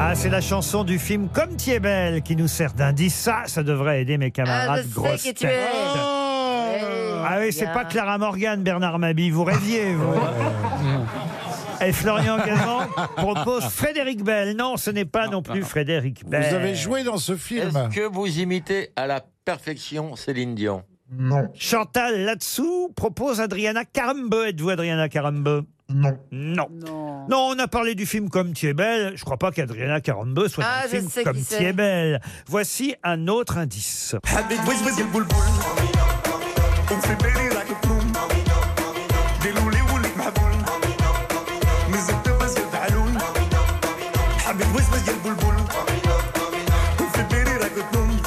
Speaker 4: Ah, c'est la chanson du film Comme tu es belle qui nous sert d'indice. Ça, ça devrait aider mes camarades
Speaker 6: Ah, je sais
Speaker 4: grosses
Speaker 6: qui tu
Speaker 4: têtes.
Speaker 6: es. Eh Oui,
Speaker 4: Ah oui, c'est
Speaker 6: bien.
Speaker 4: pas Clara Morgan, Bernard Mabi, vous rêviez, vous. Et Florian Gazan propose Frédéric Bell. Non, ce n'est pas non plus Frédéric Bell.
Speaker 8: dans ce film. Est-ce que vous imitez à la perfection Céline Dion
Speaker 4: Non. Chantal là-dessous propose Adriana Carambeu. Êtes-vous Adriana Carambeu non. non. Non. on a parlé du film Comme tu es belle. Je crois pas qu'Adriana Carambeu soit
Speaker 6: Ah,
Speaker 4: dans
Speaker 6: je
Speaker 4: le
Speaker 6: sais
Speaker 4: film
Speaker 6: qui
Speaker 4: Comme tu
Speaker 6: c'est.
Speaker 4: es belle. Voici un autre indice.
Speaker 12: Avec whiz whiz et boule boule. On fait bailer la كتكوم. ديروا لي ولد محبول. من زبدة بس يفعلون.
Speaker 4: Ah,
Speaker 12: حبيت whiz whiz يا البلبل. on fait bailer la كتكوم.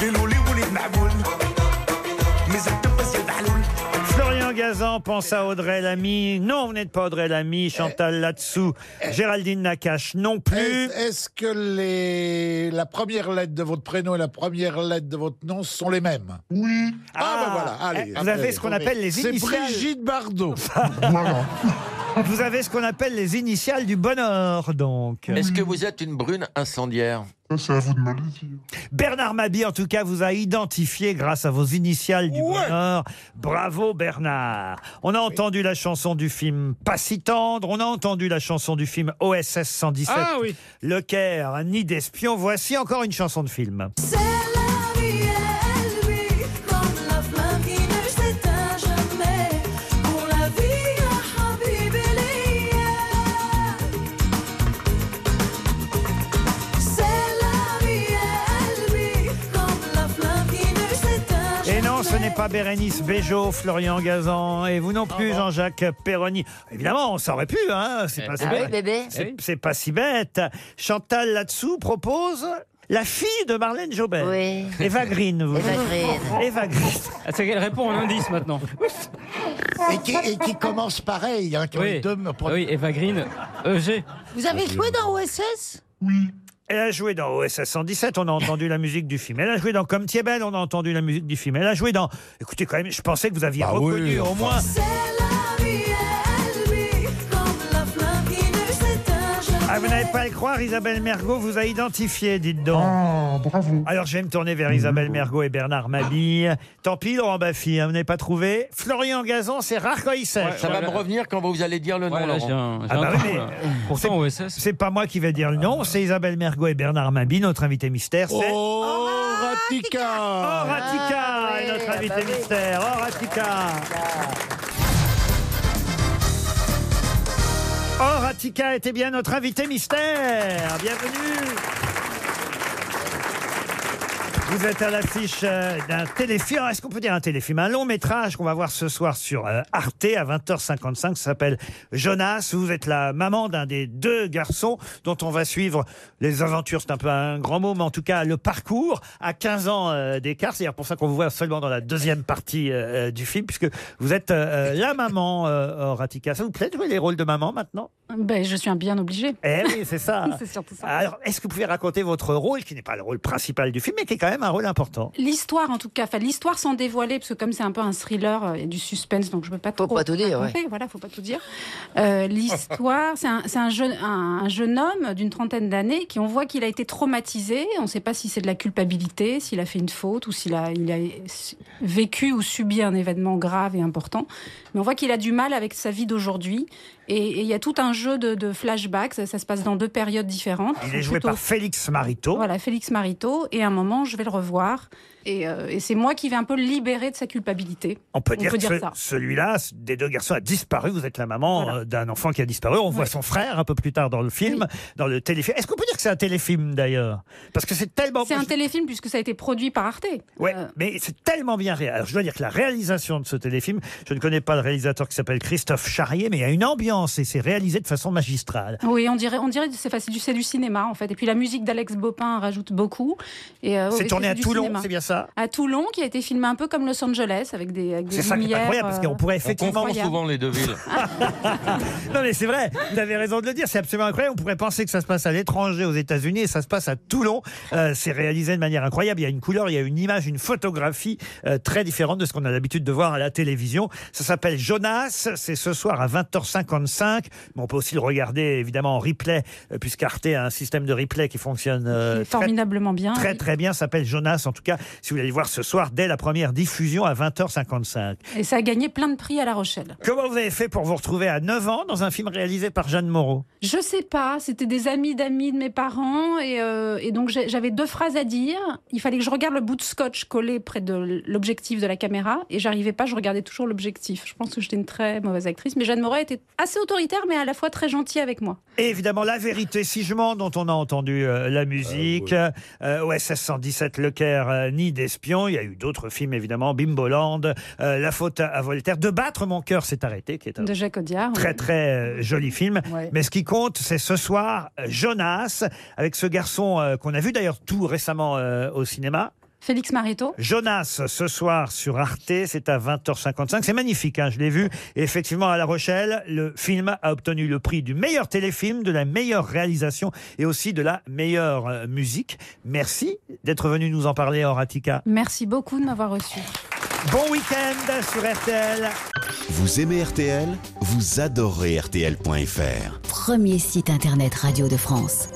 Speaker 12: ديروا لي ولد محبول. من زبدة بس يفعلون.
Speaker 4: Florian Gazan pense à Audrey Lamy. Non, vous n'êtes pas Audrey
Speaker 6: Eh.
Speaker 4: Lamy. Chantal là-dessous. Géraldine Nakache non plus.
Speaker 15: Est- Est-ce que les... la première lettre de votre prénom et la première lettre de votre nom sont les mêmes Oui. Ah, ben voilà, allez.
Speaker 4: Vous avez ce qu'on appelle les
Speaker 15: C'est
Speaker 4: initiales.
Speaker 15: Brigitte Bardot.
Speaker 4: Vous avez ce qu'on appelle les initiales du bonheur, donc.
Speaker 8: Est-ce que vous êtes une brune incendiaire
Speaker 10: Ça, Oh, c'est à vous de me le dire.
Speaker 4: Bernard Mabie, en tout cas, vous a identifié grâce à vos initiales du bonheur. Bravo, Bernard. On a entendu la chanson du film Pas si tendre. On a entendu la chanson du film OSS 117.
Speaker 2: Ah oui.
Speaker 4: Le Caire, Nid d'espion. Voici encore une chanson de film.
Speaker 12: C'est la vie à lui, comme la flamme qui ne s'éteint jamais. Pour la vie à Habib C'est la vie à lui, comme la flamme qui ne s'éteint jamais.
Speaker 4: Et non, ce n'est pas Bérénice Bejo, Florian Gazan, et vous non
Speaker 6: Ah
Speaker 4: plus, Jean-Jacques Perroni. Évidemment, ça aurait pu, hein. C'est pas,
Speaker 6: Ah
Speaker 4: si
Speaker 6: oui,
Speaker 4: bête.
Speaker 6: bébé.
Speaker 4: C'est- c'est pas si bête. Chantal là-dessous propose La fille de Marlène Jobert. Eva Green, vous
Speaker 2: Eva Green.
Speaker 4: Eva Green.
Speaker 2: Ah, C'est qu'elle répond en indice maintenant.
Speaker 5: Et qui, et qui commence pareil. Hein, qui ont les
Speaker 2: Oui.
Speaker 5: deux-
Speaker 2: Ah oui, Eva Green,
Speaker 15: Euh,
Speaker 2: EG.
Speaker 16: Vous
Speaker 4: Ah,
Speaker 16: avez joué dans OSS
Speaker 4: Elle a joué dans OSS 117, on a entendu la musique du film. Elle a joué dans Comme tu es belle, on a entendu la musique du film. Elle a joué dans. Écoutez, quand même, je pensais que vous aviez
Speaker 15: Bah oui,
Speaker 4: reconnu au
Speaker 15: enfin.
Speaker 4: moins. Ah, vous n'allez pas le croire, Isabelle Mergot vous a identifié, dites donc. bravo. Alors, je vais me tourner vers Isabelle Mergot et Bernard Mabille. Tant pis, Laurent Baffy, hein, vous n'avez pas trouvé. Florian Gazan, c'est rare quand il sèche. Ah, bah
Speaker 8: Ça va me revenir quand vous allez dire le nom,
Speaker 2: Ouais, là, j'ai un-
Speaker 8: Laurent.
Speaker 2: j'ai un trou, là. Pourtant, OSS.
Speaker 4: C'est pas moi qui vais dire le nom, c'est Isabelle Mergot et Bernard Mabille, notre invité mystère. C'est
Speaker 12: Oh.
Speaker 15: Horatica
Speaker 4: Horatica est notre invité mystère. Horatica Horatica était bien notre invité mystère. Bienvenue. Vous êtes à l'affiche euh, d'un téléfilm. Alors, Est-ce qu'on peut dire un téléfilm Un long métrage qu'on va voir ce soir sur euh, Arte à 20h55. Ça s'appelle Jonas. Vous êtes la maman d'un des deux garçons dont on va suivre les aventures. C'est un peu un grand mot, mais en tout cas le parcours à 15 ans euh, d'écart. C'est pour ça qu'on vous voit seulement dans la deuxième partie euh, euh, du film, puisque vous êtes euh, euh, la maman euh, Horatica. Ça vous plaît de jouer les rôles de maman maintenant
Speaker 23: Ben, je suis un bien obligé.
Speaker 4: Eh oui, c'est ça.
Speaker 23: C'est surtout ça.
Speaker 4: Alors, est-ce que vous pouvez raconter votre rôle, qui n'est pas le rôle principal du film, mais qui est quand même un rôle important
Speaker 23: L'histoire, en tout cas, enfin l'histoire sans dévoiler, parce que comme c'est un peu un thriller, euh, il y a du suspense, donc je ne peux pas faut
Speaker 6: pas tout dire, ouais.
Speaker 23: Voilà, faut pas tout dire. Euh, l'histoire, c'est un, c'est un jeune, un, un jeune homme d'une trentaine d'années qui, on voit qu'il a été traumatisé. On ne sait pas si c'est de la culpabilité, s'il a fait une faute ou s'il a, il a s- vécu ou subi un événement grave et important. Mais on voit qu'il a du mal avec sa vie d'aujourd'hui. Et et il y a tout un jeu de, de flashbacks. Ça, ça se passe dans deux périodes différentes.
Speaker 4: Il est joué
Speaker 23: Ah, Plutôt
Speaker 4: par Félix Marito.
Speaker 23: Voilà, Félix Marito. Et à un moment, je vais le revoir. Et, euh, et c'est moi qui vais un peu le libérer de sa culpabilité.
Speaker 4: On peut dire que ce-
Speaker 23: ça.
Speaker 4: celui-là, ce- des deux garçons, a disparu. Vous êtes la maman euh, d'un enfant qui a disparu. On voit son frère un peu plus tard dans le film, dans le téléfilm. Est-ce qu'on peut dire que c'est un téléfilm d'ailleurs Parce que c'est tellement.
Speaker 23: C'est un euh. téléfilm puisque ça a été produit par Arte.
Speaker 4: Ouais, mais c'est tellement bien réel. Alors, je dois dire que la réalisation de ce téléfilm, je ne connais pas le réalisateur qui s'appelle Christophe Charrier, mais il y a une ambiance et c'est réalisé de façon magistrale.
Speaker 23: Oui, on dirait, on dirait que c'est enfin, c'est du, c'est du cinéma en fait. Et puis la musique d'Alex Bopin rajoute beaucoup. Et, euh,
Speaker 4: C'est
Speaker 23: et
Speaker 4: tourné à
Speaker 23: du
Speaker 4: Toulon,
Speaker 23: cinéma.
Speaker 4: c'est bien ça
Speaker 23: À Toulon, qui a été filmé un peu comme Los Angeles avec des, avec des
Speaker 4: C'est ça qui est
Speaker 23: lumières,
Speaker 4: incroyable, parce
Speaker 23: euh,
Speaker 4: qu'on pourrait effectivement-
Speaker 8: On confond
Speaker 23: incroyables.
Speaker 8: souvent les deux villes.
Speaker 4: Non mais c'est vrai, vous avez raison de le dire, c'est absolument incroyable. On pourrait penser que ça se passe à l'étranger, aux États-Unis, et ça se passe à Toulon. Euh, c'est réalisé de manière incroyable. Il y a une couleur, il y a une image, une photographie euh, très différente de ce qu'on a l'habitude de voir à la télévision. Ça s'appelle Jonas. C'est ce soir à 20h55. Mais on peut aussi le regarder évidemment en replay, euh, puisqu'Arte a un système de replay qui fonctionne euh, très-
Speaker 23: Formidablement bien.
Speaker 4: Très très bien, Ça s'appelle Jonas en tout cas, si vous allez le voir ce soir dès la première diffusion à 20h55.
Speaker 23: Et ça a gagné plein de prix à La Rochelle.
Speaker 4: Comment vous avez fait pour vous retrouver à 9 ans dans un film réalisé par Jeanne Moreau
Speaker 23: Je sais pas, c'était des amis d'amis de mes parents et, euh, et donc j'ai- j'avais deux phrases à dire. Il fallait que je regarde le bout de scotch collé près de l'objectif de la caméra et j'arrivais pas, je regardais toujours l'objectif. Je pense que j'étais une très mauvaise actrice, mais Jeanne Moret était assez autoritaire mais à la fois très gentille avec moi.
Speaker 4: Et évidemment, La Vérité, si je mens, dont on a entendu euh, la musique. Euh, OSS 117, Le Caire, euh, Nid d'espions. Il y a eu d'autres films, évidemment. Bimboland, euh, La faute à à Voltaire. De battre, mon cœur s'est arrêté, qui est un
Speaker 23: De Jacques Audiard.
Speaker 4: très, très euh, joli film.
Speaker 23: Ouais.
Speaker 4: Mais ce qui compte, c'est ce soir, euh, Jonas, avec ce garçon euh, qu'on a vu d'ailleurs tout récemment euh, au cinéma.
Speaker 23: Félix Marito.
Speaker 4: Jonas, ce soir sur Arte, c'est à 20h55. C'est magnifique, hein, je l'ai vu. Et effectivement, à La Rochelle, le film a obtenu le prix du meilleur téléfilm, de la meilleure réalisation et aussi de la meilleure euh, musique. Merci d'être venu nous en parler, Horatica.
Speaker 23: Merci beaucoup de m'avoir reçu.
Speaker 4: Bon week-end sur RTL.
Speaker 11: Vous aimez RTL Vous adorez RTL.fr.
Speaker 3: Premier site internet radio de France.